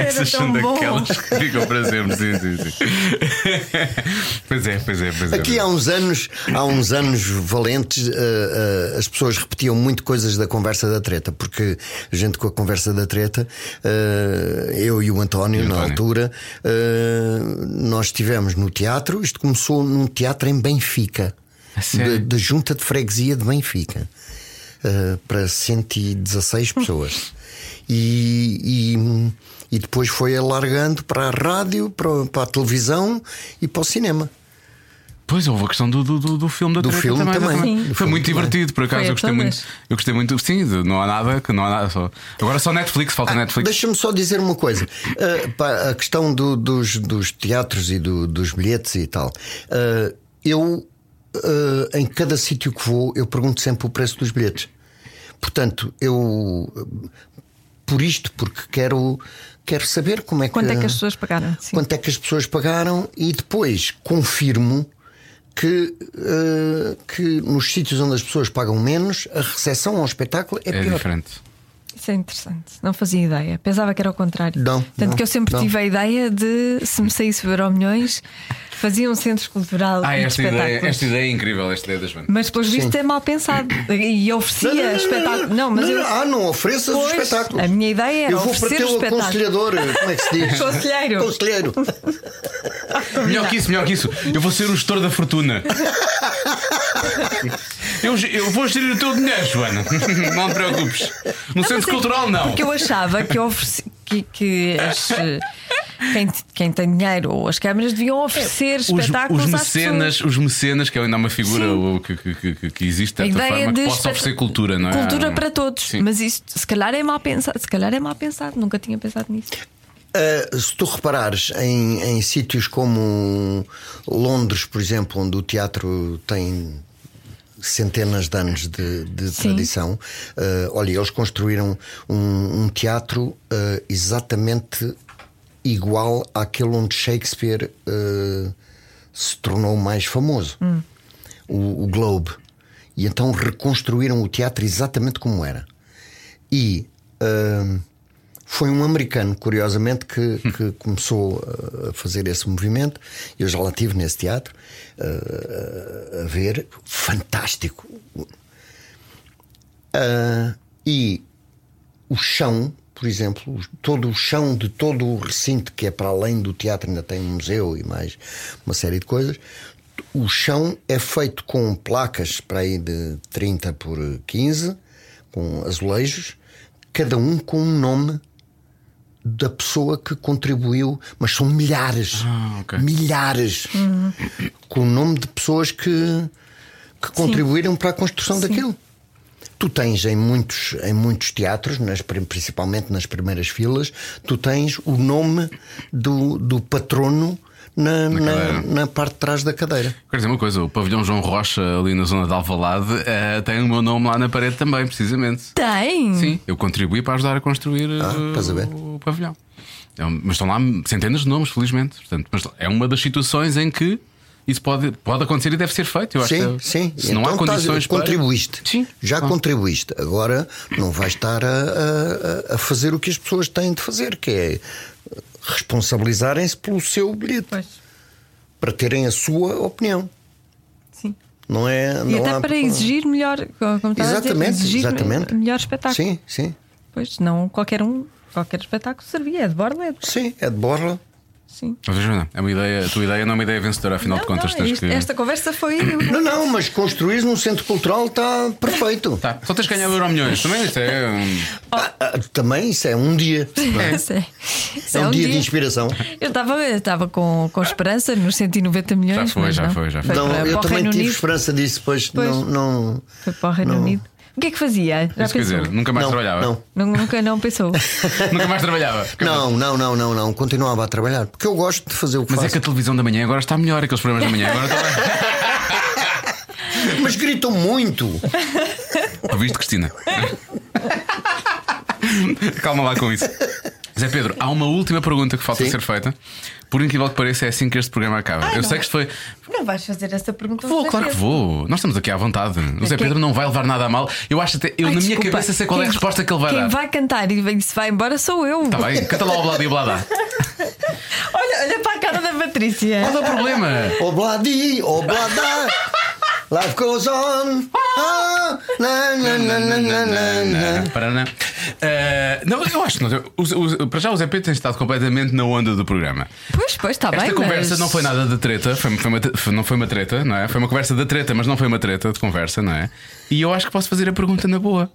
Speaker 2: Essas são
Speaker 3: tão bom.
Speaker 2: daquelas que ficam para sempre, sim, sim, sim. pois é, pois é, pois é.
Speaker 4: Aqui há uns anos, há uns anos valentes, eh, eh, as pessoas repetiam muito coisas da conversa da treta, porque a gente com a conversa da treta, eh, eu e o António,
Speaker 2: E o
Speaker 4: na
Speaker 2: António.
Speaker 4: altura, eh, nós estivemos no teatro, isto começou num teatro em Benfica,
Speaker 2: A sério?
Speaker 4: de- da Junta de Freguesia de Benfica, eh, para 116 pessoas. E, e, e depois foi alargando para a rádio, para, para a televisão e para o cinema.
Speaker 2: Pois houve a questão do, do, do- do filme da
Speaker 4: Do
Speaker 2: treta
Speaker 4: filme também, sim.
Speaker 2: Foi
Speaker 4: Do filme
Speaker 2: muito
Speaker 4: também.
Speaker 2: divertido, por acaso.
Speaker 3: Foi a
Speaker 2: Eu gostei
Speaker 3: todas.
Speaker 2: muito. Eu gostei muito. Sim, de- não há nada que não há nada só. Agora só Netflix,
Speaker 4: Ah,
Speaker 2: falta Netflix.
Speaker 4: Deixa-me só dizer uma coisa. Uh, pá, a questão do- dos, dos teatros e do- dos bilhetes e tal. Uh, eu, uh, em cada sítio que vou, eu pergunto sempre o preço dos bilhetes. Portanto, eu. uh, Por isto, porque quero, quero saber como é que.
Speaker 3: Quanto é que as pessoas pagaram? Sim.
Speaker 4: quanto é que as pessoas pagaram e depois confirmo. Que, uh, que nos sítios onde as pessoas pagam menos, a recepção ao espetáculo é,
Speaker 2: É
Speaker 4: pior.
Speaker 2: diferente.
Speaker 3: Isso é interessante. Não fazia ideia. Pensava que era ao contrário.
Speaker 4: Não,
Speaker 3: Tanto
Speaker 4: não,
Speaker 3: que eu sempre
Speaker 4: não.
Speaker 3: tive a ideia de se me saísse ver ao milhões, fazia um centro cultural
Speaker 2: Ah,
Speaker 4: é
Speaker 3: e de
Speaker 2: esta ideia,
Speaker 3: espetáculos.
Speaker 2: esta ideia é incrível, esta ideia das bandas.
Speaker 3: Mas pelos vistos é mal pensado. E oferecia espetáculo. Não, mas
Speaker 4: não,
Speaker 3: eu.
Speaker 4: não, ah, não ofereças os
Speaker 3: Pois,
Speaker 4: espetáculos.
Speaker 3: a minha ideia era
Speaker 4: Eu vou para
Speaker 3: É oferecer
Speaker 4: teu
Speaker 3: espetáculo.
Speaker 4: aconselhador, como é que se diz?
Speaker 3: Conselheiro.
Speaker 4: Conselheiro.
Speaker 2: Melhor que isso, melhor que isso. Eu vou ser o gestor da fortuna. Eu, ge- eu vou gerir o teu dinheiro, Joana. Não te preocupes. No
Speaker 3: Não, mas
Speaker 2: centro
Speaker 3: é-
Speaker 2: cultural, não.
Speaker 3: Porque eu achava que, ofereci- que, que as, eh, quem, t- quem tem dinheiro ou as câmaras deviam oferecer
Speaker 2: É, Os,
Speaker 3: espetáculos
Speaker 2: os
Speaker 3: às pessoas.
Speaker 2: mecenas, os mecenas, que é ainda há uma figura
Speaker 3: Sim.
Speaker 2: o- que, que, que, que existe
Speaker 3: A
Speaker 2: de certa
Speaker 3: ideia
Speaker 2: forma,
Speaker 3: de
Speaker 2: que possa
Speaker 3: espetá-
Speaker 2: oferecer cultura, não é?
Speaker 3: Cultura para todos.
Speaker 2: Sim.
Speaker 3: Mas isto, se calhar é mal pensado. Se calhar é mal pensado. Nunca tinha pensado nisso.
Speaker 4: Ah, se tu reparares em, em sítios como Londres, por exemplo, onde o teatro tem centenas de anos de, de
Speaker 3: Sim.
Speaker 4: tradição, ah, olha, eles construíram um, um teatro ah, exatamente igual àquele onde Shakespeare ah, se tornou mais famoso,
Speaker 3: Hum.
Speaker 4: o, o Globe. E então reconstruíram o teatro exatamente como era. E hum, foi um americano, curiosamente, que, que começou uh, a fazer esse movimento. Eu já lá estive nesse teatro uh, a ver. Fantástico! Uh, e o chão, por exemplo, os- todo o chão de todo o recinto, que é para além do teatro, ainda tem um museu e mais uma série de coisas. O chão é feito com placas para aí de 30 por 15, com azulejos, cada um com um nome da pessoa que contribuiu, mas são milhares,
Speaker 2: Ah, ok.
Speaker 4: milhares, com o nome de pessoas que, que contribuíram para a construção daquilo. Tu tens em muitos, em muitos teatros, nas prim- principalmente nas primeiras filas, tu tens o nome do, do patrono
Speaker 2: Na
Speaker 4: na, na-
Speaker 2: cadeira.
Speaker 4: na parte de trás da cadeira.
Speaker 2: Quer dizer uma coisa, o pavilhão João Rocha, ali na zona de Alvalade, eh, tem o meu nome lá na parede também, precisamente.
Speaker 3: Tem!
Speaker 2: Sim, eu contribuí para ajudar a construir eh,
Speaker 4: Ah, estás a ver?
Speaker 2: o pavilhão. É um- mas estão lá centenas de nomes, felizmente. Portanto, mas é uma das situações em que isso pode, pode acontecer e deve ser feito. Eu acho
Speaker 4: Sim,
Speaker 2: que
Speaker 4: sim.
Speaker 2: Se não há
Speaker 4: Então estás-
Speaker 2: condições para.
Speaker 4: contribuíste.
Speaker 2: Sim. Ah.
Speaker 4: Já
Speaker 2: Claro.
Speaker 4: contribuíste. Agora não vais estar a, a- a- a fazer o que as pessoas têm de fazer, que é responsabilizarem-se pelo seu bilhete
Speaker 3: Pois,
Speaker 4: para terem a sua opinião.
Speaker 3: sim.
Speaker 4: Não é?
Speaker 3: E
Speaker 4: não
Speaker 3: até
Speaker 4: há-
Speaker 3: para exigir melhor, como estava a dizer,
Speaker 4: Exatamente,
Speaker 3: exigir
Speaker 4: exatamente.
Speaker 3: melhor espetáculo.
Speaker 4: Sim, sim,
Speaker 3: Pois não, qualquer um, qualquer espetáculo servia, é de borlete.
Speaker 4: sim. É de borla.
Speaker 3: Sim.
Speaker 2: Talvez não. É uma ideia, a tua ideia não é uma ideia vencedora, afinal
Speaker 3: Não,
Speaker 2: de contas.
Speaker 3: não, é
Speaker 2: tens
Speaker 3: isto-
Speaker 2: que...
Speaker 3: Esta conversa foi.
Speaker 4: Não, não, mas construir num centro cultural está perfeito.
Speaker 2: Tá, só tens que ganhar euro milhões. Também isso é. um-
Speaker 4: Ah, ah, também isso é um dia. não é?
Speaker 3: Isso é, isso
Speaker 4: É um dia de
Speaker 3: inspiração.
Speaker 4: inspiração.
Speaker 3: Eu estava eu estava com, com esperança nos 190 milhões.
Speaker 2: Já foi,
Speaker 3: mas
Speaker 2: já
Speaker 3: não.
Speaker 2: foi, já foi.
Speaker 4: Não,
Speaker 3: para, para
Speaker 4: eu
Speaker 3: o
Speaker 4: também
Speaker 3: Reino
Speaker 4: tive
Speaker 3: Unido.
Speaker 4: esperança disso, pois,
Speaker 3: Pois.
Speaker 4: não. não
Speaker 3: Foi para o Reino
Speaker 4: Não.
Speaker 3: Unido. O que é que fazia? Já
Speaker 2: Isso quer
Speaker 3: pensou?
Speaker 2: dizer, nunca mais
Speaker 4: não,
Speaker 2: trabalhava.
Speaker 4: não.
Speaker 3: Nu- Nunca não pensou.
Speaker 2: Nunca mais trabalhava.
Speaker 4: Não, não, não, não, não. Continuava a trabalhar. Porque eu gosto de fazer o que
Speaker 2: Mas é
Speaker 4: faço.
Speaker 2: que a televisão da manhã agora está melhor, aqueles programas da manhã. Agora está
Speaker 4: Mas gritam muito.
Speaker 2: bem. Ouviste, Cristina? Calma lá com isso. Zé Pedro, há uma última pergunta que falta
Speaker 4: Sim.
Speaker 2: ser feita. Por incrível que pareça, é assim que este programa acaba. eu sei que isto foi.
Speaker 3: Não vais fazer essa pergunta.
Speaker 2: Vou,
Speaker 3: outra
Speaker 2: claro que
Speaker 3: vez.
Speaker 2: vou. Nós estamos aqui à vontade. O Zé
Speaker 3: quem-
Speaker 2: Pedro não vai levar nada a mal. Eu acho até. Eu,
Speaker 3: Ai,
Speaker 2: na minha
Speaker 3: é desculpa.
Speaker 2: cabeça, sei qual é a
Speaker 3: Quem-
Speaker 2: resposta que ele vai
Speaker 3: quem
Speaker 2: dar.
Speaker 3: vai cantar e vai- se vai embora sou eu.
Speaker 2: Está bem? Canta lá o blá e blá
Speaker 3: Olha, olha para a cara da Patrícia.
Speaker 2: Qual é o problema?
Speaker 4: Obladi, oblada. Life goes on. Ah, na, na, na, na, na, na, na.
Speaker 2: Paraná. Ah, Não, eu acho que não. O- o- Para já, o Zé Pedro tem estado completamente na onda do programa.
Speaker 3: Pois, pois, está bem.
Speaker 2: Esta conversa
Speaker 3: mas-
Speaker 2: não foi nada de treta, foi, foi uma, foi- não foi uma treta, não é? Foi uma conversa de treta, mas não foi uma treta de conversa, não é? E eu acho que posso fazer a pergunta na boa.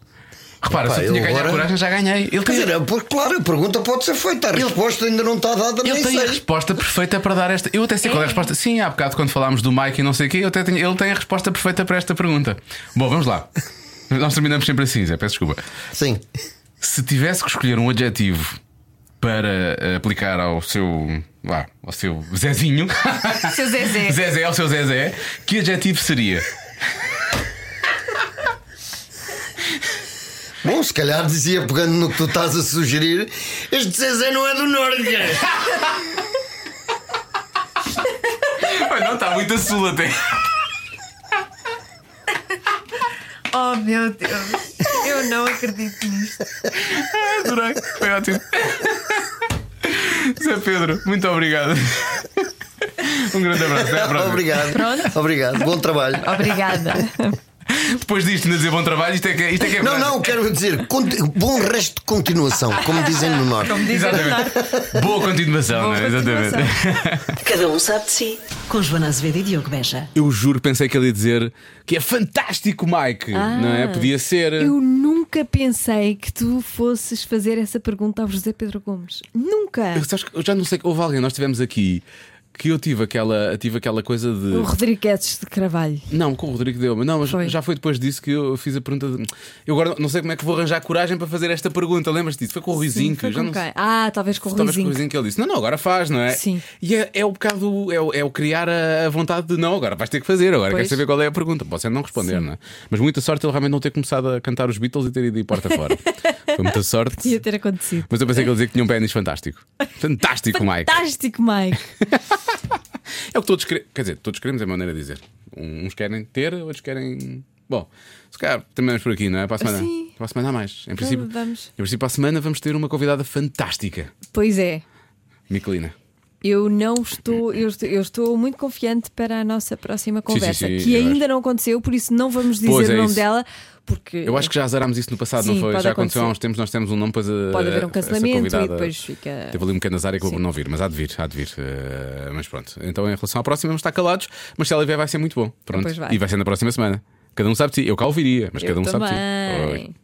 Speaker 2: Repara,
Speaker 4: Epá,
Speaker 2: se eu
Speaker 4: eu
Speaker 2: tinha ganho a
Speaker 4: agora-
Speaker 2: coragem, já ganhei. Ele
Speaker 4: Quer
Speaker 2: tem,
Speaker 4: dizer, é pois, claro, a pergunta pode ser feita. A resposta ainda não está dada,
Speaker 2: ele
Speaker 4: nem
Speaker 2: tem a
Speaker 4: sei.
Speaker 2: resposta perfeita para dar esta. Eu até sei qual é a resposta. Sim, há bocado quando falámos do Mike e não sei o quê, eu até tenho- ele tem a resposta perfeita para esta pergunta. Bom, vamos lá. Nós terminamos sempre assim, Zé, peço desculpa.
Speaker 4: Sim.
Speaker 2: Se tivesse que escolher um adjetivo para eh, aplicar ao seu. Vá, ao seu Zezinho.
Speaker 3: Seu Zezé.
Speaker 2: Zezé, ao seu Zezé, que adjetivo seria?
Speaker 4: Bom, se calhar dizia, pegando no que tu estás a sugerir, este Zezé não é do Norte. cara.
Speaker 2: Olha, não, está muito azul até.
Speaker 3: Oh meu Deus, eu não acredito nisto.
Speaker 2: Adorei, foi ótimo. Zé Pedro, muito obrigado. Um grande abraço, até à próxima.
Speaker 4: Obrigado.
Speaker 3: Pronto.
Speaker 4: Obrigado. Bom trabalho.
Speaker 3: Obrigada.
Speaker 2: Depois disto, ainda dizer bom trabalho, isto é que, isto é, que é
Speaker 4: Não,
Speaker 2: verdade.
Speaker 4: não, quero dizer, conti- bom resto de continuação, como dizem no Norte.
Speaker 2: Exatamente. Boa continuação,
Speaker 3: Boa
Speaker 2: não é? Exatamente.
Speaker 3: continuação.
Speaker 1: Cada um sabe de si. Com Joana Azevedo e Diogo Beja.
Speaker 2: Eu juro, pensei que ele ia dizer que é fantástico, Mike.
Speaker 3: Ah.
Speaker 2: não é? Podia ser.
Speaker 5: Eu nunca pensei que tu fosses fazer essa pergunta ao José Pedro Gomes. Nunca!
Speaker 2: Eu, sabes que eu já não sei. Houve alguém, nós tivemos aqui que eu tive aquela, tive aquela coisa de.
Speaker 5: O Rodrigues de Carvalho.
Speaker 2: Não, com o Rodrigo deu mas Não, mas
Speaker 5: Foi.
Speaker 2: já foi depois disso que eu fiz a pergunta. De... Eu agora não sei como é que vou arranjar coragem para fazer esta pergunta. Lembras-te disso? Foi com o Ruizinho
Speaker 5: Sim,
Speaker 2: que
Speaker 5: foi
Speaker 2: eu já
Speaker 5: com
Speaker 2: não
Speaker 5: quem? Ah, talvez com o
Speaker 2: Talvez com
Speaker 5: Ruizinho.
Speaker 2: o Ruizinho que ele disse: Não, não, agora faz, não é?
Speaker 5: Sim.
Speaker 2: E é, é o bocado, é o, é o criar a, a vontade de não, agora vais ter que fazer, agora
Speaker 5: Pois.
Speaker 2: queres saber qual é a pergunta. Pode ser não responder, não é? Mas muita sorte ele realmente não ter começado a cantar os Beatles e ter ido de porta fora. foi muita sorte.
Speaker 5: Ia ter acontecido.
Speaker 2: Mas eu pensei que ele dizia que tinha um pênis fantástico. Fantástico, Mike.
Speaker 5: Fantástico, Mike!
Speaker 2: É o que todos queremos. Quer dizer, todos queremos é a maneira de dizer. Um, Uns querem ter, outros querem. Bom, se calhar terminamos por aqui, não é? Para a semana.
Speaker 5: Sim.
Speaker 2: Para a semana há mais. Em princípio,
Speaker 5: vamos.
Speaker 2: Em princípio, para a semana vamos ter uma convidada fantástica,
Speaker 5: Pois é.
Speaker 2: Miquelina.
Speaker 5: Eu não estou eu, estou, eu estou muito confiante para a nossa próxima conversa,
Speaker 2: sim,
Speaker 5: que
Speaker 2: eu
Speaker 5: ainda
Speaker 2: acho.
Speaker 5: não aconteceu, por isso não vamos dizer
Speaker 2: Pois é
Speaker 5: o nome
Speaker 2: isso.
Speaker 5: dela, porque
Speaker 2: Eu acho que já azarámos isso no passado,
Speaker 5: Sim,
Speaker 2: não foi?
Speaker 5: pode
Speaker 2: Já aconteceu há
Speaker 5: acontecer.
Speaker 2: uns tempos, nós temos um nome, depois a-
Speaker 5: Pode haver um
Speaker 2: essa
Speaker 5: cancelamento e
Speaker 2: convidada
Speaker 5: depois fica-
Speaker 2: Teve ali um bocadinho de azar e acabou por não vir, mas há de vir, há de vir. Eh, mas pronto. Então, em relação à próxima, vamos estar calados, mas se ela vier, vai ser muito bom. Pronto.
Speaker 5: Pois vai.
Speaker 2: E vai ser na próxima semana. Cada um sabe de si. Eu cá ouviria, mas
Speaker 5: eu
Speaker 2: cada um
Speaker 5: também.
Speaker 2: sabe de si. Oi.